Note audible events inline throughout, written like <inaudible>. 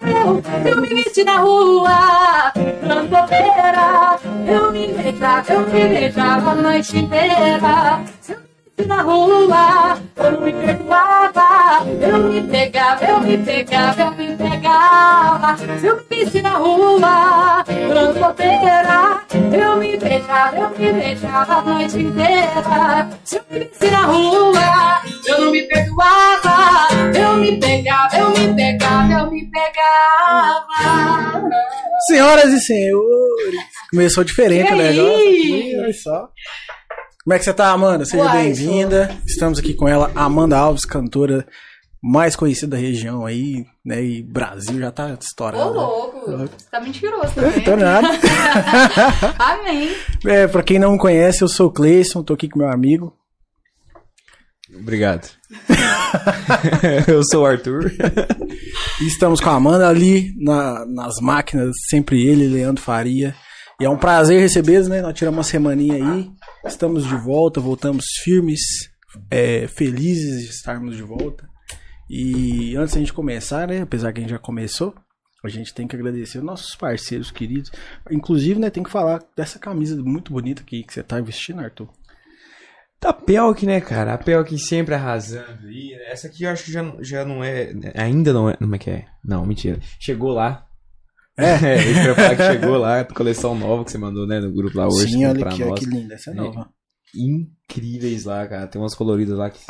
eu, eu me vesti na rua, dando bobeira. Eu me beijava, eu me beijava a noite inteira. Se eu me vesti na rua, eu me perdoava. Eu me pegava, eu me pegava, eu me pegava. Se eu me vesti na rua, dando bobeira. Eu me beijava, eu me beijava a noite inteira. Se eu me vesti na rua, eu não me perdoava. Eu me pegava, eu me pegava, eu me pegava. Senhoras e senhores. Começou diferente, E né? aí? Nossa, olha só. Como é que você tá, Amanda? Seja Uai, bem-vinda. Estamos aqui com ela, Amanda Alves, cantora mais conhecida da região aí, né? E Brasil já tá Ô, estourado. louco. Você tá mentiroso também. Tô nada. Amém. É, pra quem não me conhece, eu sou o Cleison, tô aqui com meu amigo. Obrigado. <laughs> eu sou o Arthur. E estamos com a Amanda ali na- nas máquinas, sempre ele, Leandro Faria. E é um prazer recebê-los, né? Nós tiramos uma semaninha aí, estamos de volta, voltamos firmes, é, felizes de estarmos de volta. E antes da gente começar, né? Apesar que a gente já começou, a gente tem que agradecer os nossos parceiros queridos. Inclusive, né? Tem que falar dessa camisa muito bonita aqui que você tá vestindo, Arthur. Tá Pelk, né, cara? A Pelk sempre arrasando aí. né? Essa aqui eu acho que já, já não é. Ainda não é. Como é que é? Não, mentira. Chegou lá. <laughs> É, eu queria falar que chegou lá, coleção nova que você mandou, né, no grupo lá hoje. Sim, olha pra que, nós. que linda, essa é nova. Incríveis lá, cara. Tem umas coloridas lá que.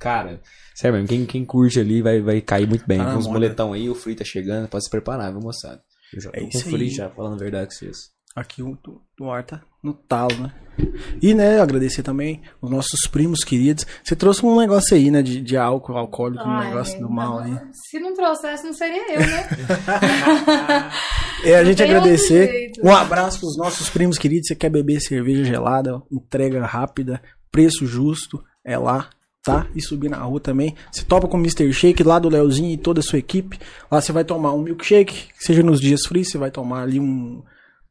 Cara, sério mesmo, quem, quem curte ali vai, vai cair muito bem. Tá na Tem uns moda. moletão aí, o Free tá chegando, pode se preparar, viu, moçada? Eu já tô É com isso aí. Free já, falando a verdade com vocês. Aqui o, o ar tá no talo, né? E, né, agradecer também os nossos primos queridos. Você trouxe um negócio aí, né, de, de álcool, alcoólico, um Ai, é negócio do não, mal aí. Se não trouxesse, não seria eu, né? É, a gente tem outro agradecer. jeito. Um abraço pros nossos primos queridos. Você quer beber cerveja gelada, entrega rápida, preço justo, é lá, tá? E subir na rua também. Você topa com o Mr. Shake lá do Leozinho e toda a sua equipe. Lá você vai tomar um milkshake, seja nos dias frios, você vai tomar ali um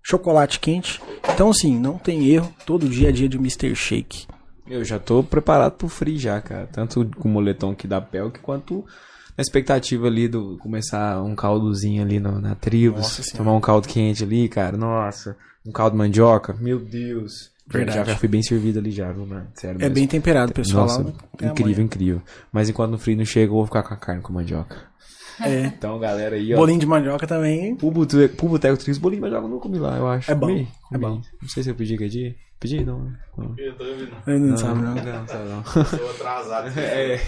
chocolate quente. Então, assim, não tem erro. Todo dia é dia de Mr. Shake. Eu já tô preparado pro free já, cara. Tanto com o moletom que dá pelk, quanto na expectativa ali do começar um caldozinho ali no- na tribo, Nossa tomar um caldo quente ali, cara. Nossa, um caldo de mandioca. Meu Deus. Verdade. Já, já fui bem servido ali já, viu, mano? Sério É mesmo. bem temperado, pessoal. Nossa, lá né? tem a incrível, incrível. Mas enquanto no free não chega, eu vou ficar com a carne com mandioca. manha. Então, galera aí, É. ó. Bolinho de mandioca também. Pro boteco pro boteco triste, bolinho de mandioca eu não comi lá, eu acho. É bom, Comi? é bom. Comi. Não sei se eu pedi que dia. Pedi? Não. né? Não, Eu Ah. não, sabe, não. não, sabe <laughs> não. Tô atrasado. É.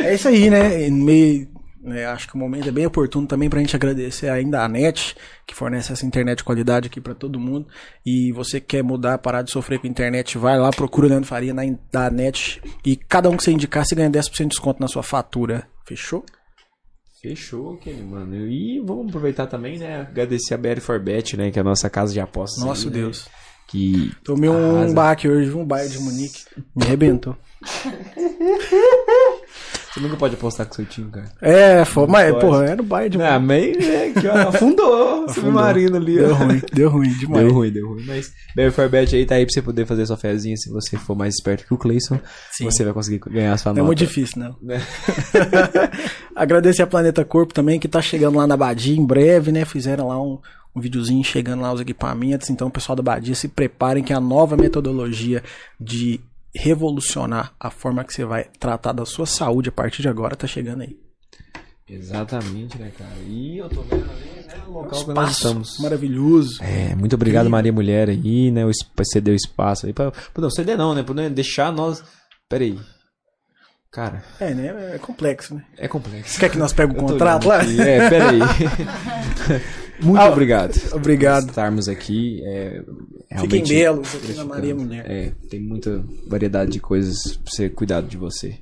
É isso aí, né? E meio- né, acho que o momento é bem oportuno também pra gente agradecer ainda a NET, que fornece essa internet de qualidade aqui pra todo mundo. E você que quer mudar, parar de sofrer com a internet, vai lá, procura o Leandro Faria na, in- da NET. E cada um que você indicar, você ganha 10% de desconto na sua fatura. Fechou? Fechou, aquele mano. E vamos aproveitar também, né? Agradecer a BR Forbet, né? Que é a nossa casa de apostas. Nosso aí, né, Deus. Que. Tomei um Arrasa. baque hoje, um baile de Munique. Me arrebentou. Você nunca pode apostar com seu time, cara. É, foi, mas, Pode. porra, era o baile de Munique. <laughs> Ah, mas né, que ó, <laughs> afundou o submarino ali. ó. Deu <laughs> ruim, deu ruim demais. Deu ruim, deu ruim. Mas BR Forbet aí tá aí pra você poder fazer sua fezinha. Se você for mais esperto que o Clayson, Sim. você vai conseguir ganhar a sua Não nota. é muito difícil, não. Né? <laughs> Agradecer a Planeta Corpo também, que tá chegando lá na Badia em breve, né? Fizeram lá um, um videozinho chegando lá os equipamentos. Então, pessoal da Badia, se preparem que é a nova metodologia de revolucionar a forma que você vai tratar da sua saúde a partir de agora tá chegando aí. Exatamente, né, cara? E eu tô vendo ali, né? O local que Espaço nós estamos. maravilhoso. É, muito obrigado, Maria Mulher, aí, né? o esp- Cedeu espaço aí. Pra, pra- não, ceder não, né? Pra não deixar nós. Pera aí. Cara, É, né? É complexo, né? é complexo. <laughs> Você quer que nós pegue o Eu tô contrato olhando lá? aqui. É, <laughs> pera aí. muito Ah, obrigado. obrigado. Por estarmos aqui. É, Fiquem realmente belos aqui na gratificante. Maria Mulher. É, tem muita variedade de coisas pra ser cuidado de você.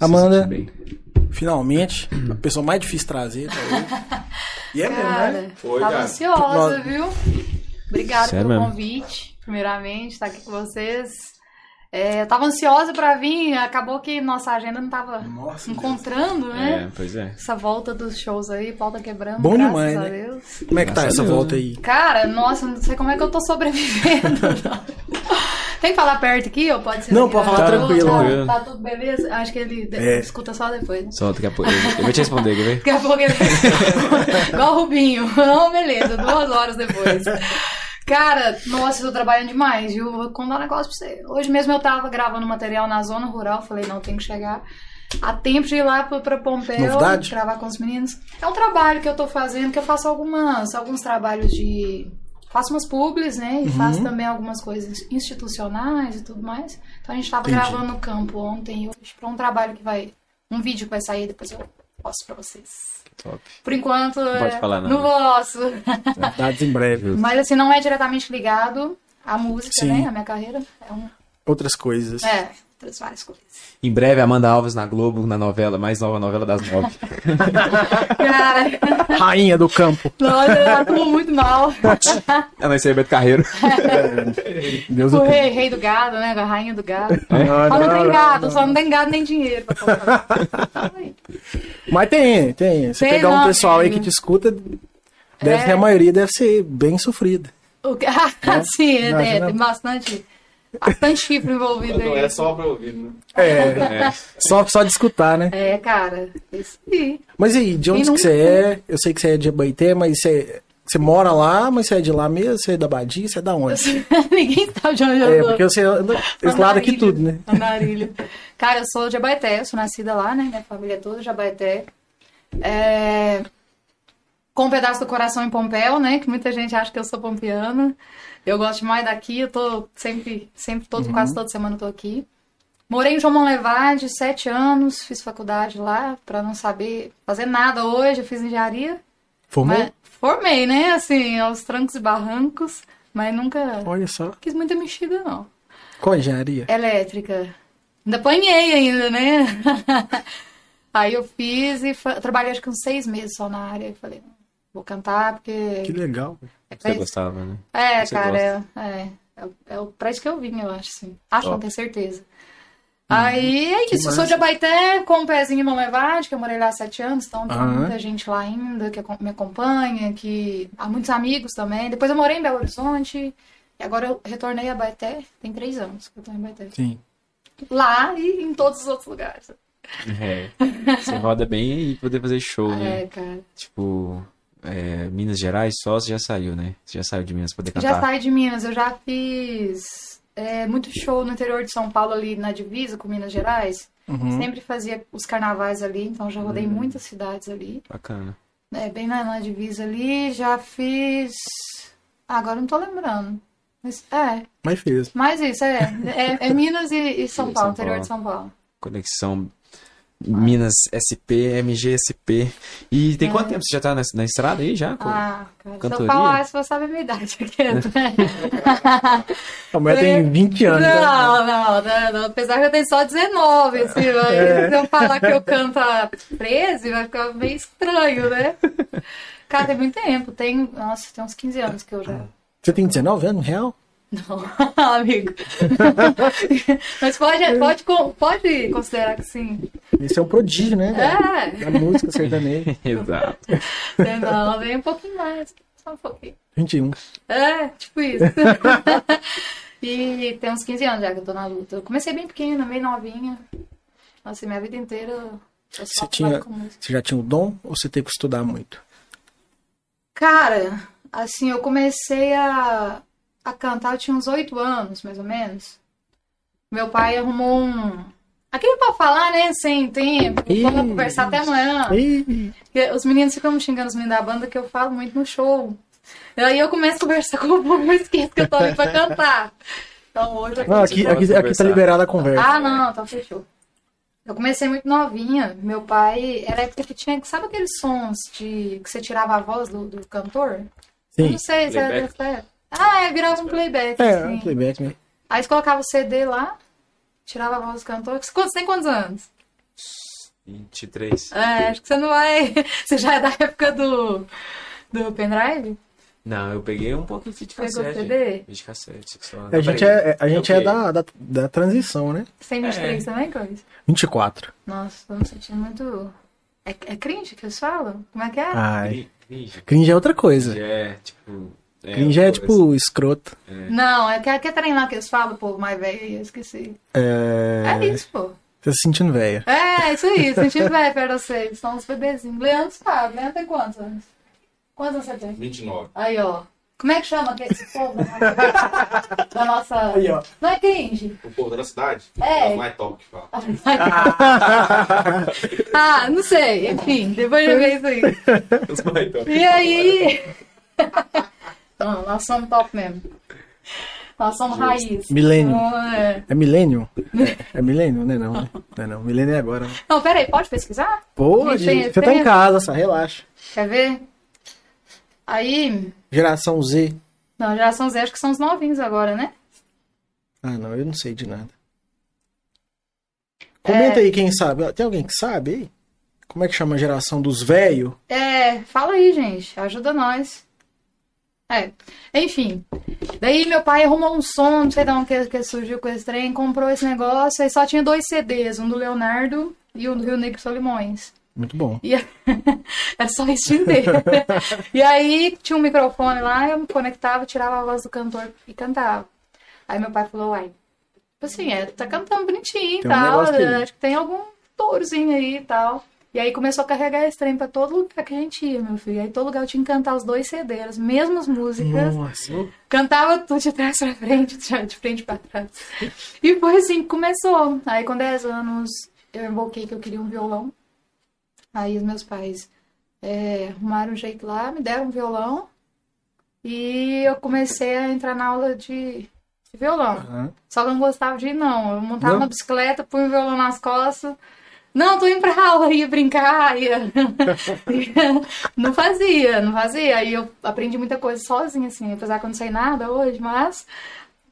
Amanda. Se sentir bem. Finalmente, a pessoa mais difícil de trazer. tá <laughs> aí. E é mesmo, né? Cara, Foi, tava cara. ansiosa, viu? Obrigada Sério pelo mesmo? convite, primeiramente, estar aqui com vocês. É, eu tava ansiosa pra vir, acabou que nossa agenda não tava Nossa, encontrando, né? É, pois é. Essa volta dos shows aí, pauta quebrando, Bom graças demais, a né? Deus. Como é que tá Graças essa a Deus, volta né? aí? <laughs> Cara, nossa, não sei como é que eu tô sobrevivendo. não. Tem que falar perto aqui ou pode ser? Não, aqui? pode falar Tá tudo- tranquilo. Tá, tá tudo beleza? Acho que ele de- É. escuta só depois, né? Só daqui a pouco. Eu eu vou te responder, quer ver? Daqui a pouco ele... Igual o Rubinho. Não, beleza, duas horas depois. Cara, nossa, eu tô trabalhando demais, viu? Vou contar um negócio pra você. Hoje mesmo eu tava gravando material na zona rural, falei, não, tem que chegar a tempo de ir lá pra, pra Pompeu Novidade? gravar com os meninos. É um trabalho que eu tô fazendo, que eu faço algumas, alguns trabalhos de... Faço umas publis, né? E Uhum. faço também algumas coisas institucionais e tudo mais. Então a gente tava Entendi. gravando no campo ontem e hoje pra um trabalho que vai... Um vídeo que vai sair, depois eu posto pra vocês. Top. Por enquanto, Não pode é, falar nada. não posso. <laughs> né? Novidades em breve. Mas assim, não é diretamente ligado à música, Sim. né? A minha carreira. É, um, Outras coisas. é outras várias coisas. Em breve, Amanda Alves na Globo, na novela, mais nova novela das nove. <laughs> Cara, <laughs> Rainha do campo. nossa, eu tô muito mal. Ah, não, esse aí é Beto Carreiro. Deus O do Tipo, rei, rei do gado, né? A rainha do gado. É, Não, Só não não, tem não, gado, não. só não tem gado nem dinheiro pra comprar. Fala aí. Mas tem, tem. Se Tem pegar um não, pessoal aí que amigo. te escuta, deve É. que a maioria deve ser bem sofrida. <laughs> O que- Sim, é, Não, é, não. tem bastante, bastante chifre envolvido aí. só pra ouvir, né? É, É. só, só de escutar, né? É, cara. Isso aí. <laughs> Mas e aí, de Quem onde que nunca? você é? Eu sei que você é de Abaité, mas você, você mora lá, mas você é de lá mesmo? Você é da Badia? Você é da onde? Ninguém sabe de onde eu É, tô. porque você anda esse lado aqui Andarilho, tudo, né? Andarilho. Cara, eu sou de Abaeté, eu sou nascida lá, né? Minha família é toda de Abaeté. É, Com um pedaço do coração em Pompéu, né? Que muita gente acha que eu sou pompeana. Eu gosto demais daqui, eu tô sempre, sempre todo, Uhum. quase toda semana eu tô aqui. Morei em João Monlevade, sete anos, fiz faculdade lá, pra não saber fazer nada hoje, eu fiz engenharia. Formou? Mas- formei, né? Assim, aos trancos e barrancos, mas nunca Olha só. quis muita mexida, não. Qual engenharia? Elétrica. Ainda apanhei ainda, né? <laughs> Aí eu fiz e fa- trabalhei acho que uns seis meses só na área. Eu falei, vou cantar porque. Que legal. é pra Você isso. gostava, né? É, Você cara, é, é, é, o- é o prédio que eu vim, eu acho, sim. Acho, não Top. tenho certeza. Aí é isso, eu sou Uhum. massa. de Abaeté, com um pezinho em Monlevade, que eu morei lá há sete anos, então tem Aham. muita gente lá ainda que acom- me acompanha, que há muitos amigos também. Depois eu morei em Belo Horizonte, e agora eu retornei a Abaeté, tem três anos que eu tô em Abaeté. Sim. Lá e em todos os outros lugares. É. Você roda bem e poder fazer show, né? É, cara. Tipo, é, Minas Gerais só você já saiu, né? Você já saiu de Minas pra poder Já cantar. saí de Minas, eu já fiz é, muito show no interior de São Paulo, ali na divisa com Minas Gerais. Hum. Uhum. Sempre fazia os carnavais ali, então já rodei muitas cidades ali. Bacana. É, bem na, na divisa ali, já fiz. Ah, agora eu não tô lembrando. Mas, é, Mas fez. mas isso, é. É, <laughs> é Minas e, e São E Paulo, São interior de São Paulo. Conexão Minas SP, MGSP. E tem quanto tempo você já tá na, na estrada aí já? com- É. Ah, cara, se eu Cantoria? falar, se você sabe a minha idade, <laughs> né? <laughs> A mulher tem 20 anos. né? Não, não, não, não. Apesar que eu tenho só 19, assim, mas se eu falar que eu canto a 13, vai ficar meio estranho, né? Cara, tem muito tempo. Tem, nossa, tem uns 15 anos que eu já. Você tem 19 anos, real? Não, <laughs> amigo. Mas pode, pode, con- pode considerar que sim. Esse é um prodígio, né? velho? É, Da música sertaneja. <laughs> Exato. não, vem um pouquinho mais. Só um pouquinho. 21. É, tipo isso. e tem uns 15 anos já que eu tô na luta. Eu comecei bem pequena, bem novinha. Nossa, minha vida inteira eu só Você trabalho tinha- com música. Você já tinha o dom ou você teve que estudar muito? Cara, assim, eu comecei a, a cantar, eu tinha uns 8 anos, mais ou menos. Meu pai arrumou um. Aquilo pra falar, né? Sem tempo, vamos Ih. conversar até amanhã. Ih, Porque Os meninos ficam me xingando, os meninos da banda, que eu falo muito no show. Aí eu começo a conversar <laughs> com o povo, eu esqueço que eu tô ali pra cantar. Então hoje eu não, aqui, Você pode aqui, aqui tá conversar. liberada a conversa. ah, não, então fechou. Eu comecei muito novinha. Meu pai era a época que tinha. Sabe aqueles sons de que você tirava a voz do, do cantor? Eu Sim. não sei se era Playback. dessa época. Ah, é, virava um playback. É, é assim. um playback mesmo. Aí você colocava o CD lá, tirava a voz do cantor. Você você tem quantos anos? 23. É, acho que você não vai. <laughs> Você já é da época do. Do pendrive? Não, eu peguei um pouco de vídeo Pegou cassete. CD? Vídeo cassete. só. A gente é, a gente é da, da, da transição, né? Você É. tem 23 também, Cris? 24. Nossa, tô me sentindo muito. É, Ah. é cringe que eles falam? Como é que é? Ai, Cringe. cringe é outra coisa. É, tipo, É, Cringe é eu- tipo escroto. Não, é que é que é trem lá que eles falam, povo mais velho, eu esqueci. É, isso, pô. Tá se sentindo velha. É, isso aí, sentindo velho pra vocês, são os bebezinhos. Leandro sabe, Leandro tem quantos anos? Quantos anos você tem? é 29. <laughs> Aí, ó. Como é que chama aquele povo <laughs> da nossa... Aí, ó. Não é cringe? O povo da cidade? É. os mais top que fala. <laughs> ah, não sei, enfim, depois eu vejo isso aí. Os mais Então, top. E aí? né? <laughs> Não, nós somos top mesmo. Nós somos raiz. Milênio. Não, é. É milênio? É, é milênio, né? Não, né? Não, é não. Milênio é agora. Né? Não, peraí, pode pesquisar? Pô, Gente, tem- gente, você tá tem- em casa, só relaxa. Quer ver? Aí. Geração Z. Não, geração Z acho que são os novinhos agora, né? Ah, não, eu não sei de nada. É. Comenta aí quem sabe. Tem alguém que sabe aí? Como é que chama a geração dos velhos? É, fala aí, gente. Ajuda nós. É, enfim. Daí meu pai arrumou um som, não sei de onde que, que surgiu com esse trem, comprou esse negócio, aí só tinha dois CDs, um do Leonardo e um do Rio Negro Solimões. Muito bom. E <laughs> era só isso inteiro. e aí tinha um microfone lá, eu me conectava, tirava a voz do cantor e cantava. Aí meu pai falou, uai, tipo assim, é, tá cantando bonitinho e Tem um tal, né, negócio aí. acho que tem algum tourozinho aí e tal. E aí começou a carregar esse trem pra todo lugar que a gente ia, meu filho. Aí todo lugar eu tinha que cantar os dois CDs, as mesmas músicas. Nossa. Cantava tudo de trás pra frente, <laughs> de frente pra trás. E foi assim que começou. Aí com 10 anos eu invoquei que eu queria um violão. Aí os meus pais é, arrumaram um jeito lá, me deram um violão. E eu comecei a entrar na aula de, de violão. Aham. Só que eu não gostava de ir, não. Eu montava Não? uma bicicleta, punha o violão nas costas. Não, tô indo pra <laughs> aula, ia brincar, ia... <laughs> não fazia, não fazia. Aí eu aprendi muita coisa sozinha, assim, apesar que eu não sei nada hoje, mas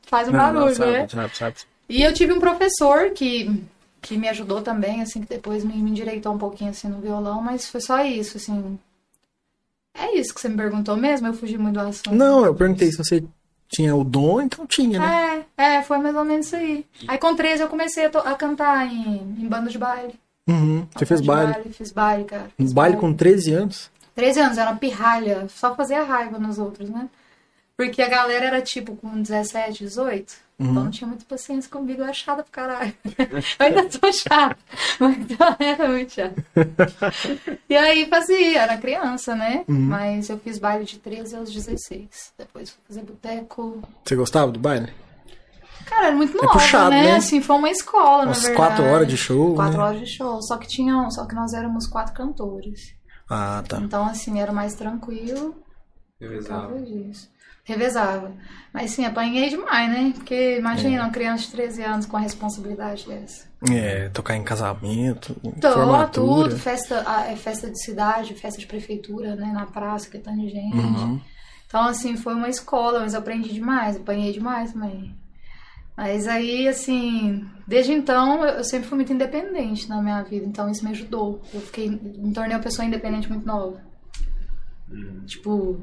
faz um Não, não, barulho, sabe, né? sabe, sabe. E eu tive um professor que, que me ajudou também, assim, que depois me, me endireitou um pouquinho, assim, no violão, mas foi só isso, assim. É isso que você me perguntou mesmo? Eu fugi muito do assunto. Não, eu perguntei se você tinha o dom, então tinha, né? É, é, foi mais ou menos isso aí. Aí com 13 eu comecei a, to- a cantar em, em bando de baile. Uhum. Você fez Banda de baile. Fiz baile, cara. Um Fiz baile com 13 anos? 13 anos, era uma pirralha, só fazia raiva nos outros, né? Porque a galera era tipo com 17, 18, Uhum. então não tinha muita paciência comigo, eu era chata pra caralho. <laughs> eu ainda tô chata, mas eu era muito <laughs> chata. E aí fazia, era criança, né? Uhum. Mas eu fiz baile de 13 aos 16. Depois fui fazer boteco. Você gostava do baile? Cara, era muito nova, puxado, né? né? Assim, foi uma escola, na Umas verdade. quatro horas de show, Quatro né? horas de show. Só que tinham, só que nós éramos quatro cantores. Ah, tá. Então, assim, era mais tranquilo. Revezava. Talvez isso. Revezava. Mas sim, apanhei demais, né? Porque imagina, uma criança de 13 anos com a responsabilidade dessa. É, tocar em casamento, Tô, formatura. tudo, festa, ah, é festa de cidade, festa de prefeitura, né? Na praça, que tá de gente. Uhum. Então, assim, foi uma escola, mas eu aprendi demais, apanhei demais também. Mas aí, assim, desde então eu eu sempre fui muito independente na minha vida, então isso me ajudou. Eu fiquei, me tornei uma pessoa independente muito nova. Tipo,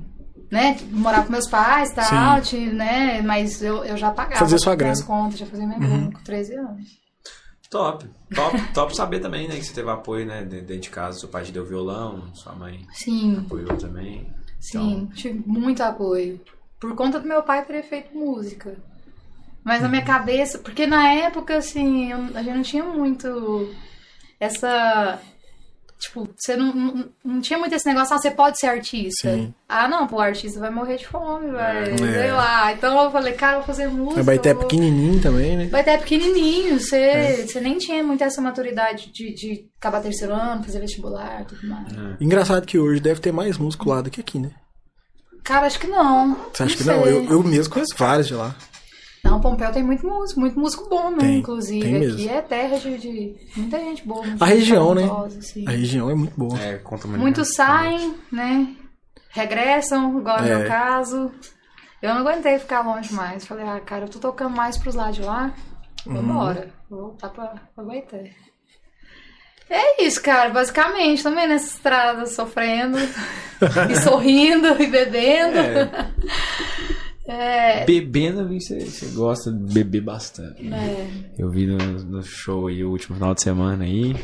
né, morar com meus pais, Sim. tal, tinha, né, mas eu, eu já pagava Fazia sua minhas grana. Uhum. contas, já fazia minha grana com 13 anos. Top. Top, top saber também, né? Que você teve apoio, né? de- Dentro de casa, seu pai te deu violão, sua mãe Sim. apoiou também. Então. Sim, tive muito apoio. Por conta do meu pai ter feito música. Mas na minha Uhum. cabeça, porque na época, assim, eu- a gente não tinha muito essa. Tipo, você não, não, não tinha muito esse negócio, ah, você pode ser artista. Sim. Ah, não, pô, o artista vai morrer de fome, vai, É. sei lá. Então eu falei, cara, eu vou fazer É música. baité eu vou- pequenininho também, né? Vai até pequenininho, você, É. você nem tinha muito essa maturidade de, de acabar terceiro ano, fazer vestibular, tudo mais. Engraçado que hoje deve ter mais músico lá do que aqui, né? Cara, acho que não. Você acha que não? sei. Eu, eu mesmo conheço vários de lá. Não, Pompeu tem muito músico, muito músico bom, né? Tem, Inclusive, tem mesmo. aqui é terra de, de muita gente boa. A região, né? Assim. A região é muito boa. É, conta muito. Muitos saem, né? Regressam, igual no É. meu caso. Eu não aguentei ficar longe mais. Falei, ah, cara, eu tô tocando mais pros lados de lá. Vou embora. Uhum. Vou voltar pra, pra Baité. É isso, cara. Basicamente, também nessa estrada, <laughs> sofrendo, e sorrindo, e bebendo. É, Bebendo, eu vi que você, você gosta de beber bastante. né? é, Eu vi no, no show aí, o último final de semana aí,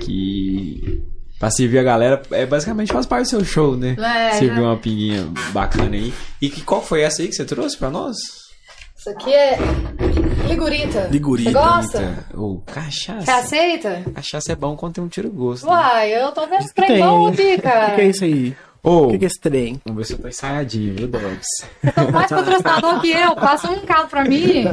que Pra servir a galera, é, basicamente faz parte do seu show, né? É, servir já- uma pinguinha bacana aí. E que, qual foi essa aí que você trouxe pra nós? Isso aqui é ligurita. Ligurita, Você gosta? Eita, É, Ô, cachaça. Você aceita? Cachaça é bom quando tem um tiro gosto. né? Uai, eu tô vendo que tem trem bom aqui, O que, que cara. é isso aí? Ô, O que, que é esse trem? vamos ver se eu tô ensaiadinho, viu, Dogs? Tô mais patrocinador que eu. Passa um carro pra <laughs> mim.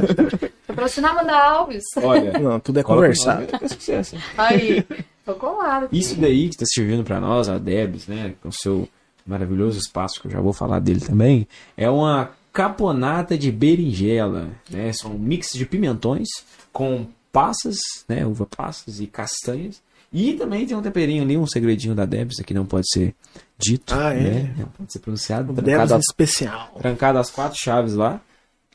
Patrocina a Amanda Alves. Olha, Não, tudo é coloca o conversado. nome, é sucesso. Aí, tô colado. Isso daí que tá servindo pra nós, a Debs, né? Com seu maravilhoso espaço, que eu já vou falar dele também, é uma caponata de berinjela, né? São um mix de pimentões com passas, né? Uva passas e castanhas. E também tem um temperinho ali, um segredinho da Debs, que não pode ser dito, Ah, é? né? Não pode ser pronunciado. tá trancado Delas a- é especial. trancada as quatro chaves lá,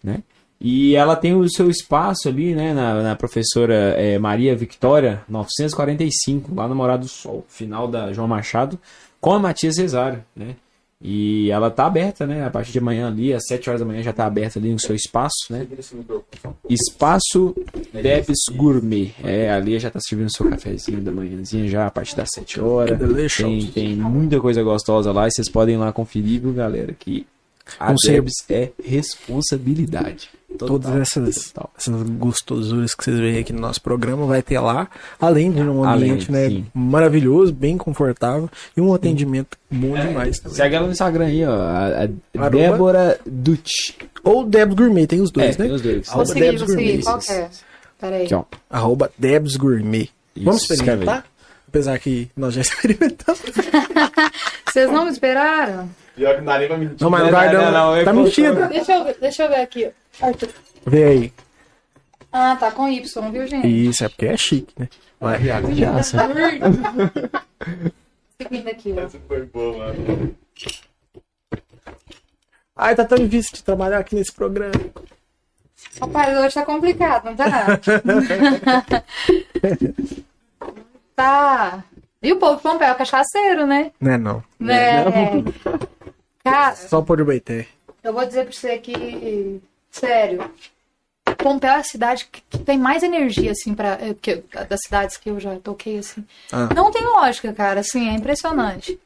né? E ela tem o seu espaço ali, né, na, na professora eh, Maria Victória, 945, lá no Morado do Sol, final da João Machado, com a Matias Cesário, né? E ela tá aberta, né? A partir de amanhã ali, às 7 horas da manhã já tá aberta ali no seu espaço, né? Esse microfone, só um pouco. Espaço Debs Gourmet. É, ali já tá servindo seu cafezinho da manhãzinha já a partir das 7 horas. Delicious. Tem, tem muita coisa gostosa lá e vocês podem ir lá conferir, viu, galera? Que a Com Debs é responsabilidade. Total, Todas essas, total. essas gostosuras que vocês veem aqui no nosso programa vai ter lá, além de um Além, ambiente né, sim. maravilhoso, bem confortável e um atendimento bom demais também. É, Segue ela no Instagram aí, ó. A, a Arroba- Débora Dutti. Ou Debs Gourmet, tem os dois, É, né? tem os dois. Vou Arroba seguir, Debs vou Gourmet. seguir. Qual que é? Peraí. Aqui, ó. Arroba Debs Gourmet. Isso, Vamos experimentar? escreve Apesar que nós já <laughs> experimentamos. Vocês não me esperaram? Pior que não dá nem pra mentir. Não, mas não não, guardamos. não, não, é tá pouco. mentindo. Deixa eu ver, deixa eu ver aqui. Arthur. Vê aí. Ah, tá com Y, viu, gente? Isso, é porque é chique, né? Vai, Viago. <laughs> Seguindo aqui, ó. Essa foi boa, mano. Ai, tá tão difícil de trabalhar aqui nesse programa. Rapaz, hoje tá complicado, não tá? <laughs> <laughs> tá. E o povo de Pompeu é cachaceiro, né? Não é não. Né? É. Cara, Só por Ubaité. eu vou dizer pra você que. Sério. Pompeu é a cidade que que tem mais energia, assim, pra, eh, que eu- das cidades que eu já toquei, assim. Ah. Não tem lógica, cara, assim, é impressionante.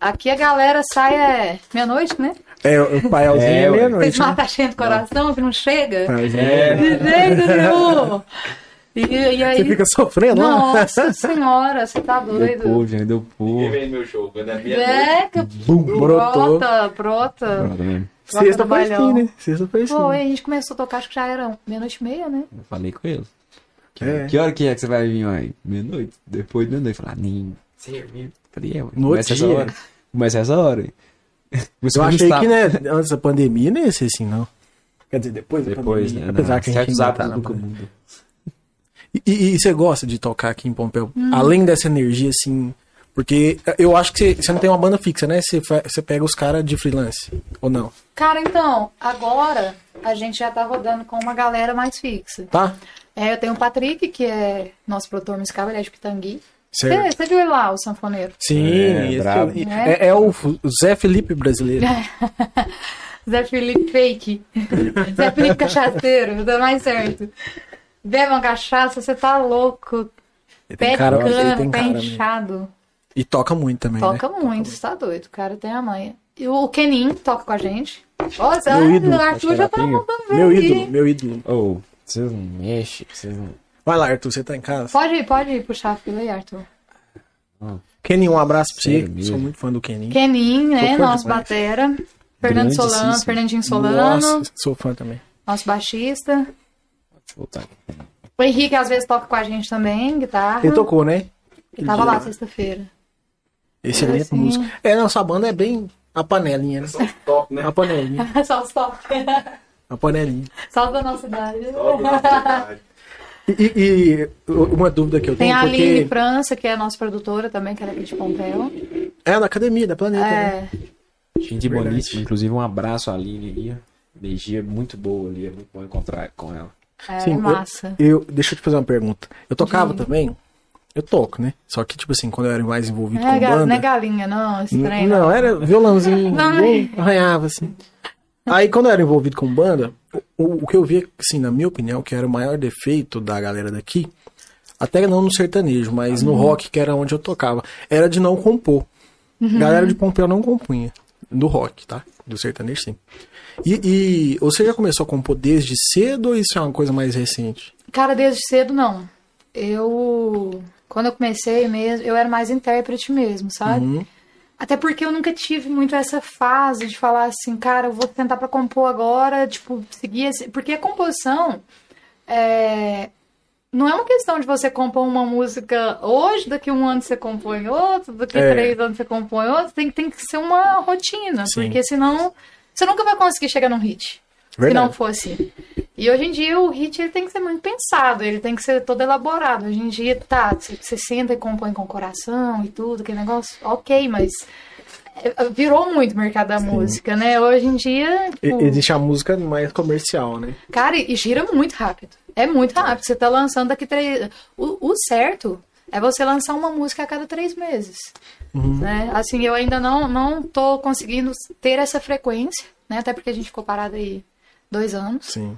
Aqui a galera sai é meia-noite, né? É, o paielzinho É, Vocês é, ué. meia-noite. né? matam a gente do coração, que não chega. Paielzinho é É, De jeito nenhum. E, e aí. Você fica assim, né? sofrendo lá? Nossa senhora, você tá deu doido. povo, né? gente, deu Ninguém povo. vem no meu show. Quando é meia-noite, É, que brotou. brota, brota. Pronto, né? Sexta do foi bailão. sim, né? Sexta foi sim. Pô, e a gente começou a tocar, acho que já era meia-noite e meia, né? Eu falei com ele. Que, É. que hora que é que você vai vir, mãe? Meia-noite. Depois de meia-noite. Falar, nem. sei, nem- Falei, é, ué, No começa essa dia. hora. Começa essa hora. hein? Começou Eu a achei ajustar. que, né, antes da pandemia não ia ser assim, não. Quer dizer, depois da Depois, pandemia. né? Apesar que a gente certos ainda tá na hábitos do pandemia. mundo. E, e- e você gosta de tocar aqui em Pompeu? Hum. Além dessa energia, assim... Porque eu acho que você, você não tem uma banda fixa, né? Você, fa- você pega os caras de freelance, ou não? Cara, então, agora a gente já tá rodando com uma galera mais fixa. Tá? É, eu tenho o Patrick, que é nosso produtor musical, ele é de Pitangui. Você Certo. você viu ele lá, o sanfoneiro? Sim, É, esse- brabo. é, é o F- o Zé Felipe brasileiro. É, Zé Felipe <laughs> fake. Zé Felipe cachaceiro, dá mais certo. Bebam cachaça, você tá louco. Ele tem Pé cara, de ele cana, tem pé cara mesmo. inchado. E toca muito também, Toca né? muito, você tá doido, o cara tem a manha. E o Kenin toca com a gente. Ó, Zé, Meu ídolo, o Arthur já tá terapinha. mandando ver Meu aqui. ídolo, meu ídolo. Ô, vocês não mexem, vocês não. Vai lá, Arthur, você tá em casa? Pode, pode puxar a fila aí, Arthur. Kenin, um abraço pra você. Sério mesmo? Sou muito fã do Kenin. Kenin, né, Tocou nosso demais. batera. Fernando Grandíssimo. Solano, Fernandinho Solano, Nossa, sou fã também. nosso baixista. Voltar. O Henrique às vezes toca com a gente também, guitarra. Ele tocou, né? Ele Uhum. tava lá sexta-feira. <laughs> Excelente Assim. música. É, não, sua banda é bem a panelinha, né? só um top, né? A panelinha. Só os top. A panelinha. <laughs> Só os da nossa idade. Top, na verdade. E, e- e uma dúvida que <laughs> eu Tem tenho, a Aline porque França, que é a nossa produtora também, que ela é aqui de Pompeu. é da academia, da planeta. né? É, Gente Verdade. boníssima, inclusive um abraço à Aline ali. ó. Energia muito boa ali, é muito bom encontrar com ela. é Sim, eu- massa. Eu, deixa eu te fazer uma pergunta. Eu tocava também? Eu toco, né? Só que, tipo assim, quando eu era mais envolvido É, com ga- banda. não é galinha, não, esse trem. Não, era <laughs> violãozinho, Não, bom, arranhava assim. Aí quando eu era envolvido com banda, o, o que eu via, assim, na minha opinião, que era o maior defeito da galera daqui, Até não no sertanejo, mas Uhum. no rock, que era onde eu tocava. Era de não compor. Uhum. Galera de Pompeu não compunha. Do rock, tá? Do sertanejo, sim. E, e você já começou a compor desde cedo ou isso é uma coisa mais recente? Cara, desde cedo não. Eu. Quando eu comecei mesmo, eu era mais intérprete mesmo, sabe? Uhum. Até porque eu nunca tive muito essa fase de falar assim, cara, eu vou tentar pra compor agora, tipo, seguir esse. Porque a composição é, não é uma questão de você compor uma música hoje, daqui um ano você compõe outra, daqui É. três anos você compõe outra. Tem, tem que ser uma rotina, Sim. porque senão você nunca vai conseguir chegar num hit se não fosse. E hoje em dia o hit ele tem que ser muito pensado, ele tem que ser todo elaborado. Hoje em dia, tá, você você senta e compõe com o coração e tudo, aquele negócio, ok, mas é, virou muito o mercado da música, né? Hoje em dia, E- tipo, Existe a música mais comercial, né? cara, e gira muito rápido. É muito rápido. Você tá lançando daqui três. O, o certo é você lançar uma música a cada três meses. Uhum. Né? Assim, eu ainda não, não tô conseguindo ter essa frequência, né? Até porque a gente ficou parado aí dois anos. Sim.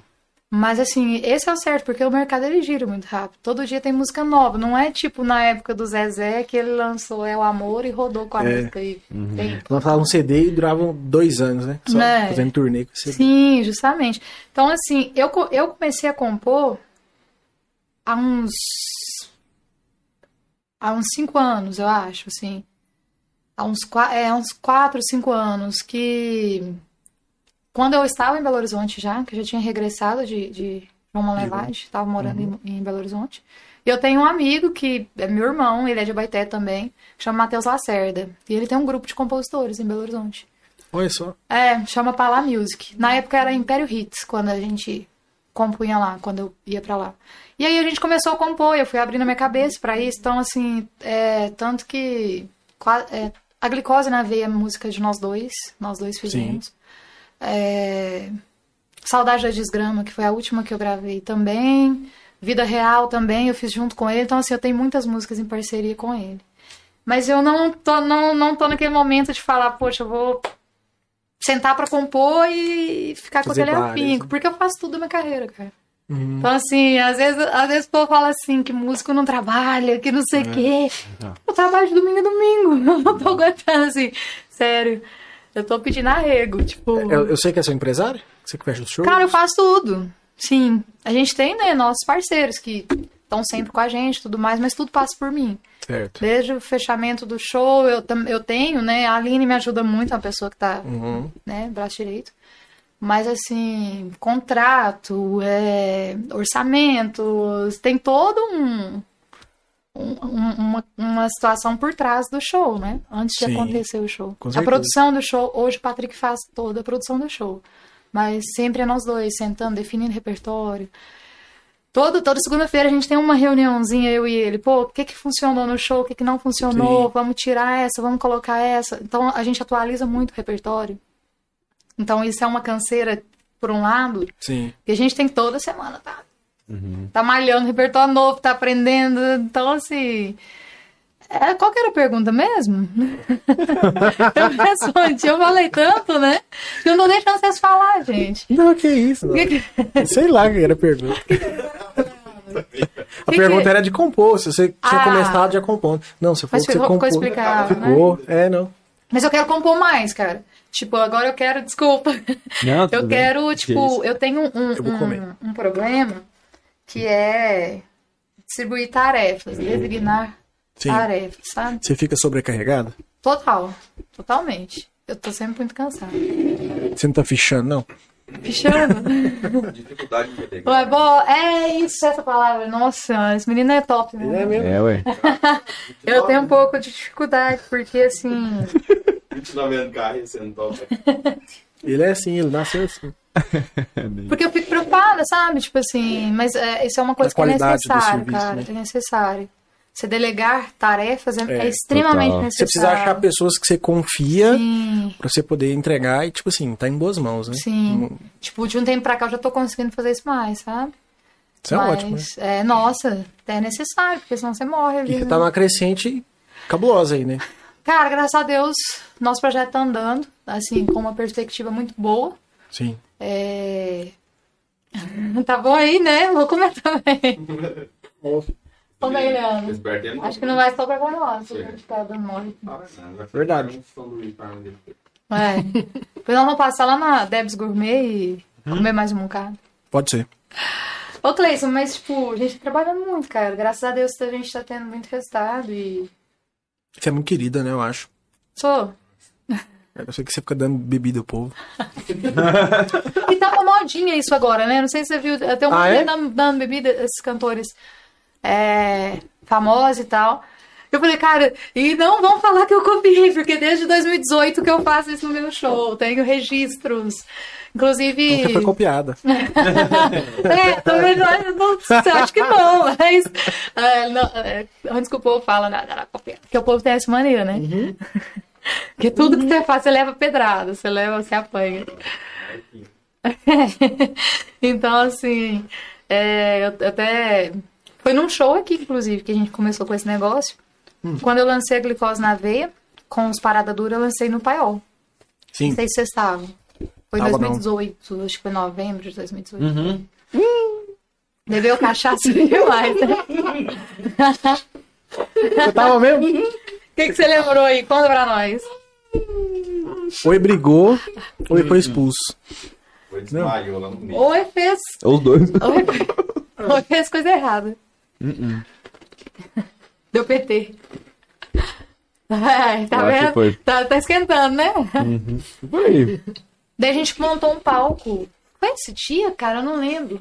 Mas assim, esse é o certo, porque o mercado ele gira muito rápido. Todo dia tem música nova. Não é tipo na época do Zezé que ele lançou É o Amor e rodou com a É. música aí. Tem- Lançava um CD e durava dois anos, né? Só Né? fazendo turnê com esse CD. Sim, justamente. Então, assim, eu, co- eu comecei a compor há uns. há uns cinco anos, eu acho, assim. Há uns, qua- é, há uns quatro, cinco anos que. Quando eu estava em Belo Horizonte já, que eu já tinha regressado de, de João Levade, estava morando em, em Belo Horizonte. E eu tenho um amigo que é meu irmão, ele é de Baité também, que chama Matheus Lacerda. E ele tem um grupo de compositores em Belo Horizonte. Olha só. É, chama pra lá Music. Na época era Império Hits, quando a gente compunha lá, quando eu ia pra lá. E aí a gente começou a compor, eu fui abrindo a minha cabeça pra isso, então assim, é, tanto que qua- é, a Glicose na Veia é música de nós dois, nós dois fizemos. É, Saudade da Desgrama, que foi a última que eu gravei também. Vida Real também, eu fiz junto com ele, então assim, eu tenho muitas músicas em parceria com ele. Mas eu não tô, não, não tô naquele momento de falar, poxa, eu vou sentar pra compor e ficar com Fazer aquele várias, afinco, né? porque eu faço tudo na minha carreira, cara. Uhum. Então, assim, às vezes, às vezes o povo fala assim, que músico não trabalha, que não sei É, o quê. Eu trabalho de domingo a domingo, <laughs> eu não tô Uhum. aguentando, assim, sério. Eu tô pedindo arrego, tipo... Eu, eu sei que é seu empresário? Você que fecha o show? Cara, eu faço tudo. Sim. A gente tem, né, nossos parceiros que estão sempre com a gente e tudo mais, mas tudo passa por mim. Certo. Desde o fechamento do show, eu, tam- eu tenho, né? A Aline me ajuda muito, é uma pessoa que tá, Uhum. né, braço direito. Mas assim, contrato, é, orçamentos, tem todo um, um- um- uma, uma situação por trás do show, né? Antes de Sim. acontecer o show. Com a certeza. produção do show, hoje o Patrick faz toda a produção do show. Mas sempre é nós dois, sentando, definindo repertório. Todo, toda segunda-feira a gente tem uma reuniãozinha, eu e ele. Pô, o que que funcionou no show, o que que não funcionou, Sim. vamos tirar essa, vamos colocar essa. Então a gente atualiza muito o repertório. Então isso é uma canseira, por um lado, Sim. que a gente tem toda semana, tá? Tá malhando repertório novo, tá aprendendo. Então, assim. É, qual que era a pergunta mesmo? <laughs> eu respondi, eu falei tanto, né? Que eu não tô deixando vocês falar, gente. Não, que isso. não. Sei lá que era <laughs> a pergunta. A Que pergunta que- era de compor, se você tinha Ah. começado já compondo. Não, você falou Mas que você ficou, compôs. ficou explicado, né? Ficou, é, não. Mas eu quero compor mais, cara. Tipo, agora eu quero, desculpa. Não, <laughs> Eu tudo bem. quero, Que tipo, isso? eu tenho um, Eu vou comer. um, um problema que é distribuir tarefas, designar Sim. tarefas, sabe? Você fica sobrecarregado? Total, totalmente. Eu tô sempre muito cansada. Você não tá fichando, não? <laughs> Pichando? Dificuldade de ter. <laughs> Ué, bom, é isso, essa palavra. Nossa, esse menino é top, né? É, ué. Eu tenho né? um pouco de dificuldade, porque assim. 29 anos de carreira, você não toca. Ele é assim, ele nasceu assim. Porque eu fico preocupada, sabe? Tipo assim, mas é, isso é uma coisa Da que é qualidade do necessário, serviço, cara. né? É necessário. Você delegar tarefas é, é É, extremamente total. Você necessário. precisa achar né? pessoas que você confia Ah. Sim, pra você poder entregar e, tipo assim, tá em boas mãos, né? sim. Hum, Tipo, de um tempo pra cá eu já tô conseguindo fazer isso mais, sabe? Isso é mas, ótimo, né? É, nossa, é necessário, porque senão você morre ali. E você né? tá numa crescente cabulosa aí, né? Cara, graças a Deus, nosso projeto tá andando, assim, com uma perspectiva muito boa. Sim. <laughs> É... Tá bom aí, né? Vou comer também. Tô ganhando. Despertei, Acho que não vai só pra Guarulhos, Sim. porque ficar tá dando mole. né? um Verdade. É. Depois nós vamos passar lá na Debs Gourmet e Hum? comer mais um bocado. Pode ser. Ô, Cleison, mas, tipo, a gente tá trabalhando muito, cara. Graças a Deus a gente tá tendo muito resultado e... Você é muito querida, né? Eu acho. Sou. Eu sei que você fica dando bebida ao povo. E tá uma modinha isso agora, né? Não sei se você viu, até um Ah, monte é? dando, dando bebida, esses cantores é, famosos e tal. Eu falei, cara, e não vão falar que eu copiei, porque desde 2018 que eu faço isso no meu show, tenho registros. Inclusive. Então Você foi copiada. É, talvez não, eu não sei, acho que não, mas. é, não, é, antes que o povo fala né, nada, era copiar. Porque o povo tem essa maneira, né? Porque tudo que você faz, você leva pedrada, você leva, você apanha. <laughs> então, assim, é, eu eu até. Foi num show aqui, inclusive, que a gente começou com esse negócio. Quando eu lancei a glicose na veia, com os parada dura, eu lancei no paiol. Sim. Não sei se vocês estavam. Foi em Tava não. 2018, acho que foi novembro de 2018. Uhum. Bebeu cachaça <laughs> demais, né? Você tava mesmo? O que, que você lembrou aí? Conta pra nós. Foi brigou, foi, foi expulso. Foi desmaiou lá no meio. Ou é fez. Os dois. Ou é, <laughs> ou é fez coisa errada. Uh-uh. Deu PT. Ai, tá Eu acho que foi. vendo? Tá, tá esquentando, né? Por aí. Daí a gente montou um palco. Foi esse dia, cara? Eu não lembro.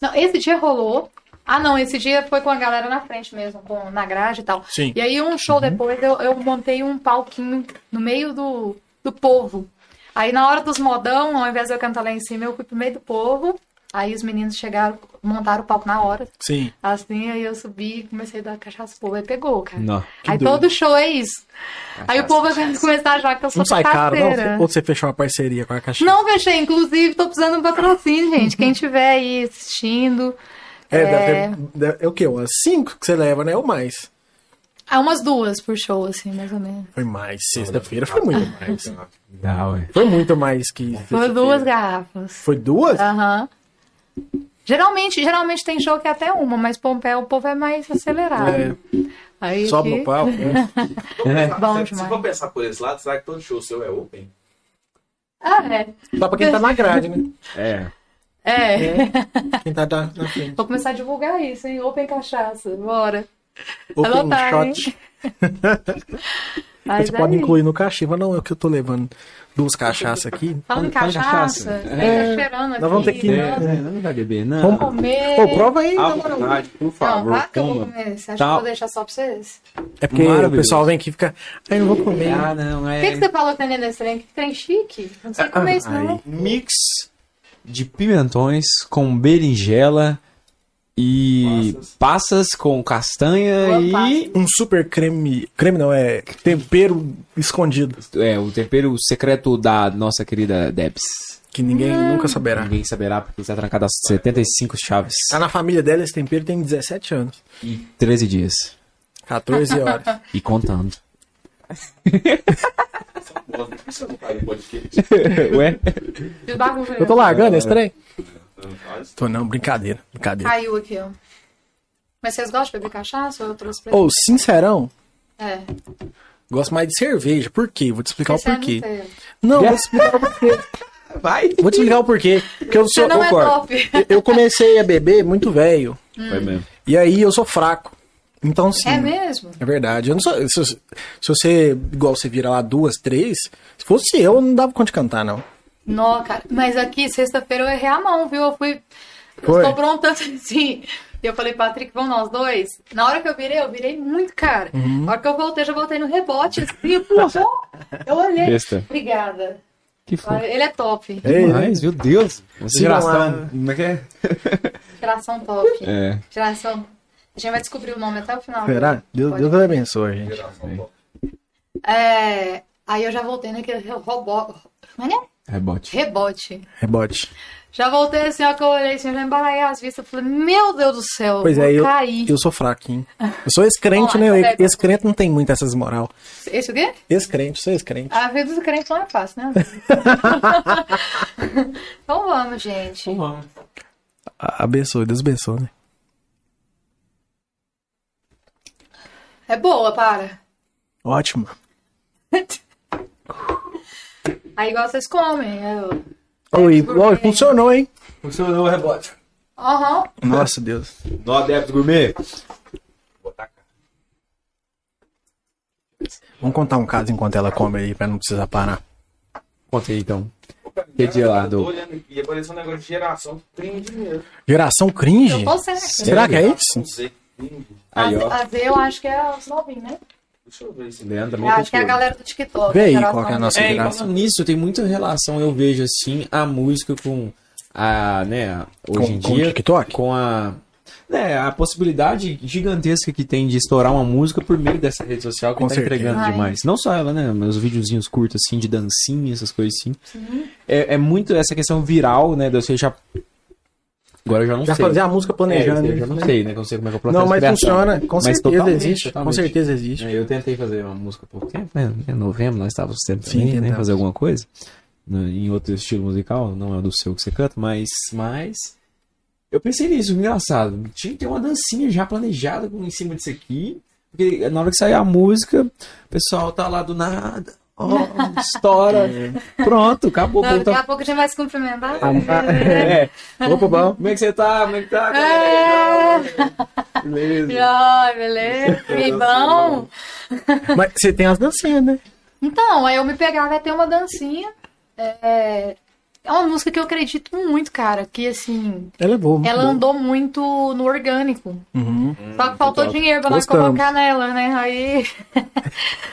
Não, esse dia rolou. Ah, não, esse dia foi com a galera na frente mesmo, com, na grade e tal. Sim. E aí, um show Uhum. depois, eu, eu montei um palquinho no meio do, do povo. Aí, na hora dos modão, ao invés de eu cantar lá em cima, eu fui pro meio do povo. Aí, os meninos chegaram, montaram o palco na hora. Sim. Assim, aí eu subi e comecei a dar cachaça pro povo. Aí pegou, cara. Hum, Não. aí todo show é isso. aí o povo vai começar a achar que eu sou Não sai caro, parceira. não? Ou você fechou uma parceria com a Caxias? Não fechei, inclusive, tô precisando de um patrocínio, gente. Quem tiver aí assistindo. Uhum. É, deve ter- deve- é o quê? Umas cinco que você leva, né? Ou mais. Há umas duas por show, assim, mais ou menos. Foi mais. Sexta-feira foi muito <laughs> mais. É. Dá, ué. Foi muito mais que. Foi duas garrafas. Foi duas? Aham. Geralmente, geralmente tem show que é até uma, mas Pompéu, o povo é mais acelerado. É. Aí Só aqui- <laughs> no palco. né? Bom Se- Se demais. for pensar por esse lado, será que todo show seu é open? Ah, é. Só pra quem tá na grade, né? É. É. <laughs> Quem tá na, na frente. Vou começar a divulgar isso, hein? Open Cachaça, bora. Open lotar, um shot. Mas você pode aí, incluir no cachimbo. Não, é o que eu tô levando duas cachaças aqui. Falando em Fala em cachaça, cachaça. você tá esperando aqui. Nós vamos ter que- É, né? Não vai beber, não. Vamos comer. Pô, prova aí, À na moral. vontade, por Não, favor. claro que eu vou coma. comer. Você acha que Tá. eu vou deixar só pra vocês? É porque o Maravilhoso. pessoal vem aqui e fica. Ai, não vou comer. Ah, não, O é. que, que você falou que tá dentro desse trem? Que trem chique? Eu Não sei comer isso, não. Aí. Mix de pimentões com berinjela e passas, com castanha Boa e. pasta. Um super creme. Creme não, é tempero escondido. É, o tempero secreto da nossa querida Debs. Que ninguém nunca saberá. Ninguém saberá porque está trancado às 75 chaves Tá na família dela, esse tempero tem 17 anos. e 13 dias. 14 horas. E contando. Por que você não faz o podcast? <laughs> Ué? Desbarro, Eu tô largando esse trem? Não faz? Tô não, brincadeira. Brincadeira. Caiu aqui, ó. Mas vocês gostam de beber cachaça? Ou eu trouxe pra Ou, sincerão, É. gosto mais de cerveja. Por quê? Vou te explicar o Esse é porquê. inteiro. Não, É. vou te explicar o porquê. Vai! Vou te explicar o porquê. Porque eu, Você sou, não é concordo. top. eu- eu comecei a beber muito velho. Vai mesmo. E aí eu sou fraco. Então, sim. É mesmo? É verdade. Eu não sou, se, se você, igual você vira lá duas, três, se fosse eu, eu não dava conta de cantar, não. Nó, cara. Mas aqui, sexta-feira, eu errei a mão, viu? Eu fui. Foi? Estou pronta <laughs> assim. E eu falei, Patrick, vamos nós dois? Na hora que eu virei, eu virei muito, cara. Uhum. Na hora que eu voltei, já voltei no rebote, assim, eu, "Uhum." eu olhei. Besta. Obrigada. Que foda. Ele é top. Ei, Mas, meu Deus. Essa Sigam lá. geração. Como é que é? Geração top. É. Geração. A gente vai descobrir o nome até o final. Será? Deus, Pode. Deus abençoe, gente. É, aí eu já voltei naquele robô. Como é? Rebote. Rebote. Rebote. Já voltei assim, ó, que eu olhei assim, eu já embaralhei as vistas. Eu falei, meu Deus do céu, Pois vou é, eu, cair. eu sou fraco, hein? Eu sou ex-crente, né? Vamos lá, Eu- Ex-crente não tem muito essas moral. Esse o quê? Ex-crente, sou ex-crente. A vida do crente não é fácil, né? então vamos, gente. A- Abençoe, Deus abençoe, né? É boa, para. Ótimo. Aí igual vocês comem. eu- Oi, oi, funcionou, hein? Funcionou o rebote. Aham. Nossa, Deus. No adepto gourmet. Botar cara. Vamos contar um caso enquanto ela come aí, pra não precisar parar. Conta aí, então. Ô, cara, Que dia lá, eu do- tô olhando aqui, apareceu um negócio de geração cringe mesmo. Geração cringe? Eu né? tô certa. Será que é isso? Não sei, cringe. Aí, ó. A, a Z eu acho que é os novinhos, né? Deixa eu ver se Leandro Eu também acho que é a curtiu. galera do TikTok. Vê aí geração qual que é a nossa É, e geração. falando nisso, tem muita relação, eu vejo assim, a música com a, né, a- hoje Com- em com o dia, TikTok? com a né, a possibilidade gigantesca que tem de estourar uma música por meio dessa rede social que Com tá certeza. entregando Ai. demais. Não só ela, né, mas os videozinhos curtos assim de dancinha, essas coisas assim. É, é muito essa questão viral, né, de você já Agora eu já não Já sei. fazer a música planejando. É, eu já não né? sei, né, que eu não sei como é que eu Não, mas funciona. Com Mas certeza totalmente, existe. Com totalmente. certeza existe. É, Eu tentei fazer uma música há pouco tempo, né? Em novembro nós estávamos tentando Sim, também, né? tentamos. fazer alguma coisa né, em outro estilo musical, não é o do seu que você canta, mas, mas eu pensei nisso, engraçado. Tinha que ter uma dancinha já planejada com- em cima disso aqui, porque na hora que sair a música, o pessoal tá lá do nada, ó, <laughs> estoura, É. pronto, acabou, o Não, povo daqui tá... a pouco a gente vai se cumprimentar. É, Opa, bom. como é que você tá? Como é que tá? É. Beleza. Ai, beleza. Que bom. É. Mas você tem as dancinhas, né? Então, aí eu me pegava até uma dancinha. É... é uma música que eu acredito muito, cara. Que assim, Ela é boa. muito ela boa. andou muito no orgânico. Uhum. Só que faltou dinheiro pra nós Gostamos. colocar nela, né? Aí. <laughs>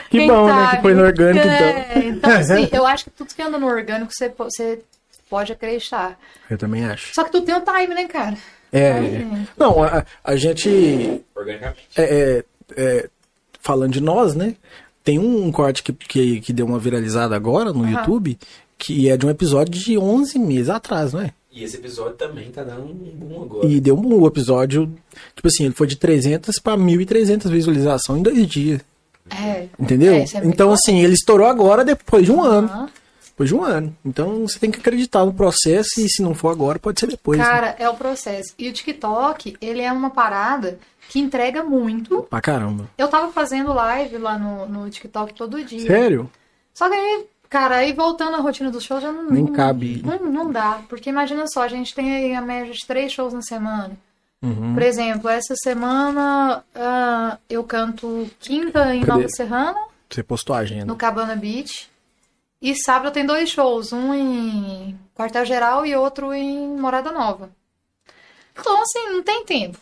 Que quem bom, né? sabe? Que foi no orgânico, então. É, então, <laughs> assim, eu acho que tudo que anda no orgânico, você, po- você pode acreditar. Eu também acho. Só que tu tem o time, né, cara? É. Não, a, a gente. organicamente. é, é, é, falando de nós, né? Tem um corte que, que, que deu uma viralizada agora no YouTube, que é de um episódio de 11 meses atrás, não é? E esse episódio também tá dando um boom agora. E deu um episódio, tipo assim, ele foi de 300 pra 1.300 visualizações em dois dias, É. entendeu? É, isso é muito então, bom. assim, ele estourou agora depois de um ano. Aham. Depois de um ano. Então, você tem que acreditar no processo e se não for agora, pode ser depois. né? Cara, é o processo. E o TikTok, ele é uma parada que entrega muito. Pra caramba. Eu tava fazendo live lá no, no TikTok todo dia. Sério? Só que aí, cara, aí voltando à rotina dos shows, já não. Nem não- cabe. Não, não dá. Porque imagina só, a gente tem aí a média de três shows na semana. Uhum. Por exemplo, essa semana ah, eu canto quinta em Cadê? Nova Serrana, Você postou a agenda. no Cabana Beach. E sábado tem dois shows, um em Quartel Geral e outro em Morada Nova. Então, assim, não tem tempo.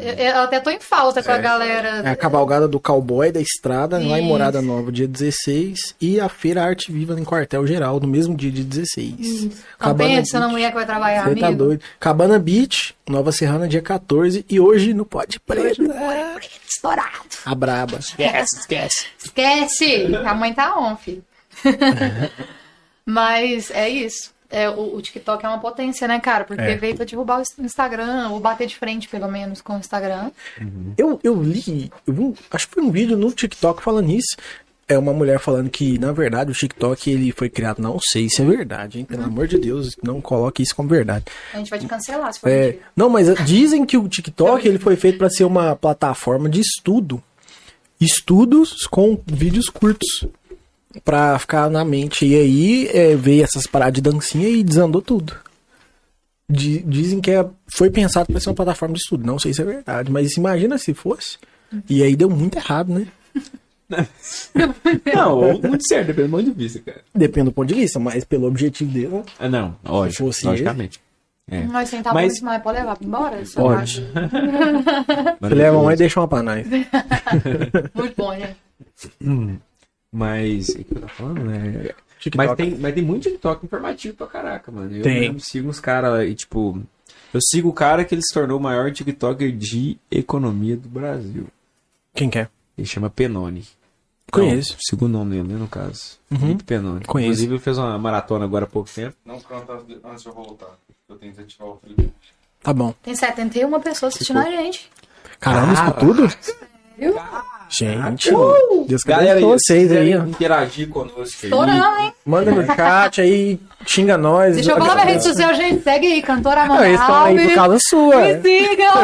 Eu, eu até tô em falta com a Uhum. É a galera. cavalgada do cowboy da estrada, lá em Isso. Morada Nova, dia 16, e a Feira Arte Viva em Quartel Geral, no mesmo dia de 16. Não Cabana pensa na Beach. mulher que vai trabalhar, Você tá amigo. doido. Cabana Beach, Nova Serrana, dia 14. E hoje no Pode Preto. Estourado. A braba. assim. <laughs> Esquece! A mãe tá on, filho. Mas é isso. É, o, o TikTok é uma potência, né, cara? Porque É. veio pra derrubar o Instagram, ou bater de frente, pelo menos, com o Instagram. Eu, eu li, eu vi um- acho que foi um vídeo no TikTok falando isso. É uma mulher falando que, na verdade, o TikTok ele foi criado. Não sei se é verdade, hein? Pelo amor de Deus, não coloque isso como verdade. A gente vai te cancelar se for É, mentira. não, mas dizem que o TikTok ele foi feito para ser uma plataforma de estudo. Estudos com vídeos curtos. Pra ficar na mente. E aí é, veio essas paradas de dancinha e desandou tudo. Di- dizem que é- foi pensado pra ser uma plataforma de estudo. Não sei se é verdade, mas imagina se fosse. E aí deu muito errado, né? Não, muito certo, depende do ponto de vista, cara. Depende do ponto de vista, mas pelo objetivo dele. Ah, não, lógico, fosse ele- logicamente. É. Nós sentamos Mas- mas... mas pode levar pra embora? essa Pode. parte? Você é leva uma e deixa uma pra nós. Muito bom, né? Mas, o que eu tava falando, né? TikTok. Mas tem, mas tem muito TikTok informativo pra caraca, mano. Eu Tem. mesmo sigo uns caras e, tipo... Eu sigo o cara que ele se tornou o maior TikToker de economia do Brasil. Quem quer? Ele chama Penoni. Conheço. Uhum. Não, sigo o nome dele, né, no caso. Felipe Penoni. Conheço. Inclusive, ele fez uma maratona agora há pouco tempo. Não canta antes de eu voltar. Eu tenho que ativar o Felipe. Tá bom. Tipo, Tem 71 pessoas assistindo a gente. Caramba, isso tudo? Viu? Gente, Uh! Deus Galera, Galera, aí, se vocês aí, quiserem ó. interagir conosco aí. Estourando, hein? Manda no chat aí, xinga nós. Deixa eu falar minha rede social, gente. Segue aí, cantora Amanda Não, eles estão aí é por Alves. causa sua. Me sigam!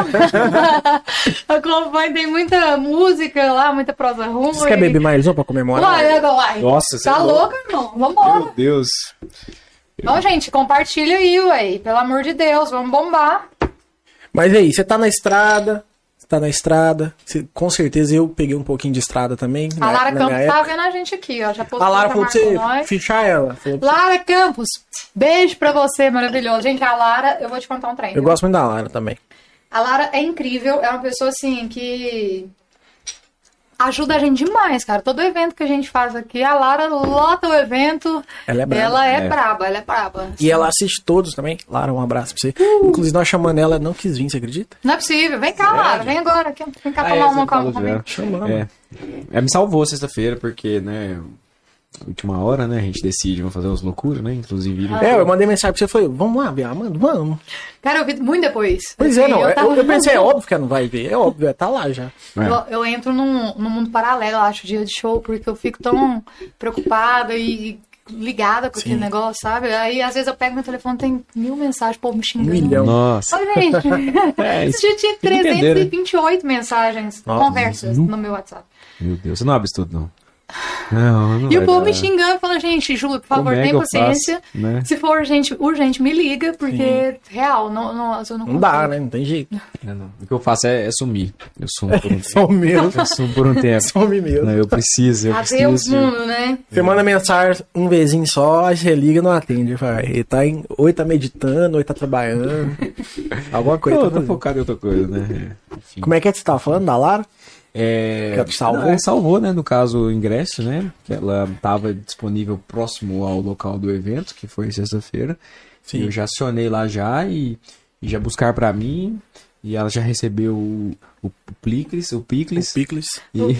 <laughs> Acompanhe, tem muita música lá, muita prosa ruim. Vocês querem beber mais uma pra comemorar? Uai, agora, uai. Nossa, você Tá é louco. louca, irmão? Vambora. Meu Deus. Então, gente, compartilha aí, uai. Pelo amor de Deus, vamos bombar. Mas aí, você tá na estrada, você tá na estrada, você- com certeza eu peguei um pouquinho de estrada também. A na- Lara na Campos minha tá época. vendo a gente aqui, ó. Já postou A Lara já falou pra marcou você nós. fichar ela. Falou pra você- Lara Campos, beijo pra você, maravilhoso. Gente, a Lara, eu vou te contar um trem. Eu gosto muito da Lara também. A Lara é incrível, é uma pessoa assim que ajuda a gente demais, cara. Todo evento que a gente faz aqui, a Lara lota o evento. Ela é brava. ela é, É. braba, ela é braba. E ela assiste todos também. Lara, um abraço pra você. Uh! Inclusive, nós chamando ela, ela não quis vir, você acredita? Não é possível. Vem cá, Lara, vem agora. aqui, Vem cá Ah, tomar é, uma você calma né? falou comigo. já. Chamamos. É. É, me salvou sexta-feira, porque, né, última hora, né, a gente decide, vamos fazer umas loucuras, né, inclusive... ele- É, eu mandei mensagem pra você e falei, vamos lá ver a Amanda? Vamos. Cara, eu vi muito depois. Pois Assim, é, não. Eu, Eu, tava- eu pensei, é óbvio que ela não vai ver. É óbvio, ela tá lá já. É. Eu, eu entro num, num mundo paralelo, eu acho, dia de show, porque eu fico tão preocupada e ligada com aquele negócio, sabe? Aí, às vezes, eu pego meu telefone, tem mil mensagens, pô, me Um xingando. milhão. Nossa. Olha, gente. <laughs> É, Esse dia tinha tem que entender, né? 328 mensagens, Nossa, conversas no meu WhatsApp. Meu Deus, você não abre isso tudo, não. Ah, Não, Ah, não E o vai povo dar. me xingando, falando, gente, juro, por favor, Como é tenha que eu paciência. faço, né? Se for urgente, urgente, me liga, porque, real, não, não, eu não Não consigo. dá, né? Não <laughs> tem jeito. É, não. O que eu faço é, é sumir. Eu sumo por um tempo. Some mesmo. Eu sumo por um tempo. Some mesmo. Não, eu preciso, eu Adeus, preciso. mundo, né? Você manda mensagem um vezinho só, aí você liga e não atende. Fala, Ele tá em... Ou ele tá meditando, ou ele <laughs> tá trabalhando. Alguma Pô, coisa. tá eu tô fazendo. focado em outra coisa, né? É, Enfim. Como é que é que você tá falando da Lara? É, Que ela salvou? não, ela salvou, né? No caso, o ingresso, né? Que ela estava disponível próximo ao local do evento, que foi sexta-feira. Sim. E Eu já acionei lá já e, e já buscar pra mim. E ela já recebeu o, o Picles, o Picles. Picles. <laughs> E,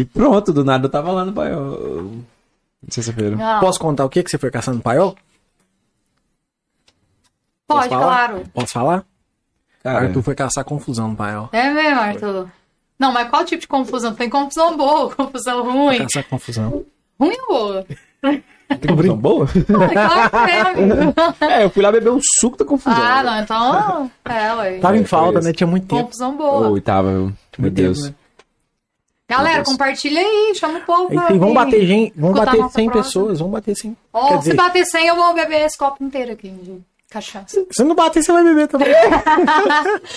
e pronto, do nada eu tava lá no Baiol. Sexta-feira. Não, Posso contar o que que você foi caçando paiol? pode, falar? claro. Posso falar? Cara, Arthur foi caçar confusão no paiol. É mesmo, Arthur? Não, mas qual tipo de confusão? Tem confusão boa, confusão <laughs> ruim. Caçar confusão. Ruim ou boa? tá tem confusão boa? Ah, claro que é, <laughs> amigo. é, eu fui lá beber um suco da confusão. Ah, não, então. É, ué. Tava É, em falta, foi isso. né? Tinha muito tempo. Confusão boa. Oi, tava, meu, meu Muito né? Deus. tempo, Galera, Meu Deus. compartilha aí, chama o povo. pra Enfim, vamos vir. bater, gente. Vamos Escutar bater nossa 100 prosa. pessoas. Vamos bater 100. Ó, tá Quer se dizer, bater 100, eu vou beber esse copo inteiro aqui de cachaça. <laughs> se não bater, você vai beber também.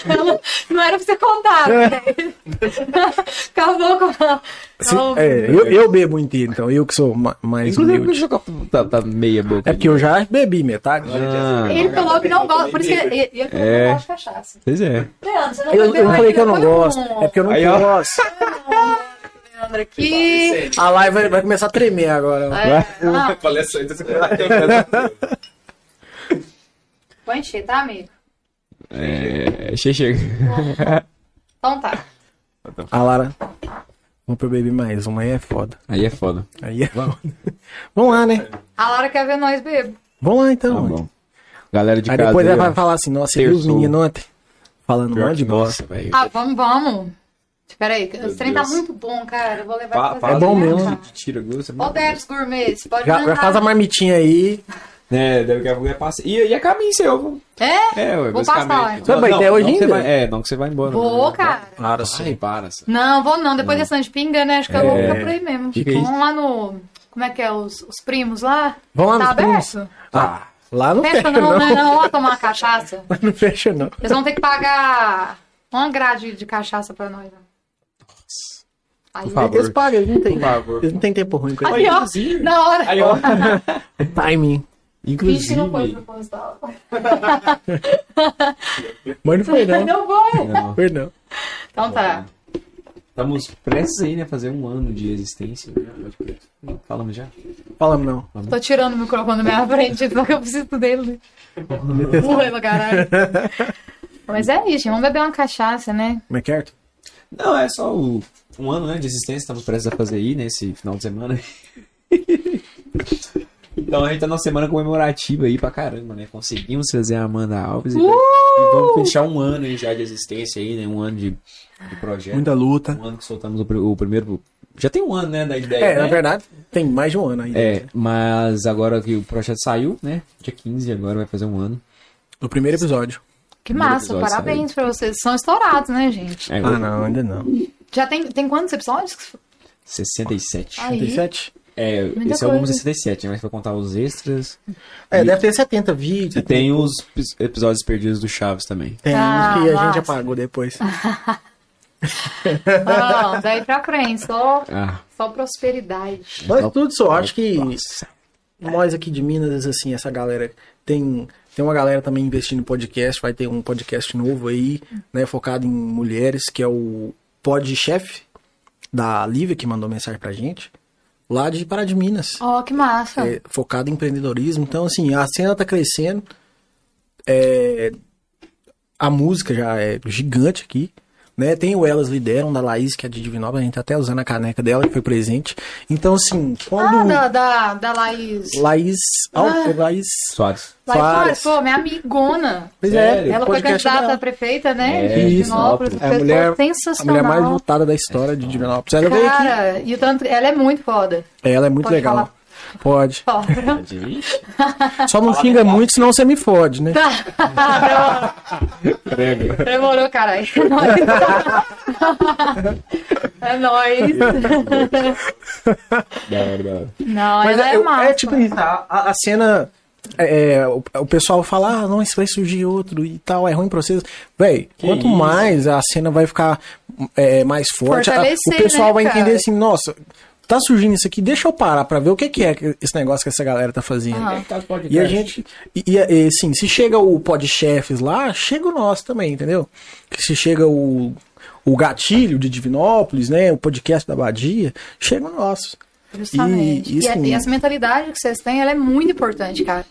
Eu não, não era pra você contar. É. né? <laughs> Acabou com a... Se- Não, é, eu, eu bebo inteiro, então. Eu que sou ma- mais Inclusive, humilde. deixa eu tá, tá meia boca. É porque é eu já bebi metade. né? já. Ah, Ele falou que não gosta, por isso que ele, ele falou que É. não gosta de cachaça. Pois é. Leandro, você não Eu, bebeu eu falei ainda, que eu não põe um gosto. É porque eu não Aí, ó. gosto. Leandro aqui. A live vai, vai começar a tremer agora. É, não, Falei assim, essa aí, você É. vai vou encher, tá, amigo? É, chega, chega. Então tá. A Lara. Vamos pra eu beber mais. Uma aí é foda. Aí é foda. Aí é foda. <laughs> Vamos lá, né? A Laura quer ver nós beber. Vamos lá Tá então. bom. Galera de Aí casa. depois ela aí, ó. vai falar assim, nossa, você viu os Terçou. meninos ontem? Falando Pior mal que de bosta. nossa, velho. Ah, vamos, vamos. Espera aí, Meu esse trem tá Deus. muito bom, cara. Eu vou levar Fa- pra faz vocês. É bom um mesmo. monte de tira gosto. Ô, Debs Gourmet, você pode Já, já mandar. faz a marmitinha aí. É, daqui a pouco é passa. E, e é caminho seu. É? É, ué, Vou passar, basicamente. então. Você vai até hoje que você ainda? vai- É, não que você vai embora. Vou, cara. Claro, Ai, para. só. Não, vou não. Depois dessa de pinga, né? Acho que eu vou É. ficar por aí mesmo. Fica aí. Vamos lá no. Como é que é? Os, os primos lá? Vamos lá tá nos primos? aberto? Ah, lá não fecha, Fecha não. <laughs> não, né? Não, vou tomar uma cachaça. Lá não fecha, não. Eles vão ter que pagar uma grade de cachaça pra nós. né? Aí, Por favor. Eles pagam, eles não têm. Por favor. Eles não têm tempo ruim <laughs> com Aí, ó, na hora. Aí, ó. isso. Timing. Finge que não foi Inclusive. proposital. Mas não foi, <laughs> não. É. Não foi. Não. Foi, não. Então tá. Estamos prestes aí, né? Fazer um ano de existência. né? Pode crer. Falamos já? Falamos, não. Tô tirando o microfone da minha frente, <laughs> só que eu preciso dele. Porra, meu caralho. <laughs> Mas é isso, gente. Vamos beber uma cachaça, né? Como é que é? Arthur? Não, é só o, um ano né, de existência, estamos prestes a fazer aí nesse final de semana. <laughs> Então a gente tá numa semana comemorativa aí pra caramba, né? Conseguimos trazer a Amanda Alves Uh! e, e vamos fechar um ano aí já de existência aí, né? Um ano de, de projeto. Muita luta. Um ano que soltamos o, pr- o primeiro. Já tem um ano, né? Da ideia. É, né? na verdade, tem mais de um ano ainda. É, mas agora que o projeto saiu, né? Dia 15, agora vai fazer um ano. Do primeiro episódio. Que Primeiro massa, episódio parabéns pra vocês. São estourados, né, gente? É, Ah, não, ainda não. Já tem, tem quantos episódios? 67. Aí. 37? É, Muita esse é o número coisa. 67, né? Mas vai contar os extras. É, E- deve ter 70 vídeos. E tem os pis- episódios perdidos do Chaves também. Tem Ah, uns que a massa. gente apagou depois. Não, daí pra frente, só, Ah, só prosperidade. Mas tudo só, acho que nossa. nós aqui de Minas, assim, essa galera tem. Tem uma galera também investindo em podcast, vai ter um podcast novo aí, né, focado em mulheres, que é o Pod Chefe, da Lívia, que mandou mensagem pra gente, lá de Pará de Minas. Ó, que massa. é, focado em empreendedorismo. Então, assim, a cena tá crescendo. É, a música já é gigante aqui. Né? Tem o Elas Lideram, da Laís, que é de Divinópolis. A gente tá até usando a caneca dela, que foi presente. Então, assim, Ah, quando da, da, da Laís. Laís... Al- Laís... Soares. Laís Soares. Soares, pô, minha amigona. Pois Sério? é, Ela foi podcast candidata dela. a prefeita, né? É, de isso. Divinópolis. É a mulher- Pessoa A mulher mais sensacional. votada da história de Divinópolis. Ela veio aqui. Cara, e o tanto, ela é muito foda. Ela é muito Pode legal. falar. <laughs> Pode. Foda. Só não xinga muito, senão você me fode, né? Prego. Demorou, caralho. <laughs> É nóis. É nóis. Da hora, da hora. Não, Mas ela é, é, eu- massa. é tipo isso, a, a- a cena. é, é, o, o pessoal fala, ah, não, isso vai surgir outro e tal, é ruim pra vocês. Véi, quanto isso? mais a cena vai ficar é, mais forte, a- o Fortalecer, pessoal né, vai entender cara? assim, nossa, tá surgindo isso aqui, deixa eu parar pra ver o que, que é que- esse negócio que essa galera tá fazendo. Aham. E é. a gente. E, e, e, assim, se chega o Podchefes lá, chega o nosso também, entendeu? Que se chega o, o Gatilho de Divinópolis, né? O podcast da Badia, chega o nosso. Justamente. E, E- assim, isso a- com- e essa mentalidade que vocês têm, ela é muito importante, cara.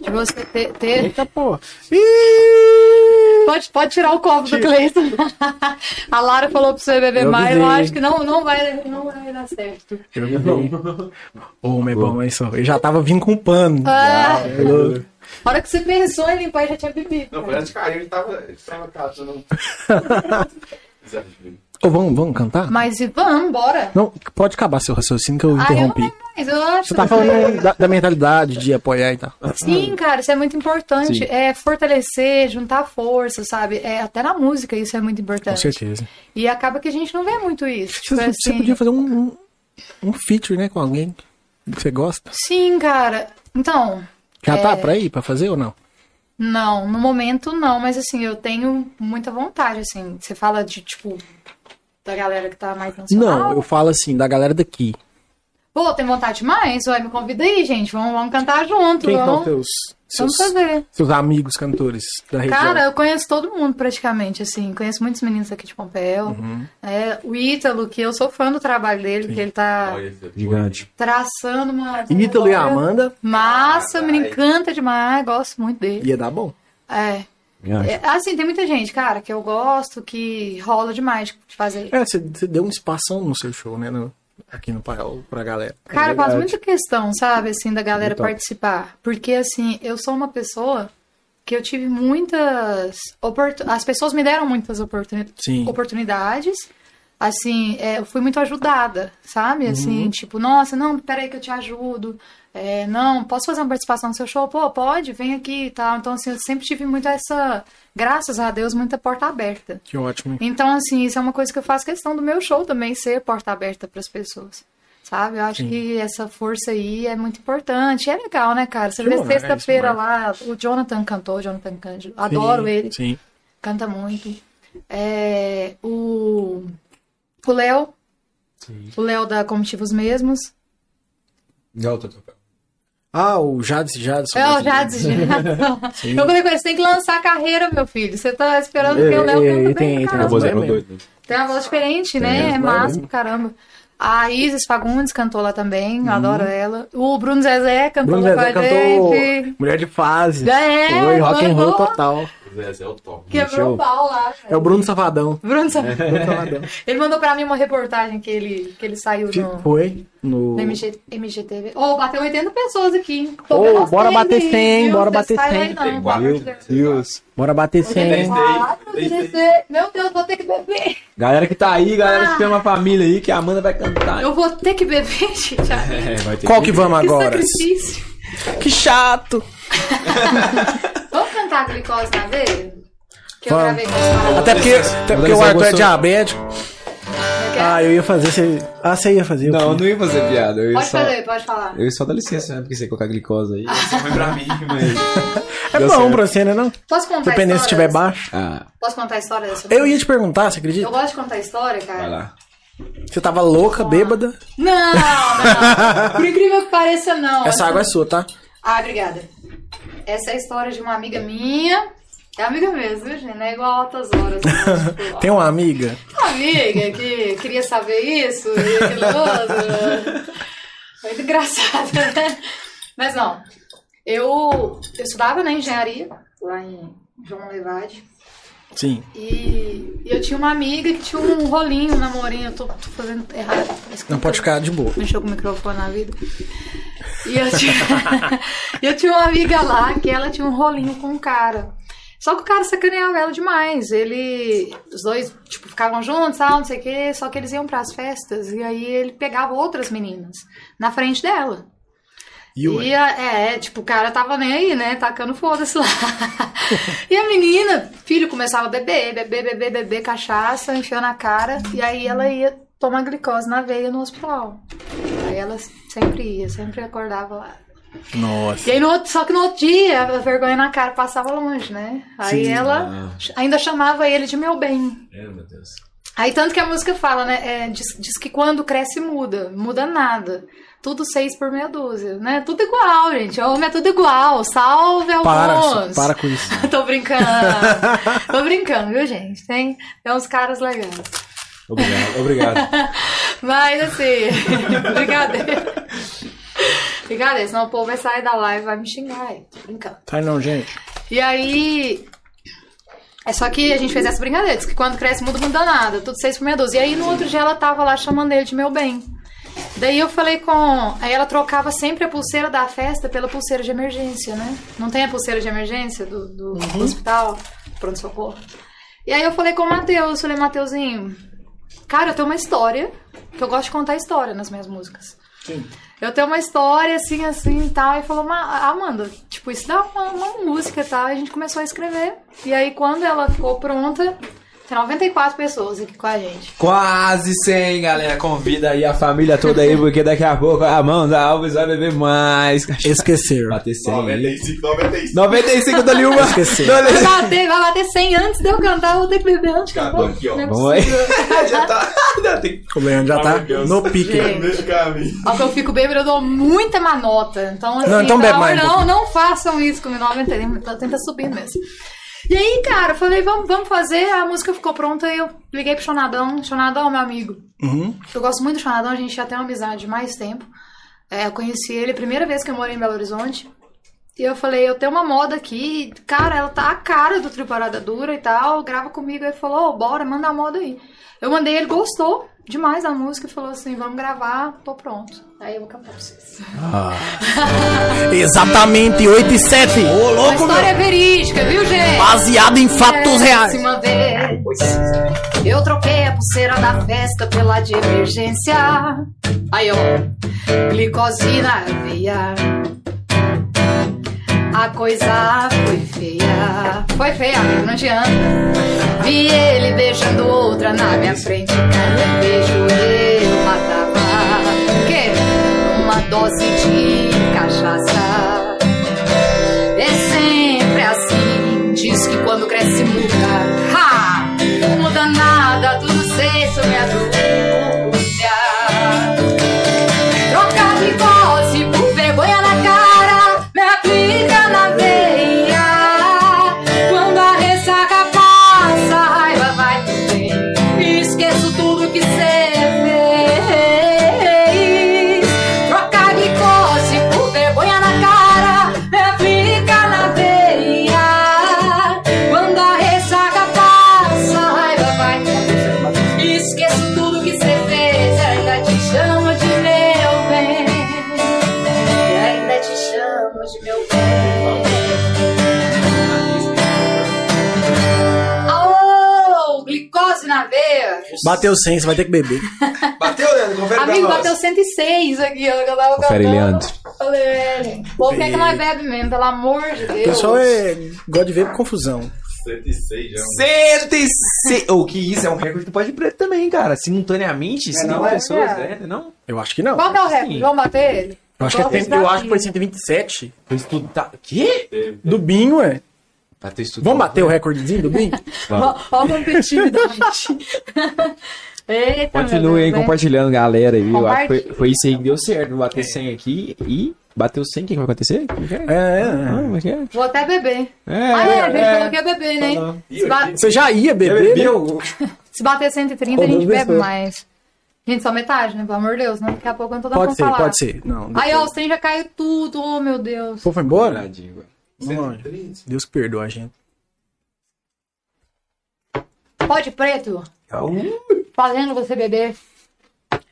De você ter. ter- Eita porra. tá, Ih! Pode, pode tirar o copo do Cleiton. <laughs> a Lara falou pra você beber Eu mais, eu avisei. acho que não, não, vai, não vai dar certo. Ô, mas é bom, hein, só. Eu já tava vindo com um pano. Ah, Eu- a hora que você pensou em limpar, já tinha bebido. Não, foi assim. antes de cair, um ele tava, ele tava <laughs> um catando. Exagero. Ô, vamos, vamos cantar? Mas e vamos, bora. Não, pode acabar seu raciocínio que eu Ah, eu não interrompi. lembro mais, eu acho. Você tá falando da, da mentalidade de apoiar e tal. Sim, cara, isso é muito importante. Sim. É fortalecer, juntar força, sabe? É, até na música isso é muito Com importante. certeza. E acaba que a gente não vê muito isso. Você, Tipo, você assim, podia fazer um, um, um feature, né, com alguém que você gosta. Sim, cara. Então, Já tá É. pra ir, pra fazer ou não? não, no momento não, mas assim, eu tenho muita vontade, assim. Você fala de, tipo, da galera que tá mais nacional. Não, eu falo assim, da galera daqui. Pô, tem vontade demais? Ué, me convida aí, gente. Vamos, vamos cantar junto. Quem são vamos, teus, vamos seus, fazer. seus amigos cantores da região? Cara, eu conheço todo mundo praticamente, assim. Conheço muitos meninos aqui de Pompéu. É, o Ítalo, que eu sou fã do trabalho dele, que ele tá Olha, esse aqui. Ah, Gigante. traçando uma. Ítalo e trajetória Amanda Massa, me Caralho. encanta demais, gosto muito dele. ia dar bom. É. Gigante. É, Assim, tem muita gente, cara, que eu gosto, que rola demais de fazer. É, você você deu um espação no seu show, né? no- aqui no Paiol pra galera. Cara, eu É verdade. faço muita questão, sabe, assim, da galera Muito top. participar. Porque, assim, eu sou uma pessoa que eu tive muitas. oportu- As pessoas me deram muitas oportuni- Sim. oportunidades. Assim, é, eu fui muito ajudada, sabe? Uhum. Assim, tipo, nossa, não, peraí que eu te ajudo. É, não, posso fazer uma participação no seu show? Pô, pode, vem aqui e tal. Então, assim, eu sempre tive muito essa. Graças a Deus, muita porta aberta. Que ótimo. hein? Então, assim, isso é uma coisa que eu faço questão do meu show também ser porta aberta pras pessoas. Sabe? Eu acho que essa força aí é muito importante. E é legal, né, cara? Você vê Demais, sexta-feira lá, demais. o Jonathan cantou, o Jonathan Cândido. Adoro É Sim, ele, Sim. canta muito. É, o o Léo, o Léo da Comitivos Mesmos. Não, tô- tô- tô. Ah, o Jadson. Jadson Eu já <laughs> desisti. Eu falei com ele, você tem que lançar a carreira, meu filho. Você tá esperando que o Léo É, é, canta é, tem- bem, tem pra caramba. razão. Acabou zero dois, né? Tem uma voz diferente, né? É, massa pra caramba. A Isis Fagundes cantou lá também, eu adoro ela. O Bruno Zezé cantou Uhum. Bruno lá Zezé com a gente. cantou Mulher de Fase. É, Foi rock and roll mandou. total. Zezé é o top. Quebrou eu- o pau lá. É o É. Bruno Safadão. Bruno sabe? Bruno Safadão. Ele mandou pra mim uma reportagem que ele, que ele saiu no, Foi no. no MG, MGTV. Ô, bateu 80 pessoas aqui. Tô Ô, gostando, bora bater hein, 100, viu? bora Não bater sai daí 100. não, Tem pode quatro. ser. Deus. Bora bater 100. Tem- Quatro, tem- tem- dezesseis. Meu Deus, vou ter que beber. <laughs> Galera que tá aí, galera que tem uma família aí, que a Amanda vai cantar. Ah. Eu vou ter que beber, gente. Ah, É, vai ter Qual que vamos Que agora? sacrifício. Que chato. Vamos cantar a glicose na veia? Que eu Vamos. gravei com os Até porque, até porque o Arthur organizar é alguma diabético. caras. Ah, eu ia fazer. Você... Ah, você ia fazer. o Não, eu quê? não ia fazer piada. Eu ia É. Pode só... fazer, Ah, pode falar. Eu ia só dar licença, né? Porque você ia colocar glicose aí. Foi pra mim, mas. É deu bom certo. pra você, né? Não? Posso contar a Dependendo se história tiver dessa- baixo. Ah, Posso contar a história dessa? Eu ia te perguntar, você Eu acredita? gosto de contar a história, cara. vai lá. Você tava louca, bêbada. Não! Por incrível que pareça, não. Essa água é sua, tá? Ah, obrigada. Essa é a história de uma amiga minha. É amiga mesmo, viu, gente? Não é igual a altas horas. <laughs> né? Tipo, Tem uma amiga. uma amiga que queria saber isso e aquilo outro. Muito engraçado, né? Mas não. Eu, eu estudava na engenharia, lá em João Levade. Sim. E, e eu tinha uma amiga que tinha um rolinho, um namorinho. Eu tô, tô fazendo errado. parece que Não eu pode tô- ficar de boa. mexeu com o microfone na vida. E eu tinha, <laughs> eu tinha uma amiga lá que ela tinha um rolinho com um cara. Só que o cara sacaneava ela demais. Ele. Os dois, tipo, ficavam juntos, tal, não sei o quê. Só que eles iam pras festas. E aí ele pegava outras meninas na frente dela. E o- E a- é, tipo, o cara tava nem aí, né? Tacando foda-se lá. <laughs> e a menina, filho, começava a beber, beber, beber, beber cachaça, enfiou na cara. E aí ela ia tomar glicose na veia no hospital. Aí ela sempre ia, sempre acordava lá. Nossa. E aí, no outro- só que no outro dia, a vergonha na cara passava longe, né? Aí ela ah. ch- ainda chamava ele de meu bem. É, meu Deus. Aí, tanto que a música fala, né? é, diz, diz que quando cresce, muda. Muda nada. Tudo seis por meia dúzia, né? Tudo igual, gente. Homem é tudo igual. Salve, Para, alguns. para com isso. <laughs> Tô brincando. Tô brincando, viu, gente? Tem, tem uns caras legais. Obrigado, obrigado. Mas assim, <laughs> brincadeira. Brincadeira, senão o povo vai sair da live e vai me xingar. aí. Tô brincando. Sai não, gente. E aí. É só que a gente fez essa brincadeira, disse que quando cresce muda, muda nada, tudo seis por meia dúzia. E aí no outro dia ela tava lá chamando ele de meu bem. Daí eu falei com. Aí ela trocava sempre a pulseira da festa pela pulseira de emergência, né? Não tem a pulseira de emergência do, do, do hospital, pronto-socorro. E aí eu falei com o Matheus, falei, Mateuzinho, cara, eu tenho uma história, que eu gosto de contar história nas minhas músicas. Eu tenho uma história assim, assim e tal. E falou, "Ma- Amanda, tipo, isso dá uma, uma música e tal. E a gente começou a escrever. E aí, quando ela ficou pronta, tem 94 pessoas aqui com a gente. Quase 100, galera. Convida aí a família toda aí, porque daqui a pouco a Amanda Alves vai beber mais. Esqueceram. Bater 100 aí. 95, 95. 95 da Lilma. Esqueci. Da Vai Lilma. bater, vai bater 100 antes de eu cantar, eu vou ter que beber antes. Acabou aqui, ó. Não é Vamos aí. <laughs> possível. Já tá. já tem- O Leandro já Ah, tá meu Deus. no pique. Gente. Deixa caminho. Ao que eu fico bêbada, eu dou muita má nota. Então, assim, Não, então pelo bebe mais amor, não, um não façam isso comigo. Não, aguentei, tenta- tenta subir mesmo. E aí, cara, eu falei, vamos, vamos fazer. A música ficou pronta e eu liguei pro Chonadão. Chonadão, meu amigo. Uhum. Eu gosto muito do Xanadão, a gente já tem uma amizade de mais tempo. É, eu conheci ele a primeira vez que eu morei em Belo Horizonte. E eu falei, eu tenho uma moda aqui, cara, ela tá a cara do Trio Parada Dura e tal, grava comigo. Ele falou, "Ô, bora, manda a moda aí. Eu mandei, ele gostou demais da música e falou assim, vamos gravar, tô pronto. Aí eu vou cantar pra vocês. Exatamente 8 e 7. Ô, a história é verídica, viu, gente? Baseado em fatos reais. Décima vez, eu troquei a pulseira da festa pela de emergência. Aí, ó, glicose na veia. A coisa foi feia. Foi feia, amigo, não adianta. Vi ele beijando outra na minha frente. Cada beijo eu matava. Que? Uma dose de cachaça. É sempre assim. Diz que quando cresce muda. Ha! Muda nada, tudo sei sobre a dúvida. Troca glicose por vergonha na cara, me aplica na veia. Quando a ressaca passa, a raiva vai bem. Esqueço tudo que cê fez. Troca glicose Oh, Bateu 100, você vai ter que beber. Bateu, Leandro? Confere Amigo, pra nós. bateu 106 aqui, ó, que eu tava Confere, Leandro. Falei, velho, o povo quer que nós bebe mesmo, pelo amor de O Deus. pessoal é, gosta de ver por confusão. 106 já. é um mano. 106! Ou que isso, é um recorde do Pode Preto também, cara. Simultaneamente, cinco não, é, pessoas, é. né? Não? Eu acho que não. Qual que é o recorde? Sim. Vamos bater ele? Eu acho que, é Vamos tempo, eu acho que foi bater. 127 Foi estudar. Quê? do Binho, ué. Bateu estudar. Vamos bater o recordezinho do Binho? Vamos. Ó, ó, competitividade. <laughs> Eita, meu Continuem Deus, hein? compartilhando, galera. Viu? Eu acho que é, né? Compartilha. foi, foi isso aí que deu certo. Bater 100 aqui e bateu 100. O que, que vai acontecer? Como que é? É, Ah, é, como que é? Vou até beber. É, ah, é, a gente é. falou que ia beber, né? Se, ba- é. Você já ia Eu beber? bebi né? o- se bater 130, Ô, a gente Deus bebe abençoe. mais. Gente, só metade, né? Pelo amor de Deus, né? Daqui a pouco eu não tô dando Pode pra ser, falar. pode ser. Não, Aí, ó, depois. os trem já caiu tudo, oh meu Deus. Pô, foi embora? Tadinho, velho. Vamos lá. Deus que perdoa a gente. Pode preto, É um- fazendo você beber.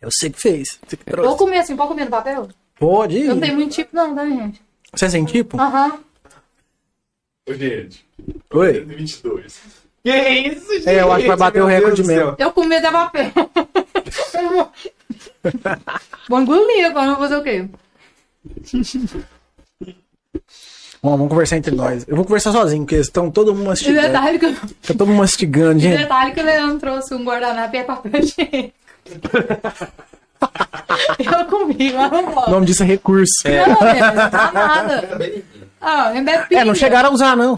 Eu sei que fez. É Você que Vou trouxe. comer assim, pode comer no papel? Pode ir. Eu não tenho muito tipo, não, tá, gente? Você é sem tipo? Aham. Ô, gente. Oi. 122. Que isso, gente? É, eu acho que vai bater Meu o recorde Deus do mesmo. céu. Eu com medo é papel. <laughs> Vou engolir agora, vou fazer o quê? Bom, vamos conversar entre nós. Eu vou conversar sozinho, porque estão todo mundo E mastigando. detalhe que, o- Tá todo mundo mastigando, gente. detalhe que o Leandro trouxe um guardanapo e é papel <laughs> higiênico. Eu comi, mas não O posso. nome disso é recurso. Não, Leandro, não tá nada. Ah, nem bebe É, não pinga. chegaram a usar, não.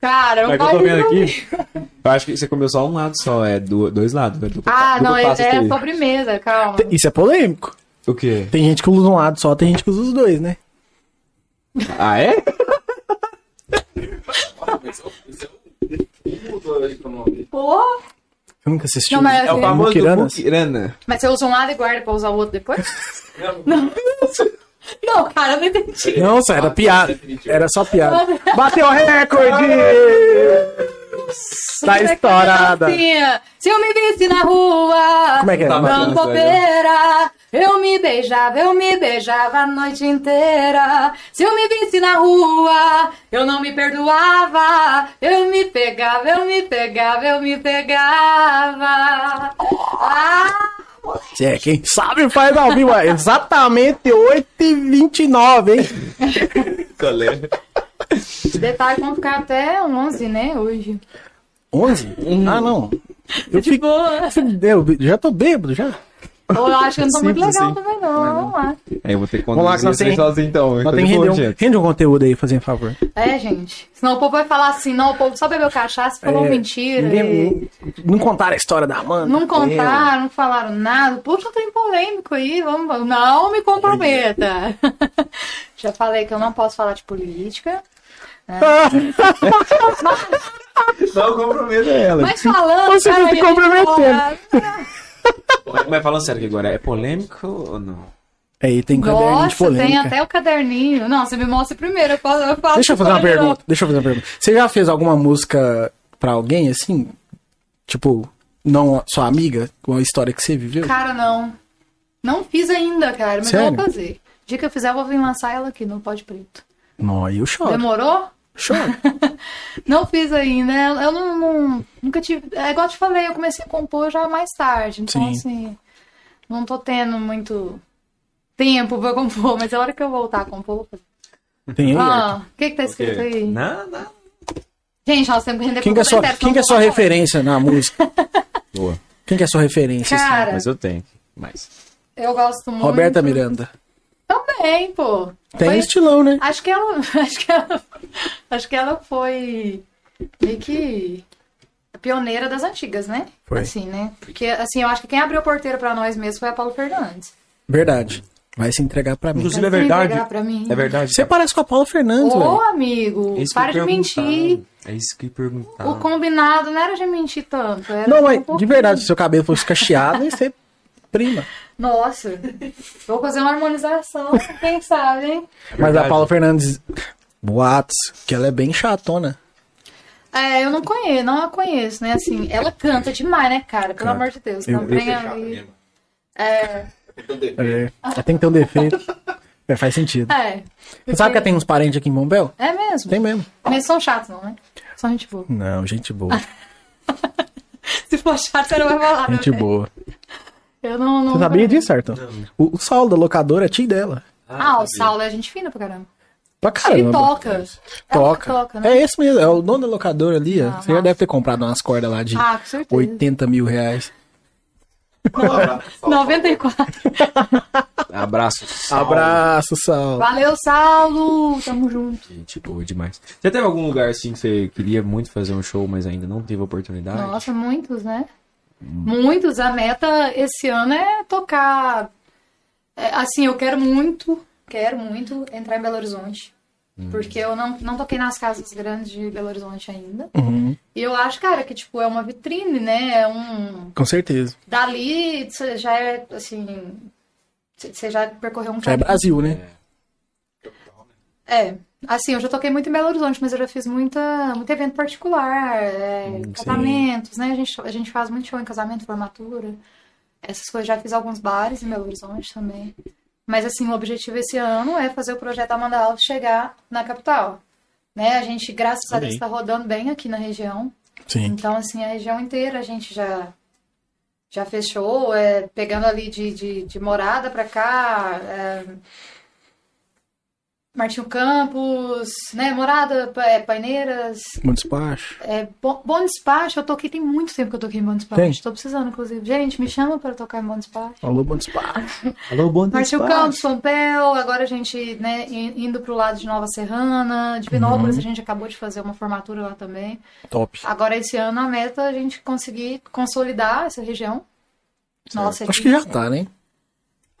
Cara, não Mas que eu tô pode vendo comer. aqui. Eu acho que você comeu só um lado só, é do- dois lados. né? Dupla- Ah, dupla não, é, face é teve. sobremesa, calma. Isso é polêmico. O quê? Tem gente que usa um lado só, tem gente que usa os dois, né? Ah, é? Pô, Eu nunca assisti. um Não, mas- É o famoso Mukirana? Mukirana. mas você usa um lado e guarda pra usar o outro depois? <laughs> Não. Não, cara, eu não entendi. Nossa, era piada. Era só piada. Bateu o recorde! Tá estourada. Criancinha, Se eu me visse na rua, Como é que é? Tá, mas- dando bobeira, eu me beijava, eu me beijava a noite inteira. Se eu me visse na rua, eu não me perdoava. Eu me pegava, eu me pegava, eu me pegava. Ah, Se é, quem sabe faz ao vivo. é Exatamente 8h29, hein? é? detalhe que vão ficar até 11, né, hoje. 11? Hum. Ah, não. Eu De fico... boa. <laughs> Eu já tô bêbado, já. Ou eu acho que eu não tô muito Simples, legal hein? também, não. Ah. Vamos lá. É, eu vou ter que Vamos lá, que nós conduzir tem- sozinho então. Só então tem de que boa, render um, gente. rende um conteúdo aí, fazendo favor. É, gente. Senão o povo vai falar assim, não, o povo só bebeu cachaça e falou É, mentira. e- Ninguém- um- né? Não contaram a história da Amanda. Não contaram, É. não falaram nada. Puxa, tem polêmico aí. Vamos, vamos. Não me <laughs> comprometa. Já falei que eu não posso falar de política. Não comprometa ela. Mas falando. Você tá se cara, comprometendo. Mas, falando sério aqui agora, é polêmico ou não? Aí tem Um caderninho de Nossa, tem polêmica. até o caderninho. Não, você me mostra primeiro. Eu falo, eu falo Deixa eu fazer uma primeiro. pergunta. Deixa eu fazer uma pergunta. Você já fez alguma música pra alguém, assim? Tipo, não a sua amiga, com a história que você viveu? Cara, não. Não fiz ainda, cara, mas eu Sério? vou fazer. O dia que eu fizer, eu vou vir lançar ela aqui no Pode Preto. Não, aí eu choro. Demorou? Choro. Não fiz ainda. Eu não, não- nunca tive. É igual eu te falei, eu comecei a compor já mais tarde. Então, Sim. assim, não tô tendo muito tempo pra <laughs> compor, mas a hora que eu voltar a compor. eu vou fazer. Tem aí, Arthur? <laughs> Ah, o que que tá escrito aí? Não, não. Gente, nós temos que render Quem que é conta sua, da internet, quem que é senão sua eu vou embora. referência na música? Boa. Quem que é sua referência? assim? Cara, Mas eu tenho. Mas. eu gosto muito. Roberta Miranda. Também, pô. Tem Foi- estilão, né? Acho que ela. <laughs> Acho que ela. Acho que ela foi meio que a pioneira das antigas, né? Foi. Assim, né? Porque, assim, eu acho que quem abriu a porteira pra nós mesmo foi a Paula Fernandes. Verdade. Vai se entregar pra mim. Inclusive, é Vai se verdade. entregar pra mim. É verdade. Você parece com a Paula Fernandes, Ô, velho. amigo, É isso que Hum. para de eu mentir. perguntava. É isso que eu perguntar. O combinado não era de mentir tanto. Era Não, um mas de pouquinho. verdade, se seu cabelo fosse cacheado, ia ser É prima. Nossa, vou fazer uma harmonização, <laughs> quem sabe, hein? Mas a verdade. Paula Fernandes. Boatos, que ela é bem chatona. É, eu não conheço, não a conheço, né? Assim, ela canta demais, né, cara? Pelo amor de Deus, Eu- não eu- tem Chato ali. mesmo. É, Tem que ter um defeito. É. Ela tem que ter um defeito. É, faz sentido. É. Você sabe que eu tenho uns parentes aqui em Bombel? É mesmo. Tem mesmo. Mas eles são chatos, não, né? São gente <laughs> boa. Não, <laughs> gente boa. Se for chato, você não vai falar. né? gente boa. Eu não. não é. Você sabia disso, Arthur? O, o Saulo da locadora é tio dela. Ah, o Saulo é gente fina pra caramba. Pra Ele caramba. toca. Ela Toca. toca, né? É esse mesmo, é o dono da locadora ali. ó. Ah, Você já massa. deve ter comprado umas cordas lá de Ah, com certeza. 80 mil reais. Não, 94. Abraço. Abraço, Saulo. Valeu, Saulo. Tamo junto. Gente, boa demais. Já teve algum lugar assim que você queria muito fazer um show, mas ainda não teve oportunidade? Nossa, muitos, né? Muitos. A meta esse ano é tocar. é, assim, eu quero muito, quero muito entrar em Belo Horizonte. Porque eu não, não toquei nas casas grandes de Belo Horizonte ainda. Uhum, E eu acho, cara, que tipo, é uma vitrine, né? É um. com certeza. Dali você já é assim. c- Você já percorreu um Já é caminho. Brasil, né? É, assim, eu já toquei muito em Belo Horizonte, mas eu já fiz muita, muito evento particular, é, sim. casamentos, né? A gente, a gente faz muito show em casamento, formatura, essas coisas. Já fiz alguns bares em Belo Horizonte também. Mas, assim, o objetivo esse ano é fazer o projeto Amanda Alves chegar na capital, né? A gente, graças a Deus, está rodando bem aqui na região. Sim. Então, assim, a região inteira a gente já já fechou, é, pegando ali de, de, de morada pra cá, é, Martinho Campos, né, morada, Pa- é, Paineiras, Muito despacho. é, Bo- Bom Despacho, eu toquei, tem muito tempo que eu toquei em Bom Despacho, Tem? tô precisando, inclusive. Gente, me chama pra tocar em Bom Despacho. Alô, bom despacho. Alô, bom Martinho Campos, Pompeu, agora a gente, né, in- indo pro lado de Nova Serrana, Divinópolis, Uhum. a gente acabou de fazer uma formatura lá também. Top. Agora, esse ano, a meta é a gente conseguir consolidar essa região. Nossa, Acho aqui- que já tá, né?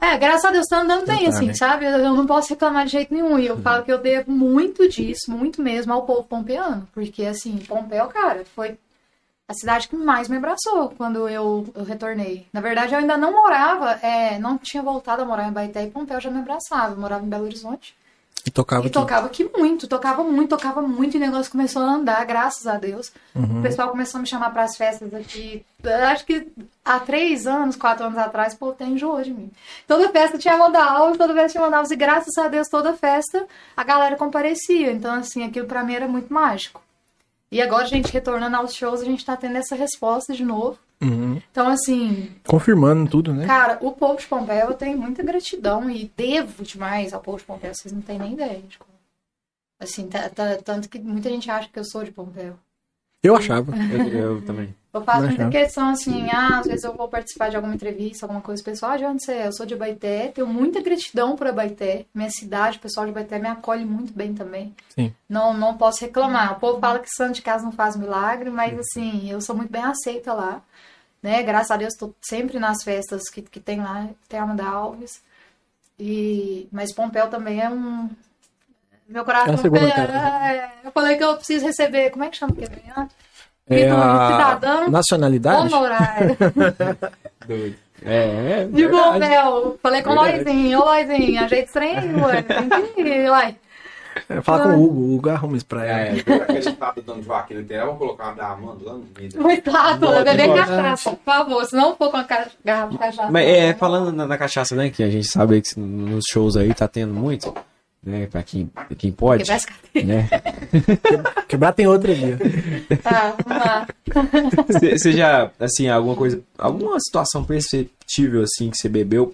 É, graças a Deus tá andando bem, tá, assim, né? sabe? Eu eu não posso reclamar de jeito nenhum. E eu falo que eu devo muito disso, muito mesmo, ao povo pompeano. Porque, assim, Pompeu, cara, foi a cidade que mais me abraçou quando eu, eu retornei. Na verdade, eu ainda não morava, é, não tinha voltado a morar em Baeté e Pompeu já me abraçava. Eu morava em Belo Horizonte. E tocava E aqui. tocava aqui muito, tocava muito, tocava muito, e o negócio começou a andar, graças a Deus. O pessoal começou a me chamar para as festas aqui. Eu Acho que há três anos, quatro anos atrás, o povo até enjoou de mim. Toda festa tinha Amanda Alves, toda festa tinha Amanda Alves, e graças a Deus, toda festa a galera comparecia. Então, assim, aquilo para mim era muito mágico. E agora, gente, retornando aos shows, a gente tá tendo essa resposta de novo. Uhum. Então, assim, Confirmando tudo, né? Cara, o povo de Pompéu eu tenho muita gratidão e devo demais ao povo de Pompéu. Vocês não têm nem ideia. de como. Assim, tá- tá- tanto que muita gente acha que eu sou de Pompéu. Eu achava. Eu, eu também. Eu faço Não muita achava. questão assim, ah, às vezes eu vou participar de alguma entrevista, alguma coisa, o pessoal, ah, de onde você é? Eu sou de Baité, tenho muita gratidão por Baité, minha cidade, o pessoal de Baité me acolhe muito bem também. Sim. Não, não posso reclamar. O povo fala que santo de casa não faz milagre, mas assim, eu sou muito bem aceita lá, né? Graças a Deus, estou sempre nas festas que, que tem lá, tem a Amanda Alves. E mas Pompeu também é um meu coração. É a segunda fica- casa. <laughs> É, eu falei que eu preciso receber, como é que chama que vem lá? É Título de a cidadão. nacionalidade? Honorário. Doido. É, é. De verdade. Bombel. Falei com o Verdade. Loizinho. Ô, Loizinho, ajeita o trem, ué. Tem que ir, ué. É, Fala com o Hugo. O Hugo arruma isso pra ela. É, a gente tá dando vaca no interior, vamos colocar uma da Amanda lá no meio. Coitado, né? Boa, Beber boa. cachaça, por favor. Se não for com a ca- garrafa de cachaça. Mas é, falando na, na cachaça, né? Que a gente sabe que nos shows aí tá tendo muito, né? Pra quem, pra quem pode, Que vai esca- né? <laughs> Quebrar tem outra ali. Tá, vamos lá. Você você já, assim, alguma coisa, alguma situação perceptível, assim, que você bebeu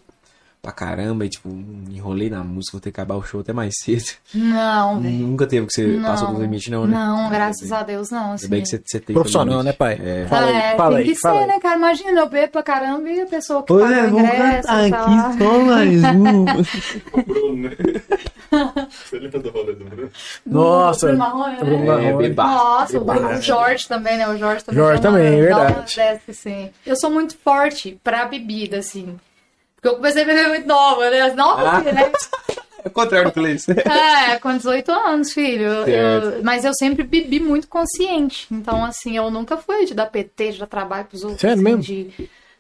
pra caramba e, tipo, hum, enrolei na música, vou ter que acabar o show até mais cedo. <laughs> Não, velho. Nunca teve que você Não. passou dos limites, não, né? Não, graças a Deus, não. Ainda Assim, bem que você, você tem Profissional, todo né, limite. pai? É. Fala é, aí, fala tem aí, que fala ser, aí. né, cara? Imagina, eu bebo pra caramba e a pessoa que Olha, paga o é, vamos ingresso, cantar tá aqui só <laughs> mais um. O Bruno, né? Você lembra do rolê do Bruno? um Nossa. Bruno Marrone, né? Bruno Marrone. É, bebaço. Nossa, Bebaço. o Jorge também, né? O Jorge também. Jorge já também, é mandou verdade. umas dessas, assim. Eu sou muito forte pra bebida, assim. Porque eu comecei a beber muito nova, né? Nova, Ah. assim, né? É o contrário do que eu disse. <laughs> É, com 18 anos, filho. Eu- Certo. eu- mas eu sempre bebi muito consciente. Então, assim, eu nunca fui de dar PT, de dar trabalho pros outros. Sério assim, mesmo? de-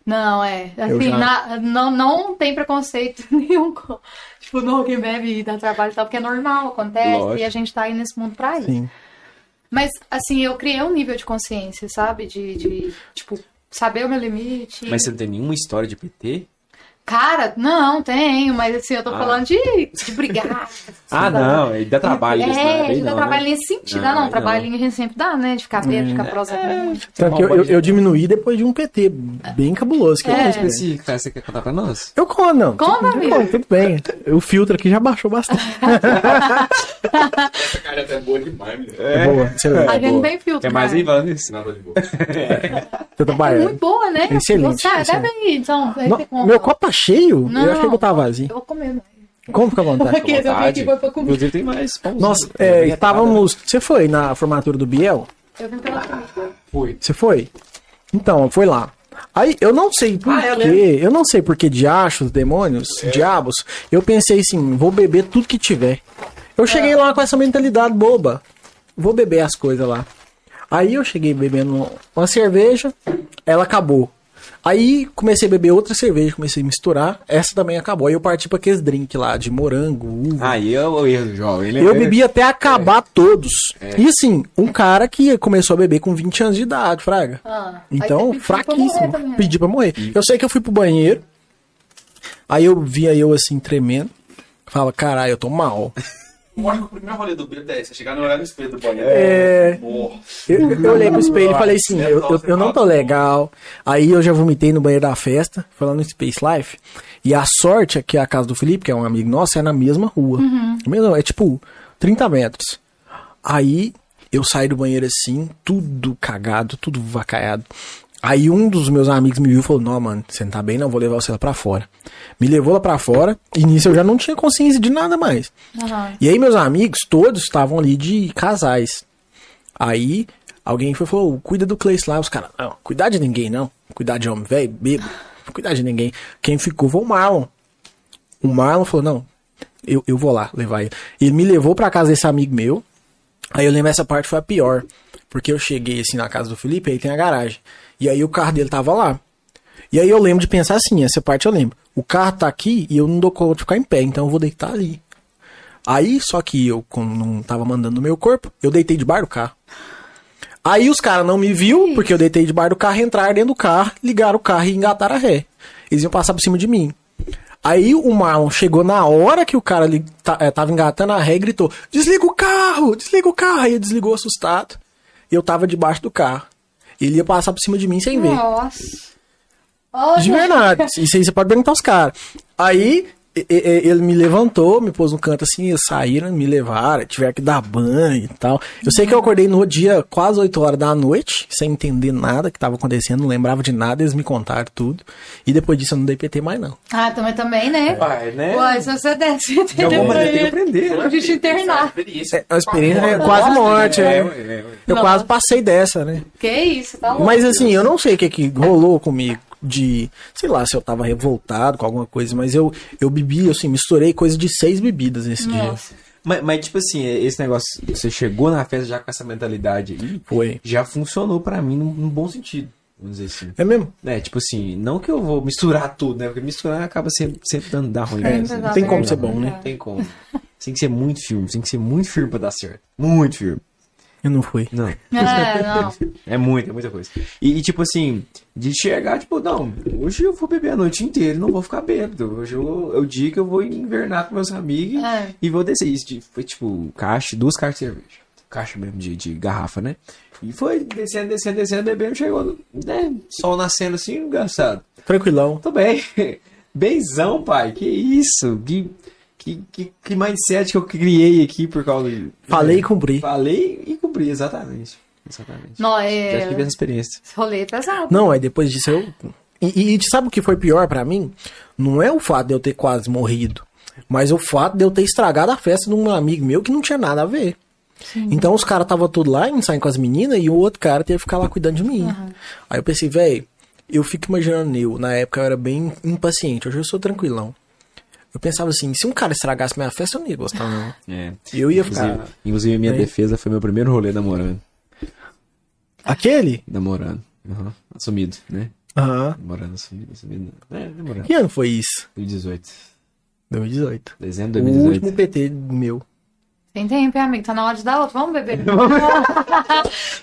Não, é. Assim, já- na- não, não tem preconceito <laughs> nenhum. com- Tipo, não, quem bebe e dá trabalho e tal, porque é normal, acontece. Lógico. E a gente tá aí nesse mundo pra isso. Sim. Mas, assim, eu criei um nível de consciência, sabe? De, de, tipo, saber o meu limite. Mas você não tem nenhuma história de PT? Cara, não, tenho, mas assim, eu tô Ah. falando de, de brigar. Ah, não, ele dá trabalho. é, isso, né? a Bem gente dá não, trabalho né? nesse sentido. Não, Ah, não, aí trabalhinho a gente sempre dá, né? De ficar bêbado, ficar prosa. tá Tanto que eu, eu, né? eu diminuí depois de um PT bem cabuloso que eu É. fiz, né? Específico, cara, você quer contar pra nós? Eu conto, não. Conta, Tudo amigo. bom, Tudo bem. O filtro aqui já baixou bastante. Essa cara até é boa demais, menino. É, boa. Você, A é gente boa. tem filtro. Quer mais cara. aí, falando isso? Nada de boa. É Você tá É trabalha. muito boa, né? Excelente, Você- ah, excelente. Bebe aí, então. aí Não, você conta. meu copo tá cheio? Não. Eu achei que eu tava vazio. Eu vou comer. né? Como fica à Tá <laughs> vontade? Porque eu vim aqui foi pra comer. Inclusive tem mais. pãozinho. Nossa, Bem é, atada. estávamos. Você foi na formatura do Biel? Eu vim pela comida. Você foi? Então, foi lá. Aí eu não sei por eu quê, eu não sei por que diachos, demônios, É. diabos, eu pensei assim, vou beber tudo que tiver. Eu cheguei lá com essa mentalidade boba. Vou beber as coisas lá. Aí eu cheguei bebendo uma cerveja, ela acabou. Aí comecei a beber outra cerveja, comecei a misturar, essa também acabou. Aí eu parti pra aqueles drink lá de morango, uva, Aí é o erro do jovem. Ele Eu é- bebi até acabar todos. E assim, um cara que começou a beber com 20 anos de idade, Fraga. Ah, aí você então, pediu pra morrer fraquíssimo. também, né? pedi pra morrer. Eu sei que eu fui pro banheiro. Aí eu via eu assim, tremendo. Fala, caralho, eu tô mal. Eu acho que o primeiro rolê do bêbado é esse, é chegar no horário do espelho do banheiro. É. Morto. Eu, eu olhei pro espelho e falei assim, eu, eu, eu não tô legal. Aí eu já vomitei no banheiro da festa, foi lá no Space Life. E a sorte é que a casa do Felipe, que é um amigo nosso, é na mesma rua. Mesmo, é tipo 30 metros. Aí eu saí do banheiro assim, tudo cagado, tudo vacaiado. Aí um dos meus amigos me viu e falou: Não, mano, você não tá bem, não, vou levar você lá pra fora. Me levou lá pra fora, e nisso eu já não tinha consciência de nada mais. Aham. E aí meus amigos, todos estavam ali de casais. Aí alguém foi e falou, cuida do Clay lá. Os caras, não, cuidar de ninguém não. Cuidar de homem velho, bebo. Cuidar de ninguém. Quem ficou foi o Marlon. O Marlon falou, não, eu, eu vou lá levar ele. Ele me levou pra casa desse amigo meu. Aí eu lembro essa parte foi a pior. Porque eu cheguei assim na casa do Felipe, aí tem a garagem. E aí o carro dele tava lá. E aí eu lembro de pensar assim, essa parte eu lembro. O carro tá aqui e eu não dou conta de ficar em pé, então eu vou deitar ali. Aí, só que eu, como não tava mandando o meu corpo, eu deitei debaixo do carro. Aí os caras não me viu, porque eu deitei debaixo do carro, entraram dentro do carro, ligaram o carro e engataram a ré. Eles iam passar por cima de mim. Aí o Marlon chegou na hora que o cara ali ta- eh, tava engatando a ré e gritou: Desliga o carro! Desliga o carro! Aí ele desligou assustado. E eu tava debaixo do carro. Ele ia passar por cima de mim sem ver. Nossa. De Olha, verdade. Isso aí você pode perguntar aos caras. Aí e- e- e- ele me levantou, me pôs no canto assim, eles saíram, me levaram, tiveram que dar banho e tal. Eu sei que eu acordei no dia quase 8 horas da noite, sem entender nada que tava acontecendo, não lembrava de nada, eles me contaram tudo. E depois disso eu não dei PT mais, não. Ah, também, também, né? Vai, né? Ué, se você desse, De alguma maneira tem que aprender, né? eu te internar. Experiência. né? A experiência é quase morte, É, né? é, é. Eu quase passei dessa, né? Que isso, tá louco. Mas assim, eu não sei o que, que rolou comigo de, sei lá, se eu tava revoltado com alguma coisa, mas eu eu bebi, assim, misturei coisa de seis bebidas nesse dia. <laughs> Nossa. Mas, mas, tipo assim, esse negócio, você chegou na festa já com essa mentalidade aí, Foi. já funcionou pra mim num, num bom sentido, vamos dizer assim. É mesmo? É, tipo assim, não que eu vou misturar tudo, né? Porque misturar acaba sempre, sempre dando dar ruim. É, né? não dá tem como certo, ser bom, né? dá. Não tem como. Você tem que ser muito firme, você tem que ser muito firme pra dar certo. Muito firme. Eu não fui. Não. É, não. É muita, é muita coisa. E, e, tipo assim, de chegar, tipo, não, hoje eu vou beber a noite inteira e não vou ficar bêbado. Hoje eu, é o dia que eu vou invernar com meus amigos É. e vou descer. Isso de- foi tipo, caixa, duas caixas de cerveja. Caixa mesmo de, de garrafa, né? E foi descendo, descendo, descendo, bebendo, chegou, né? Sol nascendo assim, engraçado. Tranquilão. Tô bem. <laughs> Benzão, pai. Que isso? Que, que, que, que mindset que eu criei aqui por causa de. Falei e cumpri. Falei e cumpri, exatamente. Exatamente. Não, Já tive é. essa experiência. Esse rolê é pesado. Não, aí depois disso eu. E, e, e sabe o que foi pior pra mim? Não é o fato de eu ter quase morrido, mas o fato de eu ter estragado a festa de um amigo meu que não tinha nada a ver. Então os caras tava tudo lá ensaiando com as meninas e o outro cara teve que ficar lá cuidando de mim. Aí eu pensei, velho, eu fico imaginando eu, na época eu era bem impaciente, hoje eu sou tranquilão. Eu pensava assim, se um cara estragasse minha festa, eu não ia gostar, não. É. Eu ia Inclusive, ficar. inclusive, É. minha Bem. defesa foi meu primeiro rolê namorando. Aquele? Namorando. Aham. Assumido, né? Aham. Namorando, assumido, assumido. É, namorando. Que ano foi isso? 2018. 2018. Dezembro de O 2018. último PT meu. Tem tempo, hein, amigo? Tá na hora de dar outro. Vamos <laughs> beber. <laughs>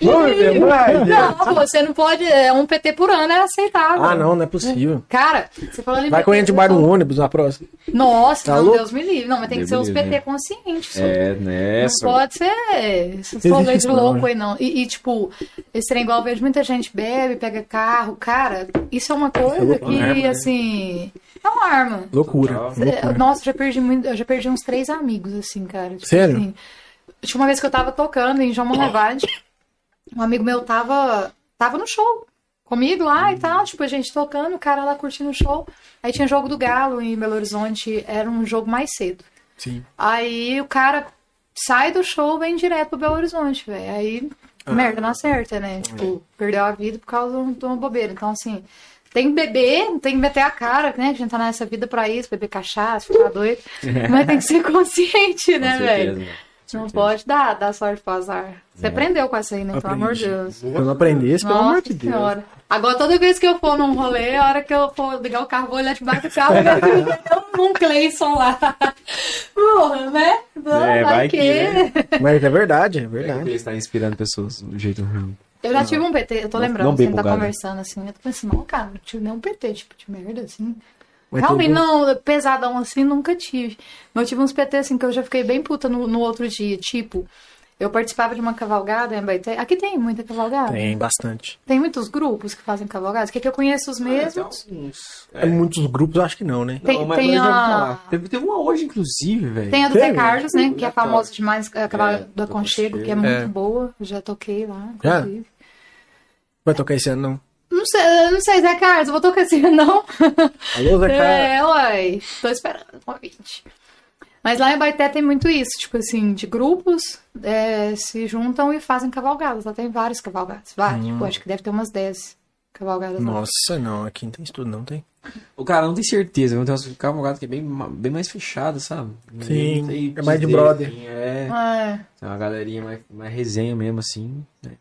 Vamos, Vai, Não, você não pode. É um PT por ano, é aceitável. Ah, não, não é possível. Cara, você falando em Vai PT, correndo debaixo de eu um ônibus na próxima. falo, Nossa, Tá não, louco? Deus me livre. Não, mas tem que Deus ser me os livre, PT conscientes. É, Não nessa. pode ser esses rolês isso não, loucos né? aí, não. E, e, tipo, esse trem igual eu vejo, muita gente bebe, pega carro. Cara, isso é uma coisa louco, que, né, mano? assim, é uma arma. Loucura. É, loucura. Nossa, já perdi muito, eu já perdi uns três amigos, assim, cara. Tipo Sério? assim, tinha uma vez que eu tava tocando em João Monlevade, um amigo meu tava, tava no show comigo lá e tal, tipo, a gente tocando, o cara lá curtindo o show. Aí tinha jogo do Galo em Belo Horizonte, era um jogo mais cedo. Sim. Aí o cara sai do show, vem direto pro Belo Horizonte, velho. Aí, merda, não acerta, né? Tipo, perdeu a vida por causa de um- de uma bobeira. Então, assim, tem que beber, tem que meter a cara, né? A gente tá nessa vida pra isso, beber cachaça, ficar doido. Mas tem que ser consciente, né, velho? Não pode dar, dar sorte pro azar. Você aprendeu com essa aí, né? Pelo amor de Aprendi. Deus. Eu não aprendi esse, pelo Nossa amor de Deus. Senhora. Agora, toda vez que eu for num rolê, a hora que eu for ligar o carro, vou olhar debaixo do carro, eu quero ver um Cleison lá. Porra, né? Não, É, vai que, né? Mas é verdade, é É que verdade. ele está inspirando pessoas do jeito ruim. Eu já tive um PT, eu tô Não- lembrando, não assim, bebo tá gado. conversando assim, eu tô pensando, não, cara, não tive nenhum PT, tipo, de merda, assim. Mas Realmente, teve- não, pesadão assim, nunca tive. Mas eu tive uns PT, assim, que eu já fiquei bem puta no, no outro dia, tipo, eu participava de uma cavalgada em Baité, aqui tem muita cavalgada, tem, Tem bastante. muitos grupos que fazem cavalgadas, que aqui eu conheço os mesmos, É. Muitos grupos, eu acho que não, né? Tem- Não, mas tem eu já ouvi a- falar. Teve, teve uma hoje, inclusive, velho. Tem a do Tem, Zé Carlos, né? Que é Obrigatório. famosa demais, aquela É, do do Aconchego, que é Aconchego. muito É. boa. Eu já toquei lá, Já? inclusive. Vai tocar esse ano, não. Não sei, eu não sei, Zé Carlos, eu vou tocar assim, <laughs> não. Alô, Zé Carlos. É, uai, tô esperando o convite. Mas lá em Baité tem muito isso, tipo assim, de grupos é, se juntam e fazem cavalgadas. Lá tem vários cavalgadas, vários. Tipo, acho que deve ter umas 10 cavalgadas lá. Nossa, não, aqui não tem estudo, não tem. O cara não tem certeza, mas tem umas cavalgadas que é bem, ma- bem mais fechado, sabe? Não Sim, sei é mais de dizer, brother. assim, é, É, tem uma galerinha mais, mais resenha mesmo, assim. né?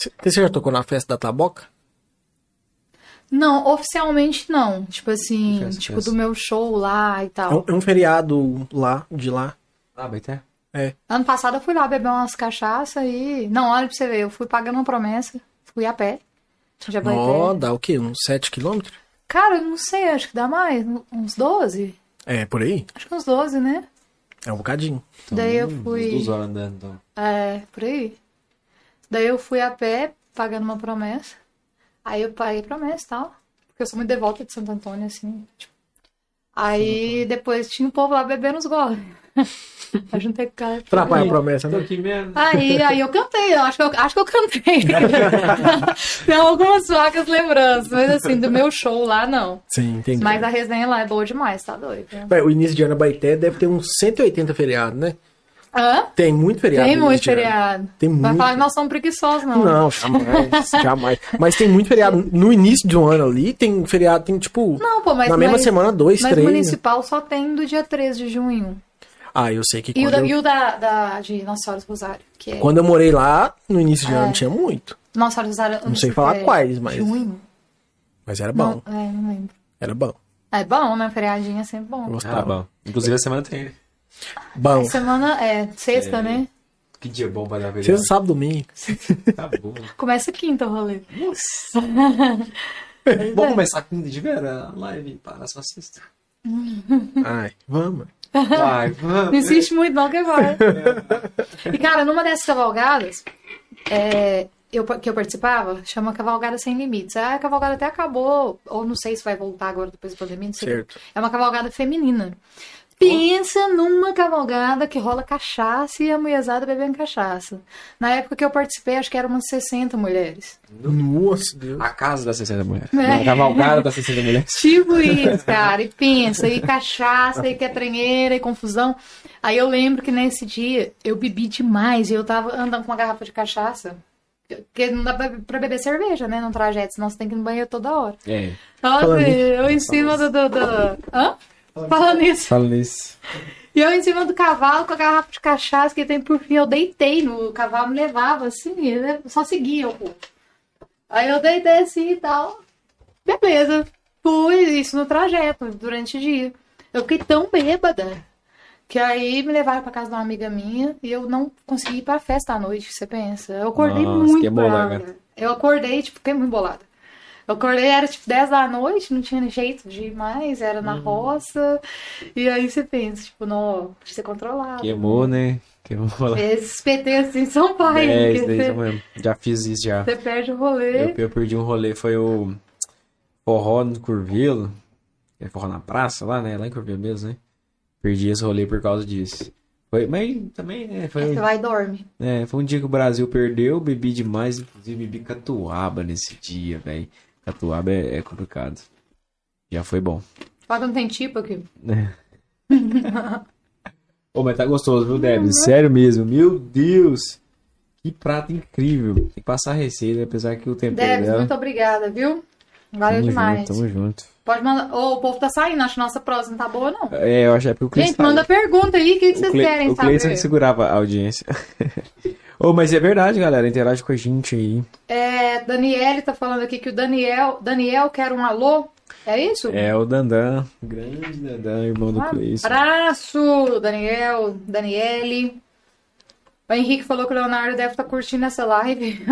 Você você já tocou na festa da Taboca? não, oficialmente não. Tipo assim, Festa, tipo festa. do meu show lá e É tal. um, é um feriado lá, de lá. Ah, Baité? Ano passado eu fui lá beber umas cachaça e. Não, olha pra você ver, eu fui pagando uma promessa, fui a pé. Já Ó, dá o quê? Uns 7 quilômetros? Cara, eu não sei, acho que dá mais, uns 12. É, por aí? Acho que uns 12, né? É um bocadinho. Daí eu umas fui. Duas horas andando, então. É, por aí. Daí eu fui a pé, pagando uma promessa. Aí eu paguei a promessa e tal. Porque eu sou muito devota de Santo Antônio, assim. tipo. Aí depois tinha um povo lá bebendo os goles. <laughs> Aí juntei com o cara. Atrapalha a promessa, né? aqui mesmo. Aí, aí eu cantei, eu acho que eu, acho que eu <laughs> cantei. Tem algumas fracas lembranças, mas assim, do meu show lá, não. Sim, entendi. Mas a resenha lá é boa demais, tá doido? Vai, É, o início de ano Baité deve ter uns 180 feriados, né? Hã? Tem muito feriado. Tem no muito início de ano. feriado. Tem Vai muito. falar que nós somos preguiçosos, não. Não, jamais, jamais. Mas tem muito feriado. No início do ano ali, tem feriado, tem tipo. Não, pô, mas. na mesma mas, semana, dois, mas três. o municipal só tem do dia 3 de junho. Ah, eu sei que E o, quando, da, eu, e o da, da- de Nossa Senhora do Rosário, que é. quando eu morei lá, no início de ano tinha muito. Nossa Senhora do Rosário. eu Não sei se falar é quais, mas- Junho? Mas era bom, Não, é, não lembro. era bom. É bom, né? Feriadinha é sempre bom. Eu Ah, gostava. bom. Inclusive, a semana tem. né? Bom, Semana, é, sexta, É. né? Que dia bom pra dar velho. sexta, sábado, domingo. Tá bom. Começa quinta o rolê. Vamos começar com de verão. a Live para só sexta. Ai, vamos. Vai, Não vamos. insiste muito, não, que vai. E, cara, numa dessas cavalgadas é, eu, que eu participava, chama Cavalgada Sem Limites. Ah, a cavalgada até acabou, ou não sei se vai voltar agora depois da pandemia, não sei. Certo. É uma cavalgada feminina. Pensa numa cavalgada que rola cachaça e a mulherzada bebendo cachaça. Na época que eu participei, acho que eram umas 60 mulheres. Nossa, Deus. <laughs> A casa da 60 mulher. É. A cavalgada da 60 mulher. Tipo isso, cara. E pensa, e cachaça, e quetrenheira, e confusão. Aí eu lembro que nesse dia eu bebi demais e eu tava andando com uma garrafa de cachaça. Porque não dá pra, pra beber cerveja, né? Num trajeto, senão você tem que ir no banheiro toda hora. <laughs> Então, É. Falando assim, nisso. eu em cima do. do, do- Hã? Falando nisso. Fala nisso. E eu em cima do cavalo com a garrafa de cachaça que tem por fim. Eu deitei no cavalo, me levava assim, ele só seguia o povo. Aí eu deitei assim e tal. Beleza. Fui isso no trajeto, durante o dia. Eu fiquei tão bêbada Que aí me levaram pra casa de uma amiga minha e eu não consegui ir pra festa à noite, você pensa? Eu acordei Nossa, muito que brava. bolada. Eu acordei, tipo, fiquei muito bolada. Eu acordei, era tipo 10 da noite, não tinha jeito de ir mais, era na Uhum. roça. E aí você pensa, tipo, não, precisa ser controlado. Queimou, né? Queimou lá. Esses PT assim são pai, É, porque isso daí você- já mesmo. Já fiz isso já. você perde o rolê. Eu, eu perdi um rolê, foi o forró no Curvelo. É forró na praça lá, né? Lá em Curvelo mesmo, né? Perdi esse rolê por causa disso. Foi, mas também, né? Foi, Aí Você vai e dorme. é, foi um dia que o Brasil perdeu, bebi demais, inclusive bebi catuaba nesse dia, velho. Catuaba é, é complicado. Já foi <laughs> bom. Fala que não tem tipo aqui. Ô, mas tá gostoso, viu, Deb? Sério mesmo. Meu Deus! Que prato incrível. Tem que passar a receita, apesar que o tempero Debs, dela... muito obrigada, viu? Valeu Tamo demais. junto, tamo junto. Pode mandar. Ô, o povo tá saindo, acho que nossa próxima tá boa, não. É, eu acho que é porque o Cris Gente, tá- manda pergunta aí, o que, que o vocês Cle- querem o Cleiton que saber? segurava a audiência. <laughs> Ô, mas é verdade, galera. Interage com a gente aí. É, Daniele tá falando aqui que o Daniel, Daniel quer um alô. É isso? É o Dandan. Grande Dandan, irmão do Um Cleiton. abraço, Daniel, Daniele. O Henrique falou que o Leonardo deve estar curtindo essa live. <laughs>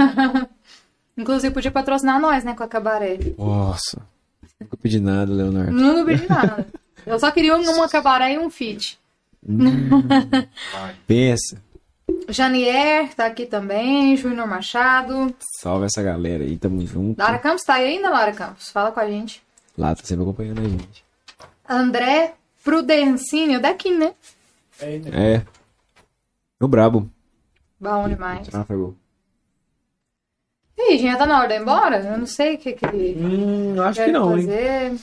Inclusive, podia patrocinar nós, né, com a cabaré. Nossa. Nunca pedi nada, Leonardo. Não pedi nada. Eu só queria uma cabaré e um fit. Pensa. Janier tá aqui também, Júnior Machado. Salve essa galera aí. Tamo junto. Lara Campos tá aí ainda, Lara Campos? Fala com a gente. Lá, tá sempre acompanhando a gente. André Prudencini, o Dequim, né? É. Meu brabo. Bom demais. Ah, foi bom. Ih, gente, já tá na hora de ir embora? Eu não sei o que que... Hum, acho que quero não, hein? fazer.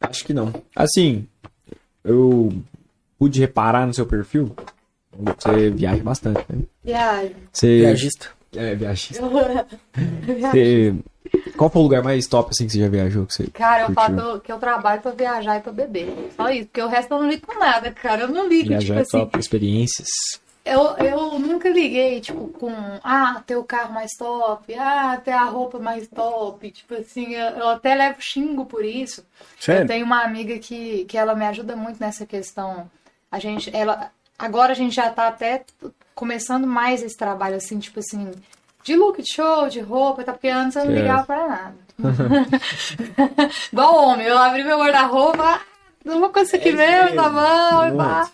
Acho que não. Assim, eu pude reparar no seu perfil. Você viaja bastante, né? Viagem. Você... Viajista. É, viajista. <laughs> Você- Qual foi o lugar mais top assim que você já viajou? Que você... Cara, eu Curtiu. falo que eu trabalho pra viajar e pra beber. Só isso, porque o resto eu não ligo com nada, cara. Eu não ligo, Viajar tipo é assim. top, experiências. Eu, eu nunca liguei, tipo, com ah, ter o carro mais top, ah, ter a roupa mais top. Tipo assim, eu, eu até levo xingo por isso. Eu Sério? tenho uma amiga que, que ela me ajuda muito nessa questão. A gente, ela, agora a gente já tá até começando mais esse trabalho, assim, tipo assim, de look, de show, de roupa, e tal, porque antes eu não É. ligava pra nada. <laughs> Igual homem, eu abri meu guarda-roupa, ah, não vou com isso aqui mesmo, tá bom, e pá.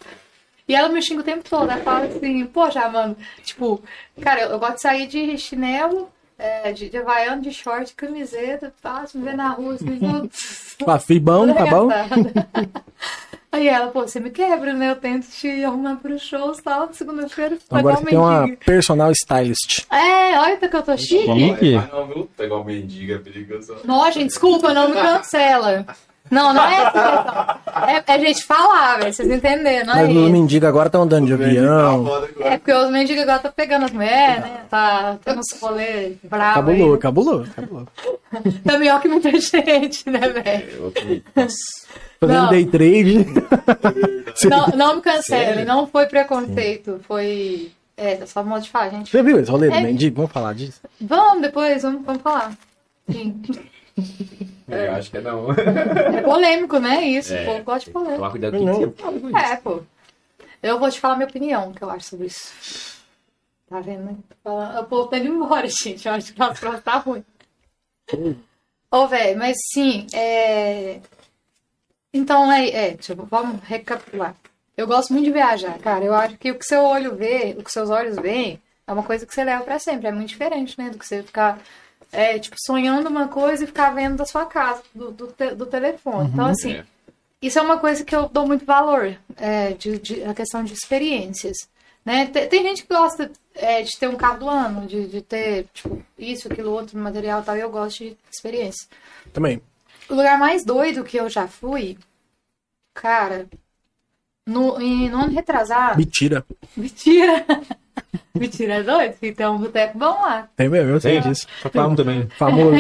E ela me xinga o tempo todo, ela fala assim, poxa, mano, tipo, cara, eu, eu gosto de sair de chinelo, é, de, de havaiano, de short, camiseta, passo, me ver na rua, assim, <laughs> tudo. Ah, fui bom, tá bom? Arregaçada. <laughs> Aí ela, pô, você me quebra, né? Eu tento te arrumar pro show e tal, segunda-feira tu vai Agora dar um você tem uma mendiga. personal stylist. É, olha que eu tô chique. Como que? Ah, não, viu? Tá igual mendiga, é perigoso. Nossa, gente, desculpa, não me cancela. Não, não é essa questão. É, é gente falar, velho, vocês entenderam, não é Mas os isso. mendigos agora estão andando de tá avião. É porque os mendigos agora tá pegando as mulheres, né? Tá tendo uns rolê bravo Cabulou, aí. cabulou, cabulou. Tá melhor que muita <laughs> gente, né, velho? Fazendo Não. É day trade. Não, não me cancele, não foi preconceito, foi... É, só modo de falar, gente. <laughs> Você viu esse rolê do É. mendigo? Vamos falar disso? Vamos depois, vamos, vamos falar. Sim. Eu acho que é não. <laughs> É polêmico, né? Isso, É. o povo gosta de polêmica. Tomar cuidado Não. com o que você fala com isso. É, pô. Eu vou te falar minha opinião, que eu acho sobre isso. Tá vendo? né? Tô falando- O povo tá indo embora, <laughs> gente. Eu acho que o nosso próximo tá ruim. Ô, velho, mas sim, é... Então, é, é deixa eu- vamos recapitular. Eu gosto muito de viajar, cara. Eu acho que o que seu olho vê, o que seus olhos veem, é uma coisa que você leva pra sempre. É muito diferente, né? Do que você ficar, é, tipo, sonhando uma coisa e ficar vendo da sua casa, do, do, te- do telefone. Então, assim, É. isso é uma coisa que eu dou muito valor, é, de, de- a questão de experiências. Né? Tem, tem gente que gosta é, de ter um carro do ano, de, de ter, tipo, isso, aquilo, outro material e tal, e eu gosto de experiência. Também. O lugar mais doido que eu já fui, cara, no, em, no ano retrasado. Mentira. <laughs> Mentira! Mentira, é doido? que Tem um boteco bom lá. Tem mesmo, eu sei Tem. disso. Só falar um também. <laughs> Famoso.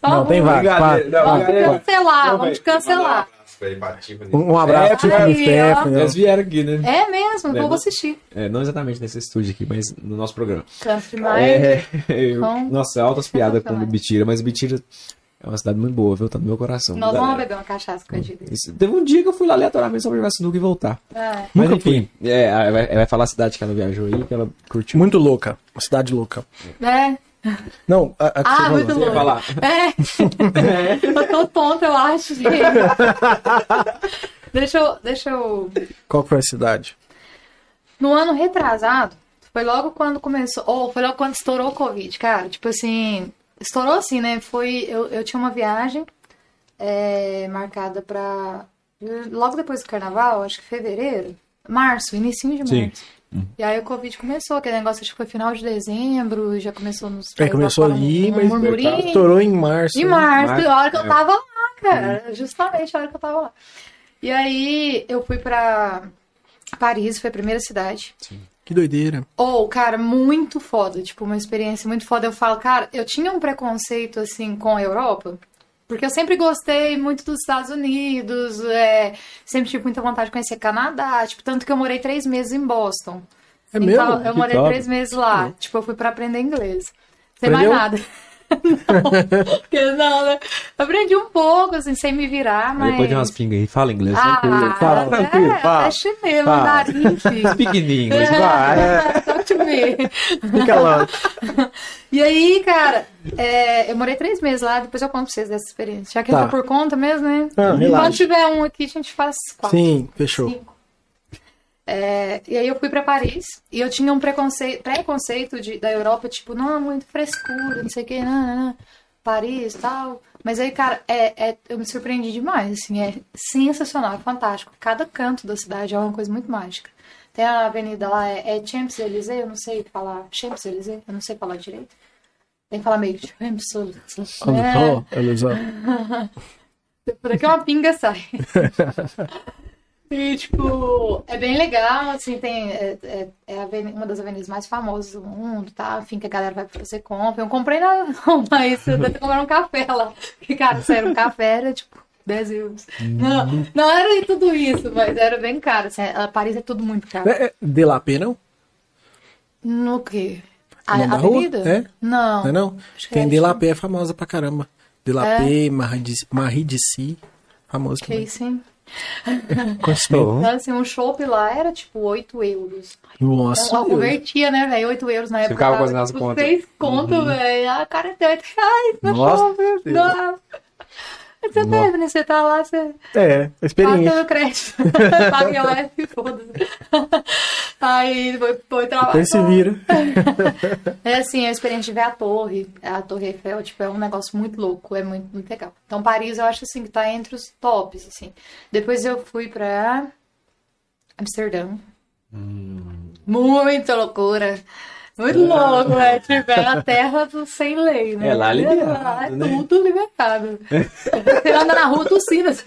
Só Não, tem um- vários. Brincadeira, não, Quatro, galera. quatro. Cancelar, vamos Não, velho, Mandar Um cancelar. abraço pra Ipativa, né? Um um abraço É, pro aí, ó. Stephanie. Eles vieram aqui, né? É mesmo, Lembra? vou assistir. É, não exatamente nesse estúdio aqui, mas no nosso programa. Canto demais. É, <laughs> eu- Com- Nossa, altas piadas com o Sensacional. Bitira, mas o Bitira É uma cidade muito boa, viu? Tá no meu coração. Nós Galera, vamos beber uma cachaça com a Dida. isso- Teve um dia que eu fui lá aleatoriamente só pra jogar sinuca e voltar. É. Mas Nunca enfim, é, ela vai, ela vai falar a cidade que ela viajou aí, que ela curtiu. Muito louca. Uma cidade louca. É. Não, a, a que Ah, você falou. muito louca. É. eu tô tonta, eu acho, gente. deixa eu. Deixa eu. Qual que foi a cidade? No ano retrasado, foi logo quando começou, ou foi logo quando estourou o Covid, cara. Tipo assim, estourou assim, né? Foi, eu, eu tinha uma viagem é, marcada pra. Logo depois do carnaval, acho que fevereiro, março, inicinho de Sim. março. E aí o Covid começou, aquele negócio acho que foi final de dezembro, já começou nos. É, começou tava ali, um mas tá, murmurinho. estourou em março. De março, Março, a hora que eu é. tava lá, cara. Justamente a hora que eu tava lá. E aí eu fui pra Paris, foi a primeira cidade. Que doideira. Ou, cara, muito foda. Tipo, uma experiência muito foda. Eu falo, cara, eu tinha um preconceito, assim, com a Europa. Porque eu sempre gostei muito dos Estados Unidos. é, sempre tive muita vontade de conhecer Canadá. Tipo, tanto que eu morei três meses em Boston. É Então, mesmo? eu Que morei top. três meses lá. Tipo, eu fui pra aprender inglês. Sem Aprendeu? mais nada. <laughs> não, porque não, né? Aprendi um pouco, assim, sem me virar, mas. Depois de umas pingas aí, fala inglês. Ah, tranquilo, fala, é, tranquilo, fala. É chinês, Fala. <laughs> mandarim, filho. Speak in English, <laughs> vai. é. Talk to me. Fica lá. <laughs> E aí, cara, é, eu morei três meses lá, depois eu conto pra vocês dessa experiência. Já que Tá. entra por conta mesmo, né? Ah, Não, Quando relaxa. tiver um aqui, a gente faz quatro. Sim, fechou. Cinco. É, e aí eu fui pra Paris e eu tinha um preconceito, preconceito de, da Europa, tipo, não, muito frescura, não sei o que, não, não, não. Paris tal. Mas aí, cara, é, é- eu me surpreendi demais, assim, é sensacional, é fantástico. Cada canto da cidade é uma coisa muito mágica. Tem a avenida lá, é, é Champs-Élysées, eu não sei falar. Champs-Élysées, eu não sei falar direito. Tem que falar meio tipo, "É que Champs-Élysées. Olha É, só, olha só. por aqui uma pinga sai. <laughs> E, tipo, é bem legal, assim, tem... É, é- é a aveni- uma das avenidas mais famosas do mundo, tá? Enfim, que a galera vai fazer compra. Eu não comprei nada não, <laughs> mas eu tentei comprar um café lá. Porque, cara, sério, um café era, tipo, 10 euros. Não, não era tudo isso, mas era bem caro. Assim, a Paris é tudo muito caro. É, é, De La P, não? No quê? A, Nome a da rua? avenida? É? Não. Não é não? Acho que Tem é De La isso. P, é famosa pra caramba. De La P, Marie de- Marie de Si, famoso Que também. isso, hein? Gostou. Então, assim, um chopp lá era, tipo, 8 euros. Nossa. Eu convertia, né, velho? 8 euros na época. ficava tava, fazendo as tipo, contas. Uhum. 6 conto, velho. Ah, cara, tem 8 reais. Não Nossa, chove. Não. Você bebe, né? Você tá lá, você É, paga experiência. o crédito. <laughs> paga o F e foda-se. Aí foi, foi trabalhar. Então se vira. É assim, a experiência de ver a torre, a Torre Eiffel, tipo, é um negócio muito louco, é muito, muito legal. Então, Paris, eu acho assim, que tá entre os tops, assim. Depois eu fui pra Amsterdã. Hum. Muita loucura. Muito louco, né? Tipo, é a terra do sem lei, né? É, lá é liberado, Lá é né? tudo libertado. Você anda na rua tossindo. assim.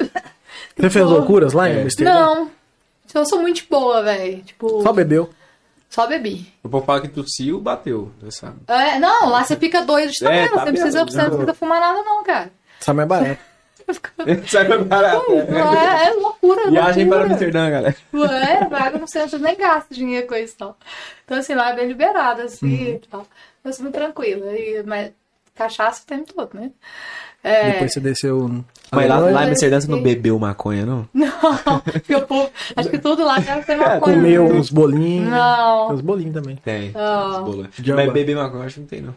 Você fez loucuras lá em É. Amsterdã? Não. Tipo, Eu sou muito de boa, velho. Tipo, Só bebeu. só bebi. O povo fala que tossiu, bateu, né, <laughs> sabe? É, não, lá você fica doido de tabela. É, você não precisa, tabela, você não precisa fumar nada, não, cara. Isso é mais barato. Sai pra barato. Lá é, é loucura, Viagem para loucura. Amsterdã, galera. É, vaga no centro nem gasta dinheiro com isso, não. Então, assim, lá é bem liberado, assim, e tal. Eu sou muito tranquila. E, mas cachaça o tempo todo, né? É, Depois você desceu. no- Mas lá, lá em Amsterdã você Sim. não bebeu maconha, não? <laughs> não, porque o povo... Acho que tudo lá deve ter uma coisa. É, Comeu um uns bolinhos. É, Não. Tem Uns bolinhos também. Tem. Ah. as bolas. Jamba. Mas beber maconha acho que não tem, não.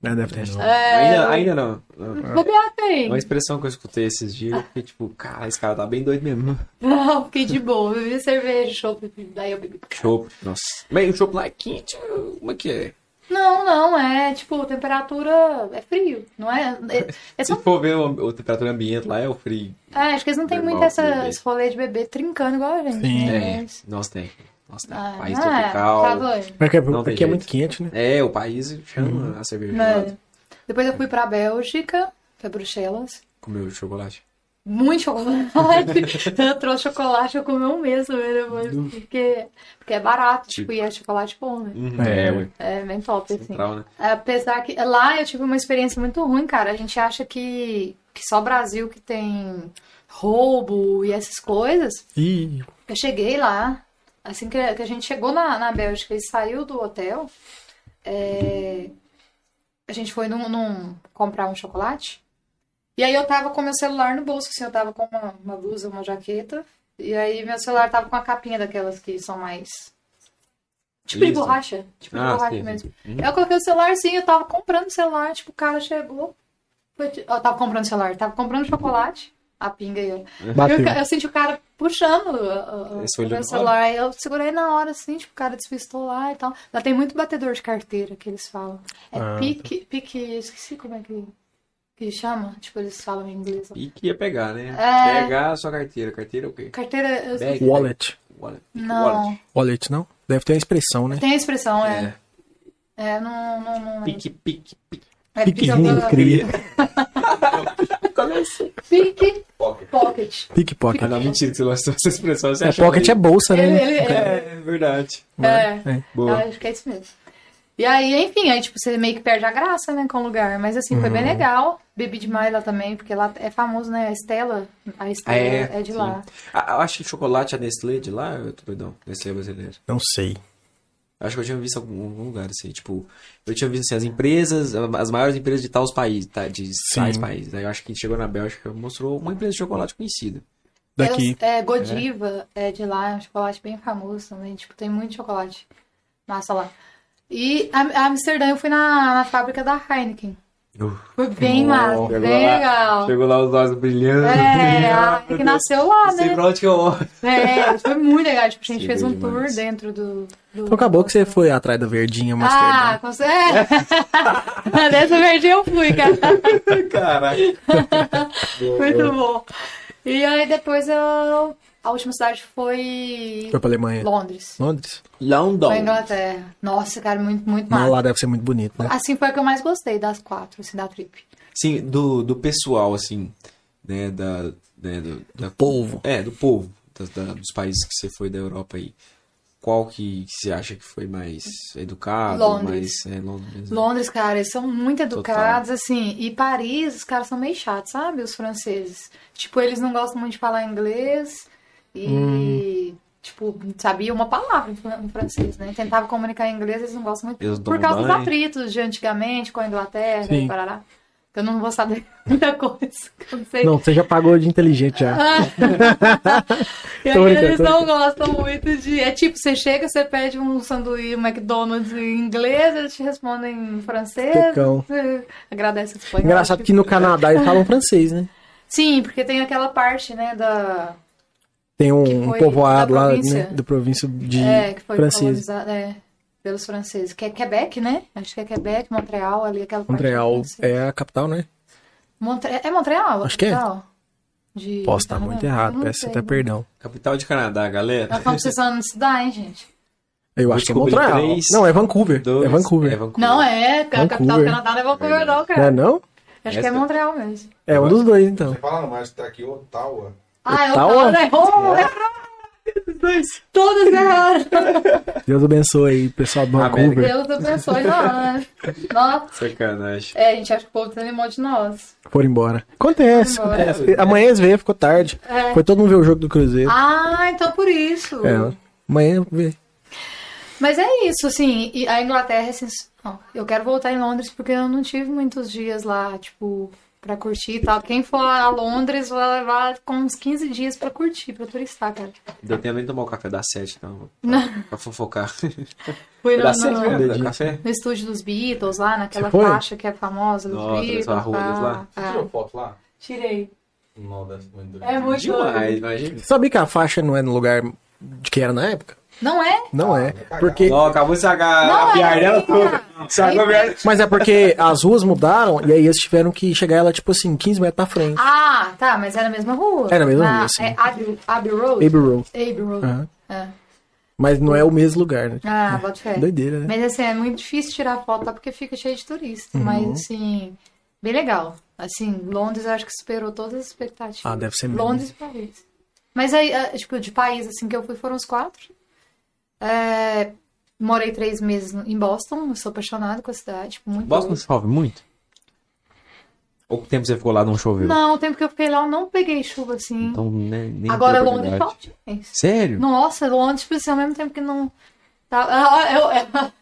É, deve ter. É, Ainda, ainda não. não. Vou beber É bem. uma expressão que eu escutei esses dias, que tipo, cara, esse cara tá bem doido mesmo. Não, fiquei de boa. Bebi cerveja, chope, daí eu bebi. Chopp, nossa. Mas o chopp lá é quente, como é que é? Não, não, é tipo, temperatura é frio, não é? é- é só- Se for ver o, o temperatura ambiente lá, é o frio. é, acho que eles não têm muito Normal, essa, bebê. esse rolê de bebê trincando igual a gente, Sim. né? É, nós tem. Nós tem. Ah, país não é, tropical. tá doido. Mas que- Não tem Aqui é jeito. muito quente, né? É, o país chama Uhum. a cerveja Não é. gelada. Depois eu fui pra Bélgica, pra Bruxelas. Comeu chocolate. Muito <laughs> chocolate. eu trouxe chocolate, eu comi um mês também Hum. depois, porque, porque é barato, tipo, e é chocolate bom, né? É, ué. É bem top, assim. Hum. Central, né? Apesar que lá eu tive uma experiência muito ruim, cara. A gente acha que, que só Brasil que tem roubo e essas coisas. Ih, Eu cheguei lá, assim que, que a gente chegou na, na Bélgica e saiu do hotel, é, a gente foi num, num- comprar um chocolate. E aí eu tava com meu celular no bolso, assim, eu tava com uma, uma blusa, uma jaqueta. E aí meu celular tava com a capinha daquelas que são mais. Tipo de Lisa. borracha. Tipo de Ah, borracha sim, sim. mesmo. Uhum. Aí Eu coloquei o celular assim, eu tava comprando o celular, tipo, o cara chegou. foi ti- Eu tava comprando o celular, tava comprando chocolate, a pinga e eu. <laughs> Bateu. Eu, ca- eu senti o cara puxando uh, uh, Esse o olho meu do celular. Aí eu segurei na hora, assim, tipo, o cara despistou lá e tal. Lá tem muito batedor de carteira que eles falam. É tá. Ah, pique, pique, eu esqueci como é que, que chama. Tipo, eles falam em inglês. E que ia pegar, né? É. Pegar a sua carteira. Carteira é o quê? Carteira, eu esqueci. Bag. né? Wallet. Wallet. Não, Wallet. Wallet, não? Deve ter uma expressão, né? tem a expressão, é. É, não, não, não. Pique, pique, pique. É Pique pique, ruim, cria. pique Pocket. pocket. Pickpocket. Ah, não, mentira que você lançou essa expressão. Você É, achou pocket é bolsa, né? Ele- ele- ele- É, é verdade. é. É. Eu Boa. acho que é isso mesmo. E aí, enfim, aí tipo, você meio que perde a graça, né, com o lugar. Mas assim, foi bem legal. Bebi demais lá também, porque lá é famoso, né? A Estela, a Estela é, de sim. lá. Ah, eu acho que chocolate a Nestlé de lá, eu tô doidão. Nestlé brasileira. Não sei. Acho que eu tinha visto em algum, algum lugar assim, tipo, eu tinha visto assim, as empresas, as maiores empresas de tais países, tá, de tais Sim. países. Aí eu acho que chegou na Bélgica, mostrou uma empresa de chocolate conhecida. Daqui. Elas- é, Godiva é. de lá, é um chocolate bem famoso também. Tipo, tem muito chocolate massa lá. E a, a Amsterdã eu fui na, na fábrica da Heineken. Foi bem Nossa, massa, chegou bem lá. legal. Uh, Chegou lá os olhos brilhando. <laughs> Ah, É, a Meu Heineken Deus, nasceu lá, não sei né? pra onde que eu olho. É, foi muito legal. Tipo, a gente Sim, fez bem um tour demais. dentro do. do- Então acabou que você foi atrás da verdinha Amsterdã. Ah, com cer- é. <laughs> Dessa vez eu fui, cara. <laughs> Caraca. Muito bom. E aí depois eu. A última cidade foi. Foi pra Alemanha. Londres. Londres? London. Foi Inglaterra. Nossa, cara, muito, muito Mas massa. lá deve ser muito bonito, né? Assim foi a que eu mais gostei das quatro, assim, da trip. Sim, do, do pessoal, assim, né, da, né, do, da- povo. É, do povo, das- da- dos países que você foi da Europa aí. Qual que você acha que foi mais educado, Londres. mais... É, Londres. né? Londres, cara, eles são muito educados, assim. E Paris, os caras são meio chatos, sabe? Os franceses. Tipo, eles não gostam muito de falar inglês. Hum. E, tipo, sabia uma palavra em fran- em francês, né? Tentava comunicar em inglês, eles não gostam muito. Eles por tomam causa dos banho. atritos de antigamente com a Inglaterra Sim. e parará. Eu não vou saber <laughs> muita coisa. que Eu não <laughs> sei. Não, você já pagou de inteligente Ah, já. E Tô aí brincando, eles tô não gostam muito de. É tipo, você chega, você pede um sanduíche, um McDonald's em inglês, eles te respondem em francês. Tecão. Você <laughs> Agradece o espanhol. Engraçado que no Canadá eles falam francês, né? Sim, porque tem aquela parte, né, da. Tem Que um foi povoado da lá, né? província. Da província de É, que foi francês. colonizada é, pelos franceses. Que é Quebec, né? Acho que é Quebec, Montreal, ali, aquela parte. Montreal francesa. é a capital, né? Montre... É Montreal? Acho que é. Montreal? De... Posso estar Canadá? muito Eu errado, Ah, não peço sei. Tá até perdão. Capital de Canadá, galera. Nós estamos precisando estudar, hein, gente? Eu acho que é Descobri Montreal. três, Não, é Vancouver. Dois, É Vancouver. Não é, a capital do Vancouver. Canadá não é Vancouver, Verdade. não, Não é cara. não? Acho que é Essa- Montreal mesmo. É um dos dois, então. Você fala, mas tá aqui Ottawa. Ah, é Ottawa? Ottawa, né? Oh, é. Todos erraram. Deus abençoe aí, pessoal do América. Vancouver. Deus abençoe, não, né? <laughs> Nossa. Sacanagem. É, a gente acha que o povo desanimou de nós. Foram embora. Acontece, Foram embora. acontece. Amanhã eles vêm, ficou tarde. É. Foi todo mundo ver o jogo do Cruzeiro. Ah, então por isso. É, amanhã vê. Mas é isso, assim, e a Inglaterra, assim, ó, eu quero voltar em Londres porque eu não tive muitos dias lá, tipo, pra curtir e tal. Quem for a Londres vai levar com uns 15 dias pra curtir, pra turistar, cara. Deu tempo nem de tomar o café da sete, então. Pra, Não. pra fofocar. Fui É da no, sete no, mesmo? Café? no estúdio dos Beatles lá, naquela Você foi? faixa que é famosa dos Nossa, Beatles. aquelas ruas lá. Você Ah, tirou foto lá? tirei. Não, das muito É muito doido. Demais, imagina. Sabia que a faixa não é no lugar de que era na época? Não é? Não é. Porque. Ó, acabou de sacar Não a é, piar dela cara. toda. Sacou a piar. Mas é porque as ruas mudaram e aí eles tiveram que chegar ela, tipo assim, 15 metros na frente. Ah, tá, mas é na mesma rua. É na mesma Na- rua, Ah. sim. É Abbey, Abbey Road? Abbey Road. Abbey Road. Aham. É. Mas não é o mesmo lugar, né? Ah, bota fé. Doideira, né? Uhum. Mas assim, é muito difícil tirar foto lá porque fica cheio de turista. Mas assim, bem legal. Assim, Londres eu acho que superou todas as expectativas. Ah, deve ser mesmo. Londres e Paris. Mas aí, ah, tipo, de país assim que eu fui foram os quatro. É, morei três meses no- em Boston, eu sou apaixonada com a cidade, tipo, muito Boston doido. chove muito? Ou o tempo você ficou lá não choveu? Não, o tempo que eu fiquei lá eu não peguei chuva assim. Então, né, nem Agora teve Londres oportunidade. forte. É isso. Sério? Nossa, Londres, tipo assim, ao mesmo tempo que não. Tá- Ah,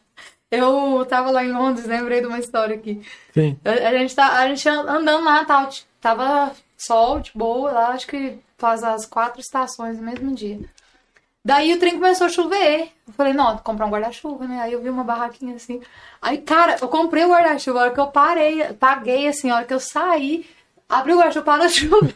Eu, <laughs> eu, eu tava lá em Londres, lembrei de uma história aqui. Sim. A, a gente tá, a gente an- andando lá, tava, Tava sol de boa lá, acho que faz as quatro estações no mesmo dia. Daí o trem começou a chover. Eu falei, não, vou comprar um guarda-chuva, né? Aí eu vi uma barraquinha assim. Aí, cara, eu comprei o guarda-chuva. A hora que eu parei, paguei assim, a hora que eu saí, abri o guarda-chuva, parou de chover.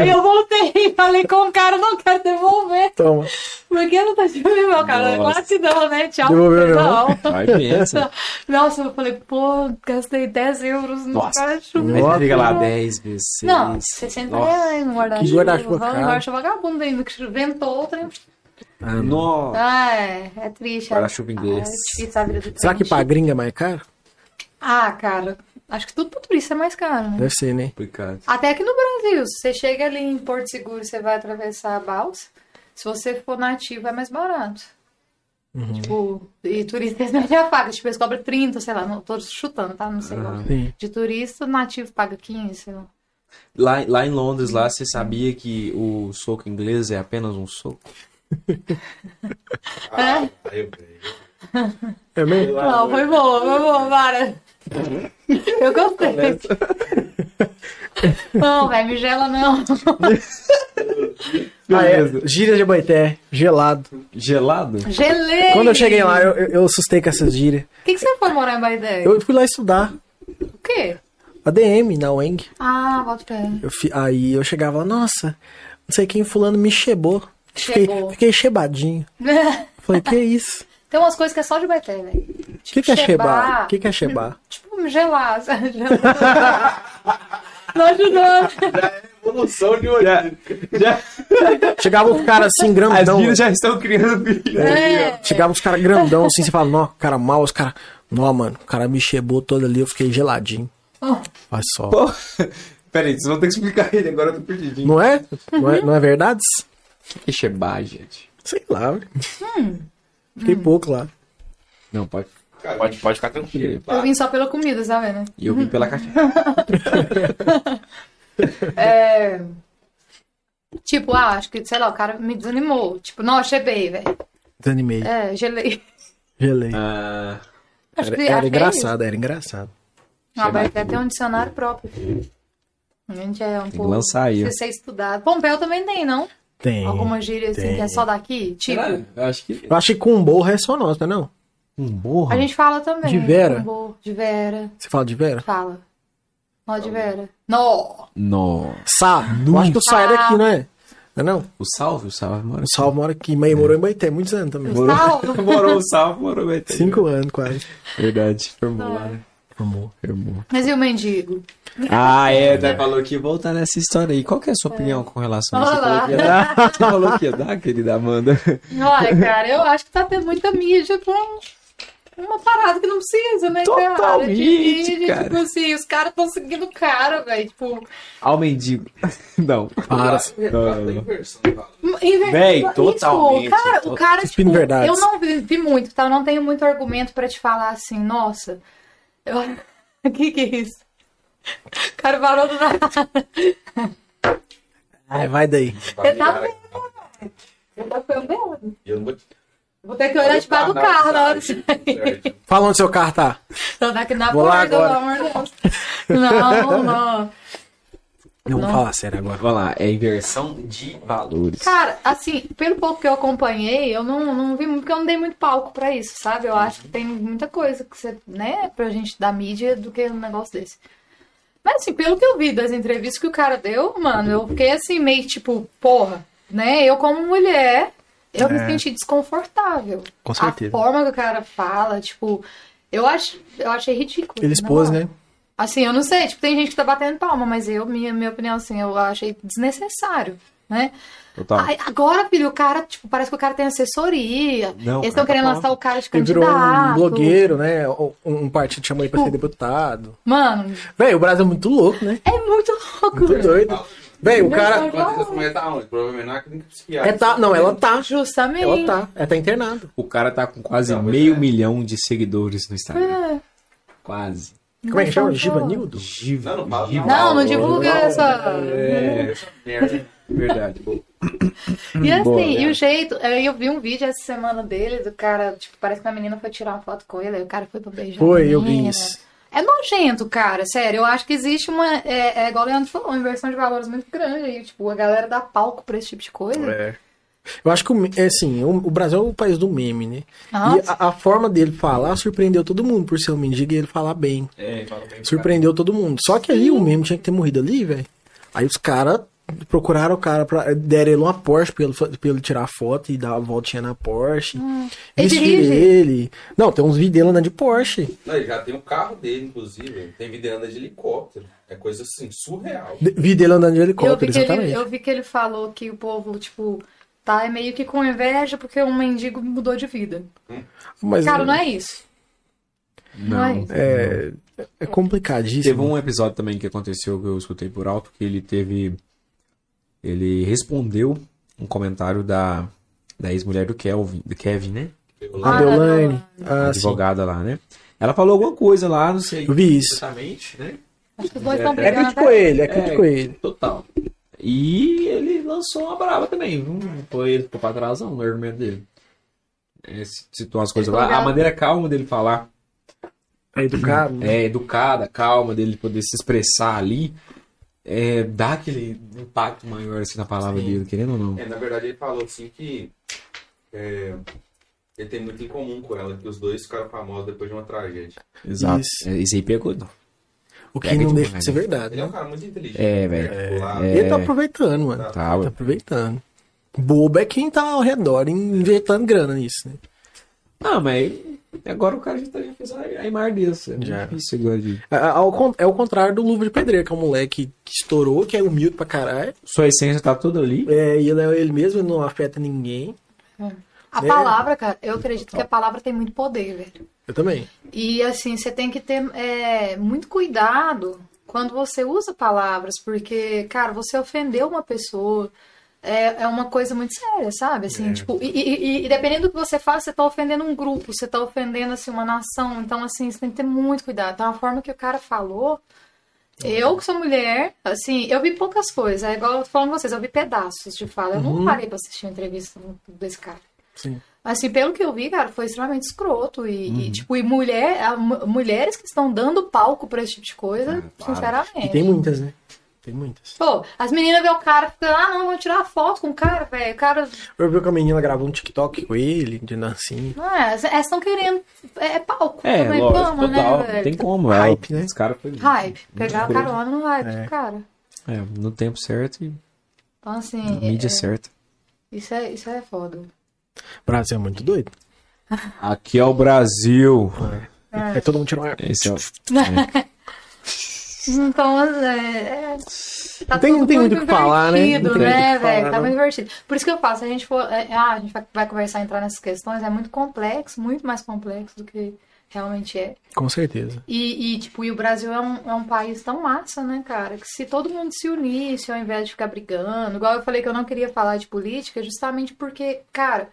Aí eu voltei e falei com o cara, não quero devolver. Toma. Porque não tá chovendo, meu cara. Nossa. Claro que não, né? Tchau. Devolveu, não. não. Vai pensa. <laughs> Nossa, eu falei, pô, gastei 10 euros no Nossa. guarda-chuva. Aí liga lá 10 vezes. Não, seis. 60 Nossa. reais no guarda-chuva. Que guarda-chuva Vamos, caro. guarda-chuva vagabundo ainda, que ventou outra. Nossa. Ah, é, é triste. Guarda-chuva Ah, inglês. É difícil a vida do Será que crente. pra gringa é mais caro? Ah, cara, acho que tudo pra turista é mais caro, né? Deve ser, né? Complicado. Até aqui no Brasil, se você chega ali em Porto Seguro, você vai atravessar a balsa. Se você for nativo, é mais barato. Uhum. Tipo, e turista eles metem a faca. Tipo, eles cobram 30, sei lá, não, tô chutando, tá? Não sei. Aham. Uhum. Sim. De turista, nativo paga 15, sei lá. Lá, lá em Londres, lá, você sabia que o soco inglês é apenas um soco? Ah, eu creio. É mesmo? É. Ah, né? Não, foi bom, foi bom, para. Eu gostei. Não, velho, me gela não. Ah, é. Gíria de Boité, gelado. Gelado? Gelei! Quando eu cheguei lá, eu, eu, eu assustei com essas gírias. O que, que você foi morar em Baidé? Eu fui lá estudar O quê? ADM na UENG. Ah, bota pé. <laughs> Eu fi- aí eu chegava lá, nossa, não sei quem fulano me chebou. Fiquei, Chegou. fiquei chebadinho. Falei, que isso? Tem umas coisas que é só de Baité, velho. Tipo, O que, que é chebar? O que, que é chebar? Tipo, gelar. <laughs> sabe? Gelar. Não ajudou. Evolução de origem. Chegava os caras assim, As grandão. filhas já estão criando filhos. É. Chegava os caras grandão assim, você fala, nó, cara mal, os caras. Nó, mano, o cara me chebou todo ali, eu fiquei geladinho. Ah. Olha só. Pô, Pera aí, vocês vão ter que explicar ele agora, eu tô perdidinho. Não é? Não é, não é verdade? Que chebá, é gente. Sei lá, velho. Hum. Fiquei pouco lá. Não, pode. Cara, Pode, pode ficar tranquilo. Eu vim só pela comida, sabe, né? E eu vim pela caixa. É... Tipo, ah, acho que, sei lá, o cara me desanimou. Tipo, não, chebei, velho. Desanimei. É, gelei. <laughs> Gelei. Ah, Acho Era, que, acho que era é isso. engraçado, era engraçado. Ah, vai até ter um dicionário próprio. A gente é um que pouco. lançar aí, ó. Precisa ser estudado. Pompeu também tem, não? Tem. Alguma gíria assim tem. que é só daqui? Tipo, caralho, eu acho que. Eu acho que com borra é só nossa, não é não? Um a borra. gente fala também. De Vera? Combo, de Vera. Você fala de Vera? Fala. Nó de Vera. Nó! Nossa. Sá. Eu acho que o Sá era aqui, não é? Não é não? O salve, o salve, mora. O Sal mora aqui. Mas morou em Baité muitos anos também. Salve! Morou o salve, morou o Cinco anos quase. Verdade, formou lá, né? Amor. Formou. Mas e o mendigo? Ah, é, tá, falou que ia voltar nessa história aí. Qual que é a sua opinião com relação a isso? Você Olá. falou que ia dar, <laughs> você falou que ia dar, querida Amanda. Olha, cara, eu acho que tá tendo muita mídia pra um- uma parada que não precisa, né, cara? De Totalmente, mídia, cara. Tipo assim, os caras tão seguindo o cara, velho. Tipo, <laughs> Ao mendigo. <laughs> Não. Para. Não, não, não. Inver... Véi, Isso, totalmente, tipo, Cara, total- o cara, tipo, verdades. eu não vi, vi muito, tá? Eu não tenho muito argumento pra te falar assim, nossa, eu... <laughs> o que que é isso? O cara parou do nada. Ai, vai daí. Você tá vendo, Eu tô vendo. Eu não vou te tá Vou ter que olhar de tá, baixo do carro na hora de <laughs> sair. certo. Fala onde seu carro tá. Então tá aqui na Vou lá porta, pelo agora. amor de Deus. Não, não. Não, vou Não. falar sério agora. Vamos lá, é inversão de valores. Cara, assim, pelo pouco que eu acompanhei, eu não, não vi muito, porque eu não dei muito palco pra isso, sabe? Eu acho que tem muita coisa que você, né, pra gente da mídia do que um negócio desse. Mas assim, pelo que eu vi das entrevistas que o cara deu, mano, eu fiquei assim, meio tipo, porra, né? Eu como mulher, eu me É. senti desconfortável. Com certeza. A forma que o cara fala, tipo, eu acho, eu achei ridículo. Ele na expôs, moral. né? Assim, eu não sei, tipo, tem gente que tá batendo palma, mas eu, minha, minha opinião, assim, eu achei desnecessário, né? Tá. Total. Ai, agora, filho, o cara, tipo, parece que o cara tem assessoria. Eles Não, cara, estão querendo tá lançar o cara de Ele virou um candidato. blogueiro, né? Um, um partido chamou ele pra ser deputado. Mano, Véi, o Brasil é muito louco, né? é muito louco. Muito doido. Véi, o cara. Enquanto essa mulher tá onde? Provavelmente na clínica psiquiátrica. É, tá, não, ela tá. Justamente. Ela tá. Ela tá internada. O cara tá com quase Não, mas meio é. milhão de seguidores no Instagram. É. Quase. Como é que chama? Não, Givanildo? Giva. Não, não fala Giva- Não, não divulga Não, tá essa. É, Merda. verdade. E assim, Boa, e é. né? o jeito. Eu eu vi um vídeo essa semana dele, do cara, tipo, parece que a menina foi tirar uma foto com ele, aí o cara foi pra beijar. a Foi, eu vi menina. isso. É nojento, cara, sério. Eu acho que existe uma. É, é igual o Leandro falou, uma inversão de valores muito grande aí. Tipo, a galera dá palco pra esse tipo de coisa. É. Eu acho que, o me- é assim, o, o Brasil é o país do meme, né? Nossa. E a, a forma dele falar surpreendeu todo mundo por ser um mendigo e ele falar bem. É, fala bem. Surpreendeu todo mundo. Só que ali o meme tinha que ter morrido ali, velho. Aí os caras procuraram o cara pra. Deram ele uma Porsche pra ele, fa- pra ele tirar foto e dar uma voltinha na Porsche. Hum. Ele Vestir dirige? ele. Não, tem uns vídeos dele andando de Porsche. Não, ele já tem o carro dele, inclusive. Tem vídeo ele anda de helicóptero. É coisa assim, surreal. De- Vídeo dele andando de Eu helicóptero, vi, que ele, exatamente. eu vi que ele falou que o povo, tipo, tá meio que com inveja porque um mendigo mudou de vida. Mas Cara, não é isso. Não, é isso. é, é Teve complicadíssimo. um episódio também que aconteceu que eu escutei por alto que ele teve. Ele respondeu um comentário da, da ex-mulher do Kelvin, do Kevin, né? A Ah, Deolane. Ah, sim. advogada lá, né? Ela falou alguma coisa lá, não sei Eu vi isso. exatamente, né? Acho que os dois estão É brigando. crítico ele, é É. crítico ele. Total. E ele lançou uma brava também, não foi ele ficou pra trás não, no argumento dele. É, citou umas coisas lá, a maneira calma dele falar É educado. né? é, educada, calma, dele poder se expressar ali, é, dá aquele impacto maior assim na palavra dele, querendo ou não. É, na verdade, ele falou assim que é, ele tem muito em comum com ela, que os dois ficaram famosos depois de uma tragédia. Exato. Isso. É, Esse aí pegou, não. O que Pega não demais, deixa de ser né? verdade, Ele é um né? cara muito inteligente. É, velho. calculado. Ele tá aproveitando, mano. Tá, Tá ué. aproveitando. Bobo é quem tá ao redor injetando grana nisso, né? Ah, mas agora o cara já, tá, já fez a, a imagem desse. É muito Já. difícil agora de... É, é ao con- é o contrário do Luva de Pedreiro, que é um moleque que estourou, que é humilde pra caralho. Sua essência tá toda ali. É, e ele é ele mesmo, ele não afeta ninguém. A É. palavra, cara, eu acredito que a palavra tem muito poder, velho. Eu também. E assim, você tem que ter é, muito cuidado quando você usa palavras, porque, cara, você ofendeu uma pessoa é, é uma coisa muito séria, sabe? Assim, tipo, e, e- e- e dependendo do que você faz, você tá ofendendo um grupo, você tá ofendendo assim, uma nação. Então, assim, você tem que ter muito cuidado. Então, a forma que o cara falou. Eu, que sou mulher, assim, eu vi poucas coisas. É igual eu tô falando com vocês, eu vi pedaços de fala. Eu não parei pra assistir a entrevista desse cara. Sim. Assim, pelo que eu vi, cara, foi extremamente escroto. E, Uhum. e, tipo, e mulher, a mu- mulheres que estão dando palco pra esse tipo de coisa, E É, sinceramente. tem muitas, né? Tem muitas. Pô, as meninas vê o cara e ficam, ah, não, vou tirar foto com o cara, velho. O cara. Eu vi que a menina gravou um TikTok com ele, de dancinha. Não é, elas estão querendo. É, é palco. É, também, lógico, fama, total. né, não tem velho? como, é Hype, ela- né? Os caras foi... Hype. Pegar a escroto. carona no hype do cara. É, no tempo certo e Então, na assim, mídia certa. isso é, isso é foda. O Brasil é muito doido. Aqui é o Brasil. É, todo mundo tirou uma... Esse é Tipo, o... Então, é. é tá Tem- tudo tem muito o muito que falar, né? invertido, Não tem muito o que velho? falar, né? Tá não. muito divertido. Por isso que eu falo, se a gente for. é, ah, a gente vai, vai conversar, entrar nessas questões, é muito complexo, muito mais complexo do que realmente é. Com certeza. E, e, tipo, e o Brasil é um, é um país tão massa, né, cara? Que se todo mundo se unisse ao invés de ficar brigando, igual eu falei que eu não queria falar de política, justamente porque, cara,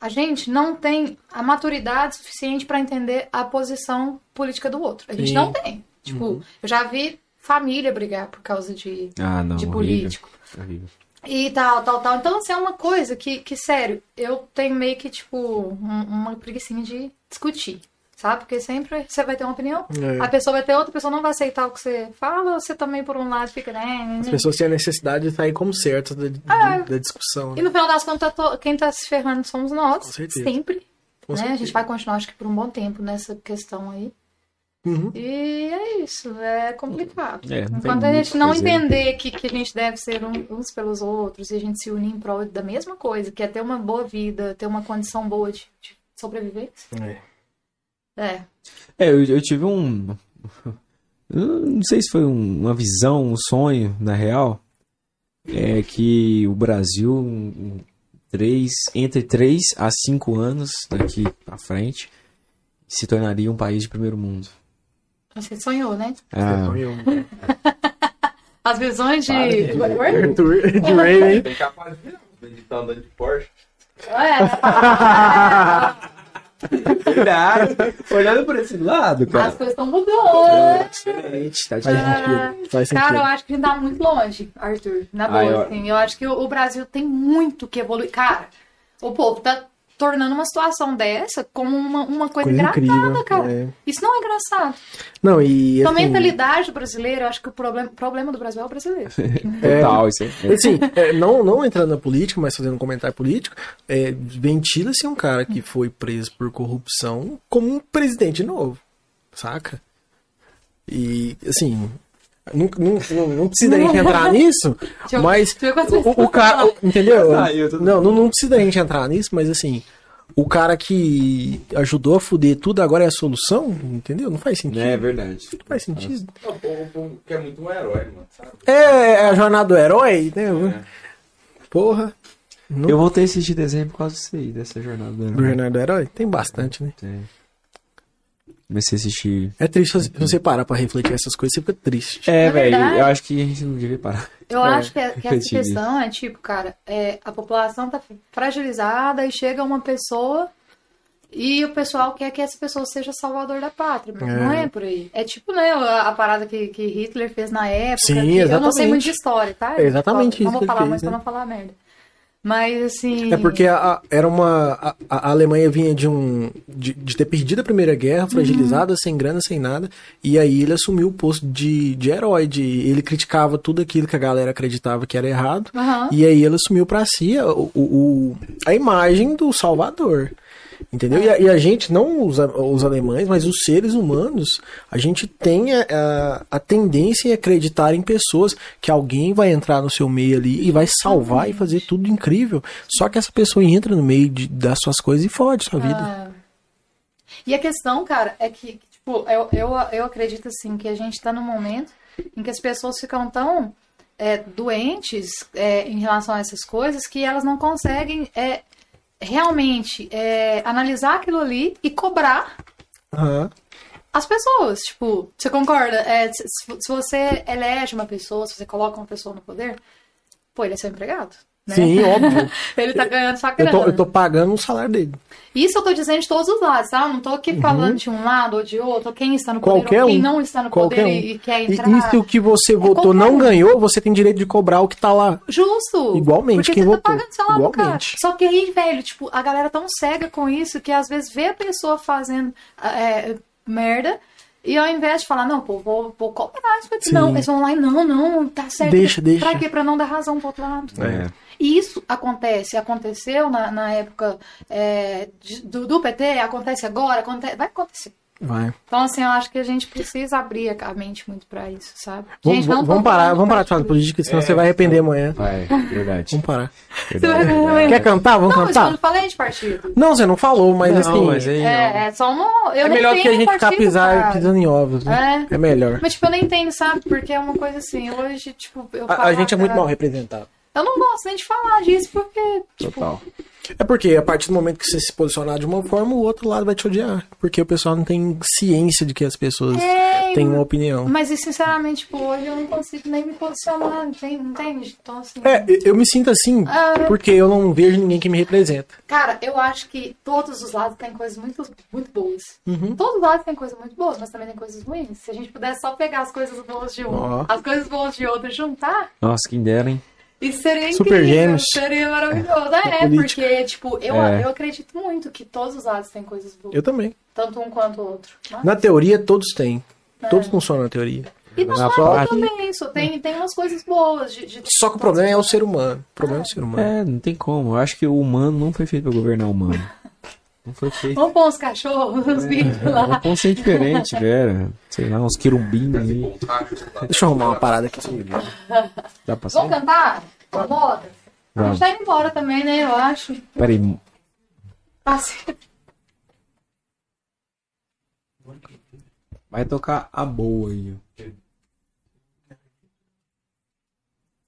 a gente não tem a maturidade suficiente pra entender a posição política do outro. A gente Sim. não tem. Tipo, Uhum. eu já vi família brigar por causa de, Ah, não, de horrível. político. horrível. E tal, tal, tal. Então, assim, é uma coisa que, que sério, eu tenho meio que, tipo, um- uma preguicinha de discutir, sabe? Porque sempre você vai ter uma opinião, É. a pessoa vai ter outra, a pessoa não vai aceitar o que você fala, você também, por um lado, fica, né? As pessoas têm a necessidade de sair como certas da, de- Ah. da discussão. E Né? no final das contas, to- quem tá se ferrando somos nós, Com certeza. sempre. Com né? A certeza. gente vai continuar, acho que, por um bom tempo nessa questão aí. Uhum. E é isso, é complicado. É, não tem Enquanto a muito o gente que não fazer, né? entender que, que a gente deve ser um- uns pelos outros e a gente se unir em prol da mesma coisa, que é ter uma boa vida, ter uma condição boa de, de sobrevivência. É. É, eu, eu tive um. <laughs> eu Não sei se foi um- uma visão, um sonho, na real. É que o Brasil, um- um- três, entre 3 a 5 anos daqui pra frente, se tornaria um país de primeiro mundo. Você sonhou, né? Ah, um <laughs> As visões de. é. Agora, É Arthur de Raven. Tem capaz de virar, meditando andando de Porsche. É, <laughs> verdade. Olhando por esse lado, as cara. coisas estão mudando. Diferente, tá Ah, diferente. Faz Cara, eu sentido. acho que a gente tá muito longe, Arthur. Na Ah, boa, eu- assim. Eu acho que o o Brasil tem muito que evoluir. Cara, o povo tá tornando uma situação dessa como uma, uma coisa, Coisa engraçada, incrível, cara. é. Isso não é engraçado. Não, e. Então, a assim, mentalidade brasileira, eu acho que o problema, problema do Brasil é o brasileiro. Total, isso aí. <laughs> Assim, é, não, não entrando na política, mas fazendo um comentário político, é, ventila-se um cara que foi preso por corrupção como um presidente novo, saca? E, assim, não, não, não, não precisa a gente entrar <laughs> nisso, Deixa eu- mas deixa eu ver quantas o, o pessoas cara, <laughs> falam. o- entendeu? Ah, eu tô- Não, não, não precisa a gente entrar nisso, mas assim, o cara que ajudou a fuder tudo agora é a solução, entendeu? Não faz sentido. É verdade. Não faz sentido. O É um povo quer muito um herói, mano, sabe? É a jornada do herói, É. né? Porra. Eu voltei a assistir desenho por causa disso aí, dessa jornada. né? Do Jornal do é um Herói? Tem bastante, né? Tem. Comecei a assistir. É triste se você parar pra refletir essas coisas, você fica triste. É, Na velho, verdade- eu acho que a gente não devia parar. Eu É, acho que, é- que essa entendi. questão é tipo, cara, é, a população tá fragilizada e chega uma pessoa e o pessoal quer que essa pessoa seja salvador da pátria, mas não é por aí. É tipo, né, a, a parada que, que Hitler fez na época. Sim, que- Eu não sei exatamente. muito de história, tá? É exatamente Eu isso Não que vou ele falar fez, mais pra né? não falar merda. Mas assim. É porque a- a- era uma. A, a Alemanha vinha de um. De, de ter perdido a Primeira Guerra, fragilizada, sem grana, sem nada. E aí ele assumiu o posto de, de herói. De, ele criticava tudo aquilo que a galera acreditava que era errado. Aham. E aí ele assumiu pra si a, o- o- a imagem do Salvador. Entendeu? E a, e a gente, não os, a- os alemães, mas os seres humanos, a gente tem a, a- a tendência em acreditar em pessoas que alguém vai entrar no seu meio ali e vai salvar e fazer tudo incrível. Só que essa pessoa entra no meio de- das suas coisas e fode sua vida. Ah. E a questão, cara, é que, tipo, eu, eu, eu acredito, assim, que a gente tá num momento em que as pessoas ficam tão é, doentes é, em relação a essas coisas que elas não conseguem é, realmente é, analisar aquilo ali e cobrar Aham. as pessoas. Tipo, você concorda? É, se, se- se você elege uma pessoa, se você coloca uma pessoa no poder, pô, ele é seu empregado. Né? Sim, óbvio. <laughs> Ele tá ganhando sua Eu grana. tô, eu tô pagando o salário dele. Isso eu tô dizendo de todos os lados, tá? Eu Não tô aqui falando de um lado ou de outro, quem está no poder Uhum. Qualquer ou quem um. não está no Qualquer poder um. e, e quer E, entrar. e se o que você votou qualquer não um. ganhou, você tem direito de cobrar o que tá lá. Justo. Igualmente, Porque quem você votou. tá pagando salário pro cara. Igualmente. Só que aí, velho, tipo, a galera tão cega com isso que às vezes vê a pessoa fazendo é, merda e ao invés de falar, não, pô, vou, vou cobrar isso aqui. Sim. Não, eles vão lá e não, não, tá certo. Deixa, deixa. Pra quê? Pra não dar razão pro outro lado. E isso acontece, aconteceu na, na época é, de- do, do PT, acontece agora, aconte- vai acontecer. Vai. Então, assim, eu acho que a gente precisa abrir a mente muito pra isso, sabe? Vamos, gente, um não vamos tô parar, falando vamos parar pra de falar de tudo. política, senão você vai arrepender amanhã. Vai, verdade. <laughs> Vamos parar. verdade. Quer cantar? Vamos Não, mas eu cantar? não falei de partido. Não, você não falou, mas assim. aí não. É, é só uma. Eu é nem melhor tenho do que a gente ficar partido, pisar, cara. pisando em ovos, né? É, melhor. Mas, tipo, eu nem tenho, sabe? Porque é uma coisa assim, hoje, tipo, eu A, a falar, gente é muito cara, mal representado. Eu não gosto nem de falar disso, porque, tipo, Total. É porque a partir do momento que você se posicionar de uma forma, o outro lado vai te odiar. Porque o pessoal não tem ciência de que as pessoas É, têm uma opinião. Mas, e, sinceramente, tipo, hoje eu não consigo nem me posicionar, entende? entende? Então, assim. É, eu- eu me sinto assim Ah. porque eu não vejo ninguém que me representa. Cara, eu acho que todos os lados têm coisas muito, muito boas. Uhum. Todos os lados têm coisas muito boas, mas também tem coisas ruins. Se a gente pudesse só pegar as coisas boas de um, Ó. as coisas boas de outro e juntar, Nossa, quem dera, hein? isso seria Super incrível, gêmeos. seria maravilhoso. É, <laughs> política. porque, tipo, eu, É. eu acredito muito que todos os lados têm coisas boas, Eu também. tanto um quanto o outro. Mas- Na teoria, todos têm. É. Todos funcionam na teoria. e na na prática prática- também isso, tem, tem umas coisas boas de, de Só que o problema é o ser humano. O problema é o ser humano. É, não tem como. Eu acho que o humano não foi feito pra governar o humano. Não foi feito. É Vamos pôr uns cachorros nos É. vídeos lá. Vamos ser diferente, velho. Sei lá, uns querubins aí. Um Deixa eu arrumar uma parada aqui. Dá pra Vamos sair? cantar? Bora. A Vamos. gente tá indo embora também, né? Eu acho. Peraí. Passei. Vai tocar a boa aí. ó.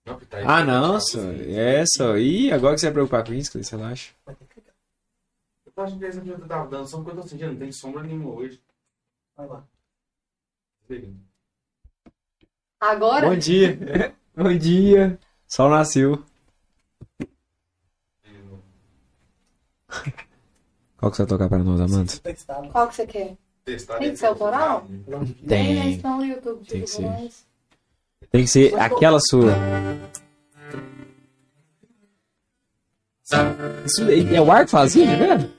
Não, tá assim. aí. Ah, não, só. É, só. Ih, agora que você vai preocupar com isso, você relaxa. Eu tô achando que esse episódio tava dando sombra, porque eu tô sentindo, não tem sombra nenhuma hoje. Vai lá. Agora? Bom dia. <laughs> Bom dia. Sol nasceu. Qual que você vai tocar pra nós, Amanda? Qual que você quer? Testar Tem que ser autoral? Tem, Tem. estão no YouTube. Tem que tipo, ser. mas- Tem que ser aquela sua. Isso é é o ar que fazia, tá vendo?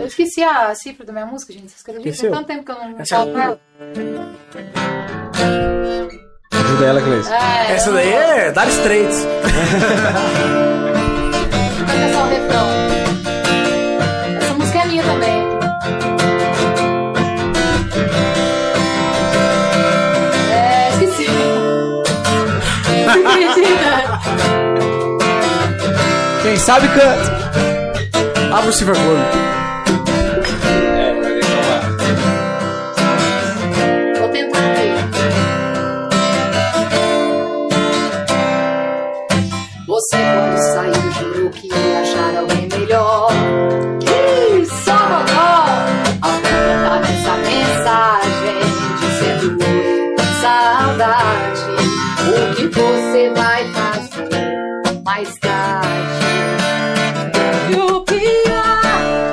Eu esqueci a cifra da minha música, gente. Vocês acreditam? Tem Esqueceu? tanto tempo que eu não Essa- falo pra ela. Ajuda ela, Cleice. É, Essa eu daí não- é Dar Straits. É só o refrão. Essa música é minha também. É, esqueci. Você acredita? Quem sabe canta. Abre o Silver Gold. Vou tentar aqui. Você quando saiu jurou que ia achar alguém melhor. Que Salvador! Ao completar essa mensagem dizendo oi, saudade. O que você vai fazer mais tarde? E o pior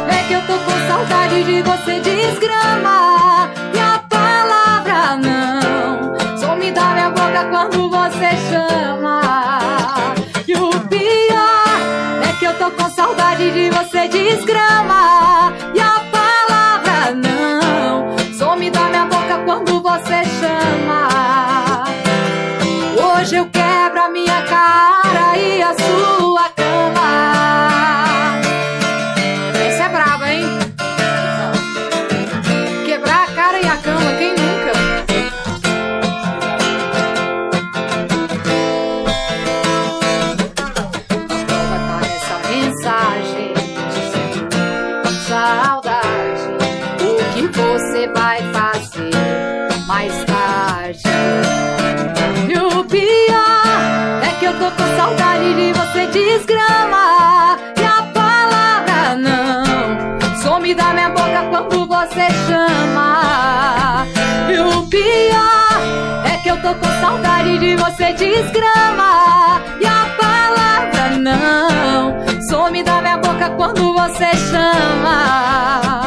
é que eu tô com saudade de você desgramar. E a palavra não só me dá minha boca quando você chama. E o pior é que eu tô com saudade de você desgramar. E a palavra não só me dá minha boca quando você chama. Hoje eu quebro a minha cara e a sua cama. Essa é braba, hein? Quebrar a cara e a cama, quem nunca? Prova tá nessa mensagem dizendo saudade. O que você vai fazer mais tarde? E o pior é que eu tô com saudade de você desgramar. E a palavra não some da minha boca quando você chama. E o pior é que eu tô com saudade de você desgramar. E a palavra não some da minha boca quando você chama.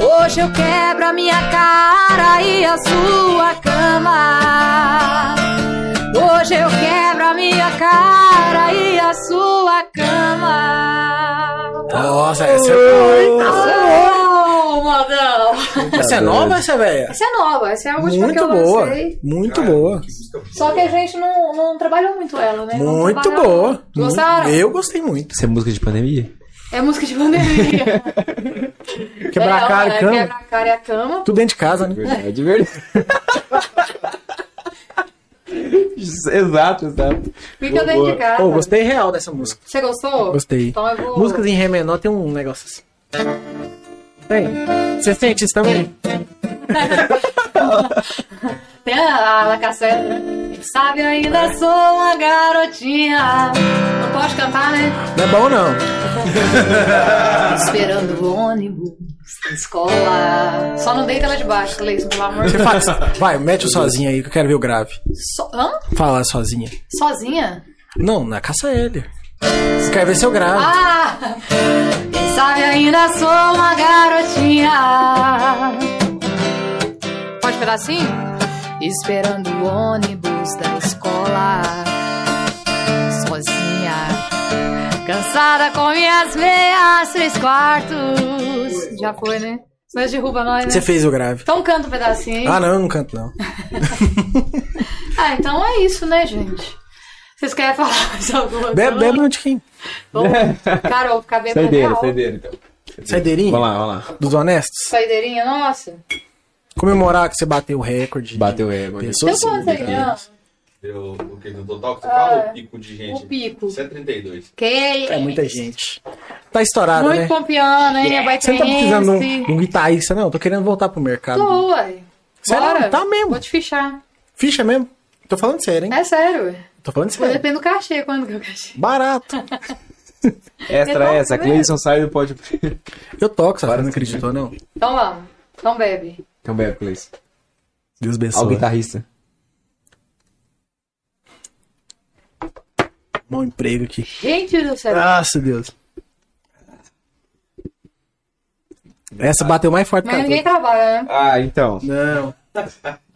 Hoje eu quebro a minha cara e a sua cama. Hoje eu quebro a minha cara e a sua cama. Nossa, essa é Oh, modão! Essa é nova essa velha? Essa é nova, essa é a última que Muito eu boa. lancei. Muito boa. Só que a gente não, não trabalhou muito ela, né? Não Muito trabalhou. boa. Gostaram? Eu gostei muito. Isso é música de pandemia? É música de pandemia. <laughs> Quebrar É, a cara é, e cama. Quebrar a cara e a cama. Tudo dentro de casa, né? Verdade, de verdade. exato, exato. Fica dentro de casa. Pô, gostei real dessa música. Você gostou? Gostei. Então eu vou... Músicas em ré menor tem um negócio assim. Tem. Você sente isso também? Tem a, a La Cassandra. Quem Sabe, eu ainda sou uma garotinha. Não pode cantar, né? Não é bom, não. <laughs> Esperando o ônibus na escola. Só não deita lá de baixo, Cleison, pelo amor de Você Deus. faz. Vai, mete o sozinha aí que eu quero ver o grave. So, hã? Fala sozinha. Sozinha? Não, na caça ele. Você quer ver seu grave. Ah! Quem sabe eu ainda sou uma garotinha. Pode virar assim? Esperando o ônibus da escola, sozinha, cansada com minhas meias, três quartos. Já foi, né? Mas derruba nós, né? Você fez o grave. Então canta um pedacinho aí. Ah, não, eu não canto, não. Ah, então é isso, né, gente? Vocês querem falar mais alguma coisa? Bebe, bebe um tiquinho. Vamos. Cara, eu vou ficar bem Saideira, saideira, então. Saideirinha Vamos lá, vamos lá. dos honestos. Saideirinha, nossa. Comemorar que você bateu o recorde. Bateu o recorde. Pessoas Eu posso aí, não? Deu o que no total que você fala? O pico de gente. É, O pico. 132. Que É muita gente. Tá estourado, Muito né? pompiano, hein? Vai Você não tá precisando de um, de um guitarrista, não. Eu tô querendo voltar pro mercado. Tô, uai. Sério? Bora. Tá mesmo. Vou te fichar. Ficha mesmo? Tô falando sério, hein? É sério. ué. Tô falando Pô, sério. Depende do cachê, quando que é o cachê. Barato. Extra Então, essa, primeiro. Cleison sai do pódio. Eu toco, sabe? Você não acreditou, não? Então vamos. Então bebe. <laughs> Então bebe, Cleison. Deus Ao abençoe. guitarrista. Bom emprego aqui. Gente do céu. Graças a Deus. Essa bateu mais forte que Mas a ninguém tua. trabalha, né? Ah, então. Não. Não,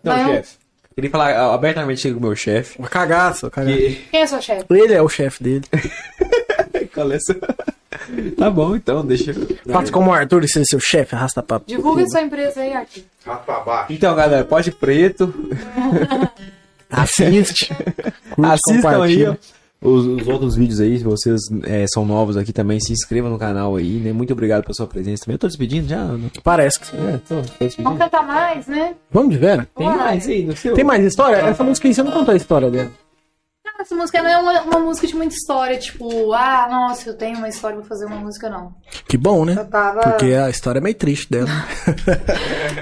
Não. Então, chefe. Queria falar ah, abertamente com o meu chefe. Uma cagaça, cagaça. Que... Quem é seu chefe? Ele é o chefe <laughs> dele. Qual é essa? <laughs> Tá bom, então, deixa eu... Faça como o Arthur e ser seu chefe, arrasta pra. Divulga sua empresa aí, aqui. Rato pra baixo. Então, galera, pode preto. <laughs> Assiste. Curte, Assistam aí compartilha. ó, os, os outros vídeos aí, se vocês é, são novos aqui também, se inscrevam no canal aí, né? Muito obrigado pela sua presença também. Eu tô despedindo já? não? Parece que sim. É, tô, tô Vamos despedindo. cantar mais, né? Vamos de Vera? Tem Uai. mais aí no seu? Tem mais história? Essa música aí você não contou a história dela. Cara, Essa música não é uma, uma música de muita história, tipo, ah, nossa, eu tenho uma história, vou fazer uma música, não. Que bom, né? Eu tava. Porque a história é meio triste <laughs> dela.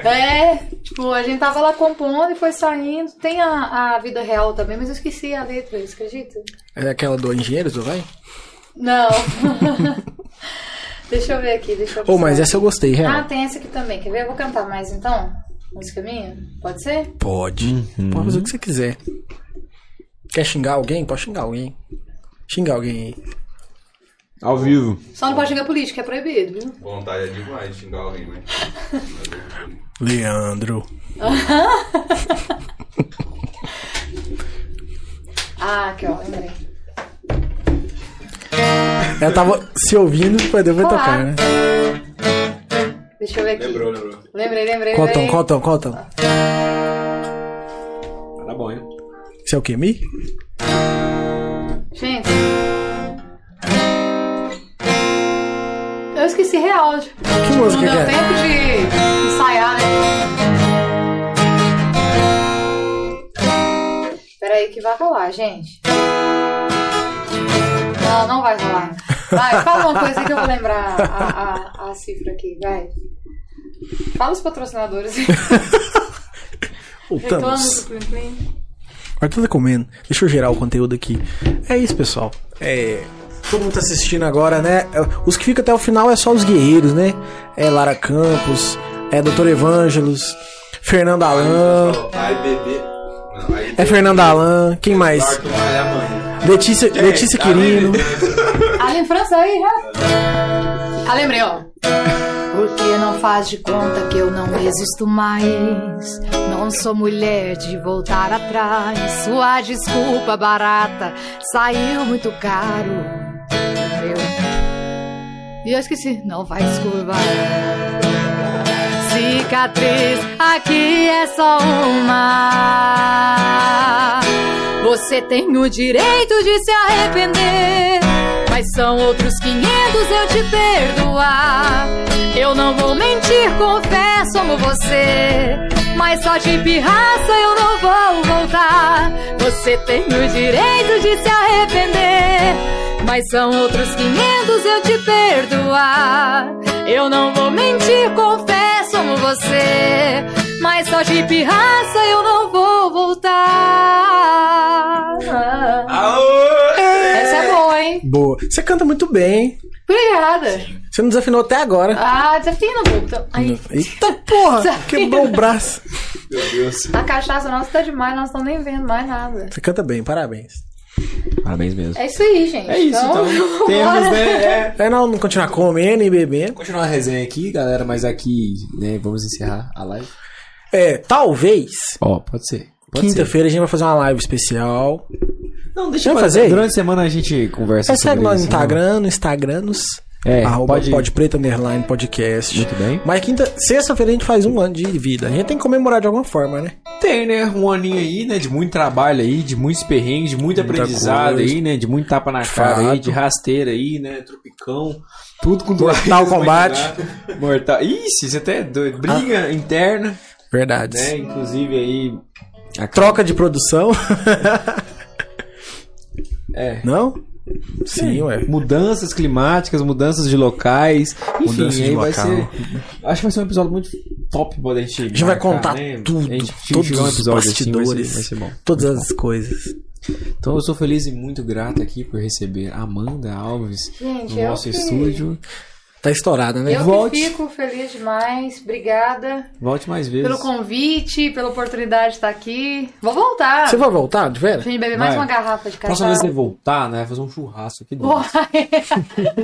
É, tipo, a gente tava lá compondo e foi saindo. Tem a, a vida real também, mas eu esqueci a letra, você acredita? É aquela do Engenheiros, do vai? Não. <laughs> deixa eu ver aqui, deixa eu ver. Ô, mas essa é eu gostei, Ah, real. tem essa aqui também. Quer ver? Eu vou cantar mais então? Música minha? Pode ser? Pode. Pode fazer o que você quiser. Quer xingar alguém? Pode xingar alguém. Xingar alguém aí. Ao vivo. Só não pode xingar política, é proibido, viu? Vontade é demais de xingar alguém, né? Leandro. Ah, aqui ó, lembrei. Ela tava se ouvindo, mas depois Olá. tocar, né? Deixa eu ver aqui. Lembrou, lembrou. Lembrei, lembrei. Qual tom, lembrei. qual tom, qual tom? Tá bom, hein? Isso é o quê? Mi? Gente. Eu esqueci real. tipo, Que Não música que deu é? tempo de ensaiar, né? Peraí que vai rolar, gente. Não, não vai rolar. Vai, fala uma coisa que eu vou lembrar a, a- a cifra aqui, vai. Fala os patrocinadores. Reclamas do Voltamos. Plim Plim. Arthur tá comendo. Deixa eu gerar o conteúdo aqui. É isso, pessoal. É. Todo mundo tá assistindo agora, né? Os que ficam até o final é só os guerreiros, né? É Lara Campos, é Doutor Evangelos, Fernando Alan. Ai, bebê. Não, aí Ah. É Fernando Alan, quem mais? Claro que vai amanhã. Letícia, Letícia tá Quirino. Além França aí, já. Ah, lembrei, ó. Porque não faz de conta que eu não existo mais. Não sou mulher de voltar atrás. Sua desculpa barata saiu muito caro. Entendeu? E eu esqueci, não vai desculpar. Cicatriz, aqui é só uma. Você tem o direito de se arrepender. Mas são outros 500 eu te perdoar. Eu não vou mentir, confesso, amo você. Mas só de pirraça eu não vou voltar. Você tem o direito de se arrepender. Mas são outros 500 eu te perdoar. Eu não vou mentir, confesso, amo você. Mas só de pirraça eu não vou voltar. Essa é boa, hein? Boa. Você canta muito bem, hein? Obrigada. Você não desafinou até agora. Ah, desafina, Bucta. Aí, Eita porra! Desafio. Quebrou o braço. Meu Deus. a cachaça nossa tá demais, nós não estamos nem vendo mais nada. Você canta bem, parabéns. Parabéns mesmo. É isso aí, gente. É isso, então. <laughs> <laughs> bora. Temos, né? É. É não, não continuar comendo e bebendo. Continuar a resenha aqui, galera, mas aqui, né, vamos encerrar a live. É, talvez. Ó, pode ser. Pode ser. Quinta-feira a gente vai fazer uma live especial. Não, deixa Vamos pra- fazer? Durante a semana a gente conversa Você sobre segue nós no isso, né? Instagram, no Instagram, nos É, arroba pode- podpreta underline podcast. Muito bem. Mas quinta, sexta-feira a gente faz um ano de vida. A gente tem que comemorar de alguma forma, né? Tem, né? Um aninho aí, né? De muito trabalho aí, de muitos perrengues, de muito Muita aprendizado coisa. aí, né? De muito tapa na cara aí, de rasteira aí, né? Tropicão. Tudo com dois. <laughs> Mortal Kombat. Mortal. Ixi, você até é doido. Briga interna, Verdade. né? Inclusive aí. a- Troca de produção. É. Não? Sim, ué. Mudanças climáticas, mudanças de locais. Enfim, Mudanças de aí vai local. ser. Acho que vai ser um episódio muito top pra gente. A gente vai contar tudo, A gente todos tiver um os episódio assim, vai ser- bastidores. vai ser bom. Todas as coisas. Então eu sou feliz e muito grato aqui por receber a Amanda Alves Gente, no eu nosso que- estúdio. Tá estourada, né? Eu é Volte. que fico feliz demais. Obrigada Volte mais vezes. pelo convite, pela oportunidade de estar aqui. Vou voltar. Você vai voltar, de Pra vera? gente beber mais Vai. uma garrafa de café. Próxima vez que você voltar, né? Fazer um churrasco aqui dentro.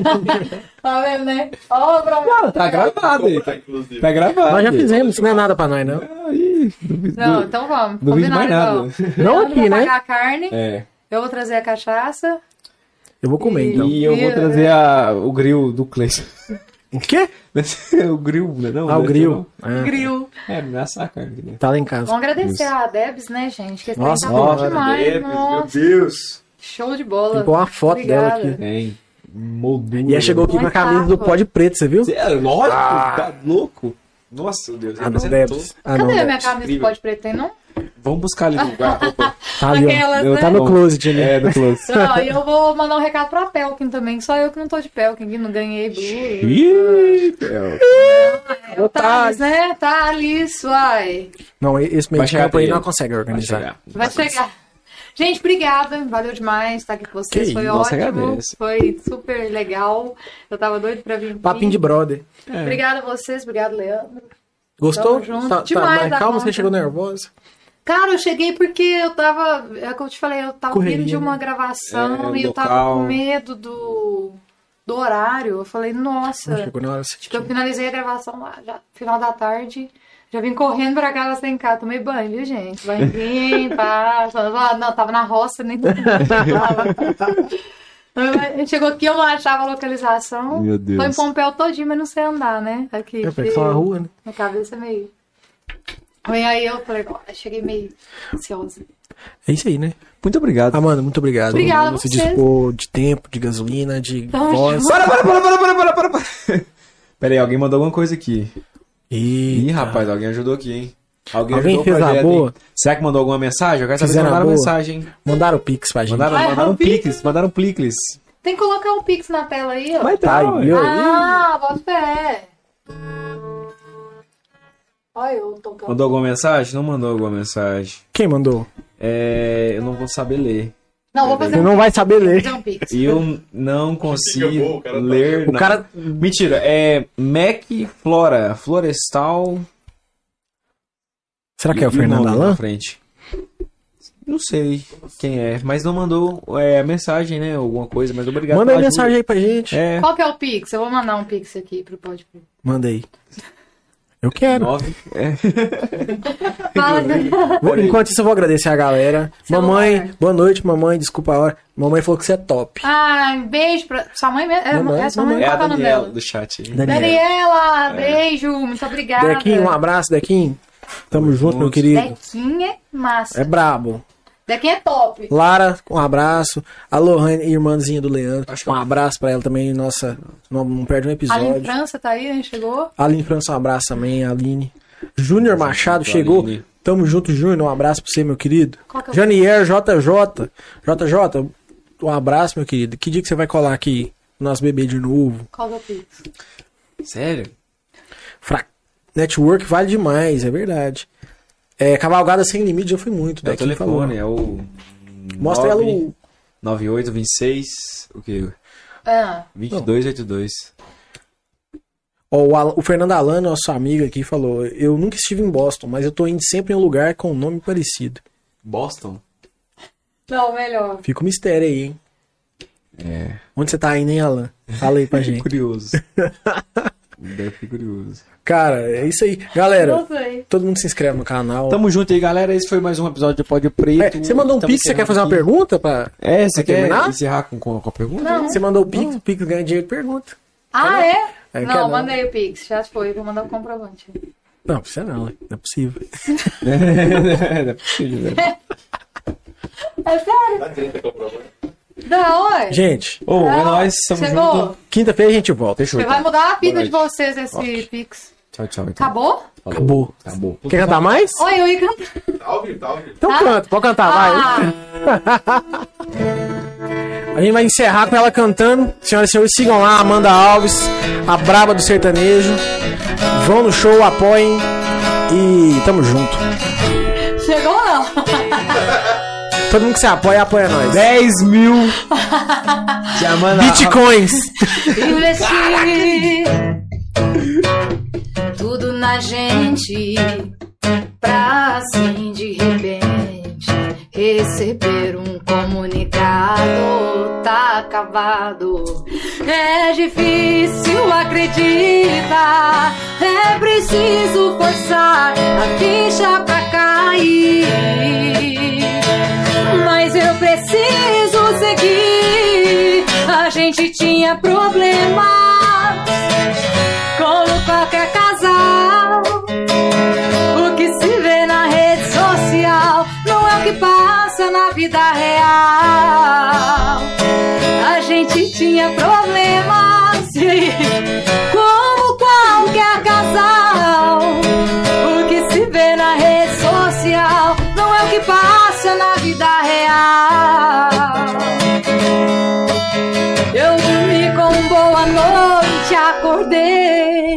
<laughs> tá vendo, né? Ó, Bruno. Tá gravado aí. Tá, inclusive. tá gravado. Nós já fizemos, isso não é nada pra nós, não. Aí, duvido- Não, então vamos. Não duvido mais nada. vamos. Não Bruno aqui, vai né? pagar a carne, É. eu vou trazer a cachaça. Eu vou comer, então. E eu vou né? trazer a- o grill do Cleiton. <laughs> O quê? o grill, né? Não, Ah, o né? grill. Ah, Grill. É, me sacanagem aqui dentro. tá lá em casa. Vamos agradecer a Debs, né, gente? Que esse trem Nossa, tá bom nossa, demais. nossa, Deus! show de bola. Ficou uma foto dela aqui. Tem moldura. E ela chegou é aqui com a camisa do pó de preto, você viu? Você é lógico, tá louco? Nossa, meu Deus. Ah, não, representou. Debs. Ah, não, Cadê a Debs. minha camisa que Incrível. pode preto? Tem não? Vamos buscar ali no guarda-roupa. Tá ali, ó. Aquelas, Eu- né? Tá no Bom, closet ali. <laughs> É, no close. Não, e eu vou mandar um recado pra Pelkin também, que só eu que não tô de Pelkin, que não ganhei blue. né? Ih, Pel. É o Thales, né? Thales, uai. Não, e- esse meio Vai de chegar campo aí pra não ele. consegue Vai organizar. chegar. Vai chegar. Gente, obrigada. Valeu demais estar aqui com vocês. Que Foi isso, nossa, ótimo. agradece. Foi super legal. Eu tava doido pra vir. aqui. Papinho de brother. Obrigada a vocês, obrigado, Leandro. Gostou? Tamo junto. Tá, tá Demais mais da calma, você conta. chegou nervosa. Cara, eu cheguei porque eu tava. É o que eu te falei, eu tava Correria, vindo de uma né? gravação É, e eu tava local. com medo do, do horário. Eu falei, Não nossa. chegou na hora certinha. Tipo, eu finalizei a gravação lá, já, final da tarde. Já vim correndo pra casa sem cá, tomei banho, viu, gente? <laughs> Banhinho, pá. Ah, Não, tava na roça, nem <laughs> Mas Chegou aqui, eu não achava a localização. Meu Deus. Tô em Pompeu todinho, mas não sei andar, né? Aqui. É, porque porque tá na rua, né? Minha cabeça é meio. E aí eu falei, "Nossa", cheguei meio ansiosa. É isso aí, né? Muito obrigado. Amanda, muito obrigado. Obrigada Você a vocês. dispor de tempo, de gasolina, de Tamo voz. junto. Para, para, para, para, para, para, para, para. Pera aí, alguém mandou alguma coisa aqui. Ih, E rapaz, alguém ajudou aqui, hein? Alguém, Alguém ajudou o fez a projeto, boa? hein? Será que mandou alguma mensagem? Eu quero saber se Fizeram a mandaram boa? mensagem, hein? mandaram o Pix pra gente. Mandaram, Ai, mandaram um Rabi. picles, mandaram picles. Tem que colocar um pix na tela aí, ó. Mas Tá, tá, ué. e eu- Ah, bota o pé. Olha eu tocando. Mandou alguma mensagem? Não mandou alguma mensagem. Quem mandou? É, eu não vou saber ler. Não, vou fazer Você um, não vai saber ler. fazer um pix. Eu não Fica bom, consigo o cara tá- ler. O nada. cara- Mentira, é Mac Flora, Florestal. Será que é o e nome Fernando na Alain? frente. Não sei quem é, mas não mandou é, mensagem, né? Alguma coisa, mas obrigado Manda aí pela ajuda. mensagem aí pra gente. É, Qual que é o pix? Eu vou mandar um pix aqui pro Pode. Manda aí. Eu quero. nove. é, Fala, Vou- enquanto isso, eu vou agradecer a galera. Celular. Mamãe, boa noite, mamãe. Desculpa a hora. Mamãe falou que você é top. Ai, beijo pra sua mãe mesmo. É, Mamãe, é sua mãe, É a qual que é o nome Daniela dela? do chat. aí. Daniel. Daniela, beijo, muito obrigada. Dequinho, um abraço, Dequinho. Tamo junto, meu querido. Dequinha é É massa. brabo. Dequinha é top. Lara, um abraço. A Lohane, irmãzinha do Leandro. Um abraço pra ela também. Nossa, não, não perde um Aline episódio. França tá aí, né? Chegou. Aline França, um abraço também. Aline. Júnior Machado chegou. Aline. Tamo junto, Júnior. Um abraço pra você, meu querido. Qual que é o- Janier JJ. JJ, um abraço, meu querido. Que dia que você vai colar aqui no nosso bebê de novo? Qual que é o pix? Sério? Fra... Network vale demais, é verdade. É, Cavalgada Sem Limite já foi muito. É o daqui falou. telefone, é o. Mostra ela o. 98, 26. O quê? Ah, 2282. Ó, o, Al- o Fernando Alan, nosso amigo aqui, falou: Eu nunca estive em Boston, mas eu tô indo sempre em um lugar com um nome parecido. Boston? não, melhor. Fica o mistério aí, hein? É. Onde você tá indo, hein, Alan? Fala aí pra gente. <laughs> Curioso. Deve ser curioso. Cara, é isso aí. Galera, Não sei. todo mundo se inscreve no canal. Tamo junto aí, galera. Esse foi mais um episódio do Pódio Preto. É, você mandou um Tamo pix, você quer fazer uma encerrando aqui. pergunta? Pra... É, você Quer terminar? quer encerrar com, com, com a pergunta? Não. Você mandou o pix, o pix ganha dinheiro, pergunta. Ah, é? É, quer não, não. mandei o pix. Já foi, vou mandar o comprovante. Não, precisa não, né? não é possível. <laughs> não é possível, velho. É sério? Dá 30 que eu provo. Da hora. Gente, Ô, é nóis. Tamo Ah, Chegou. junto. quinta-feira a gente volta. Fechou. Você então. vai mudar a vida Boa de noite. vocês esse pix. Tchau, tchau. então. Acabou? Falou. Acabou. Acabou. Quer cantar mais? Oi, eu ia cantar. Tá ao vivo, tá ao vivo. Então canta, pode Tá, cantar, vai. Ah. A gente vai encerrar com ela cantando. Senhoras e senhores, sigam lá, Amanda Alves, a braba do sertanejo. Vão no show, apoiem e tamo junto. chegou ou não? Todo mundo que se apoia, apoia nós. 10 mil. <laughs> Chamando Bitcoins. <laughs> Investir tudo na gente pra assim de repente receber um comunicado tá acabado. É difícil acreditar, é preciso forçar a ficha pra cair. Mas eu preciso seguir. A gente tinha problemas, como qualquer casal. O que se vê na rede social não é o que passa na vida real. A gente tinha problemas, <laughs> como qualquer casal. O que se vê na rede social não é o que passa na vida real. Eu dormi com boa noite, acordei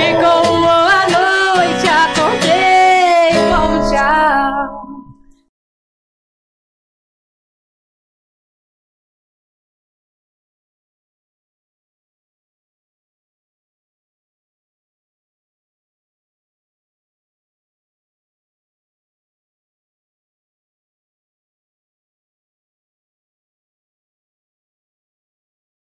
com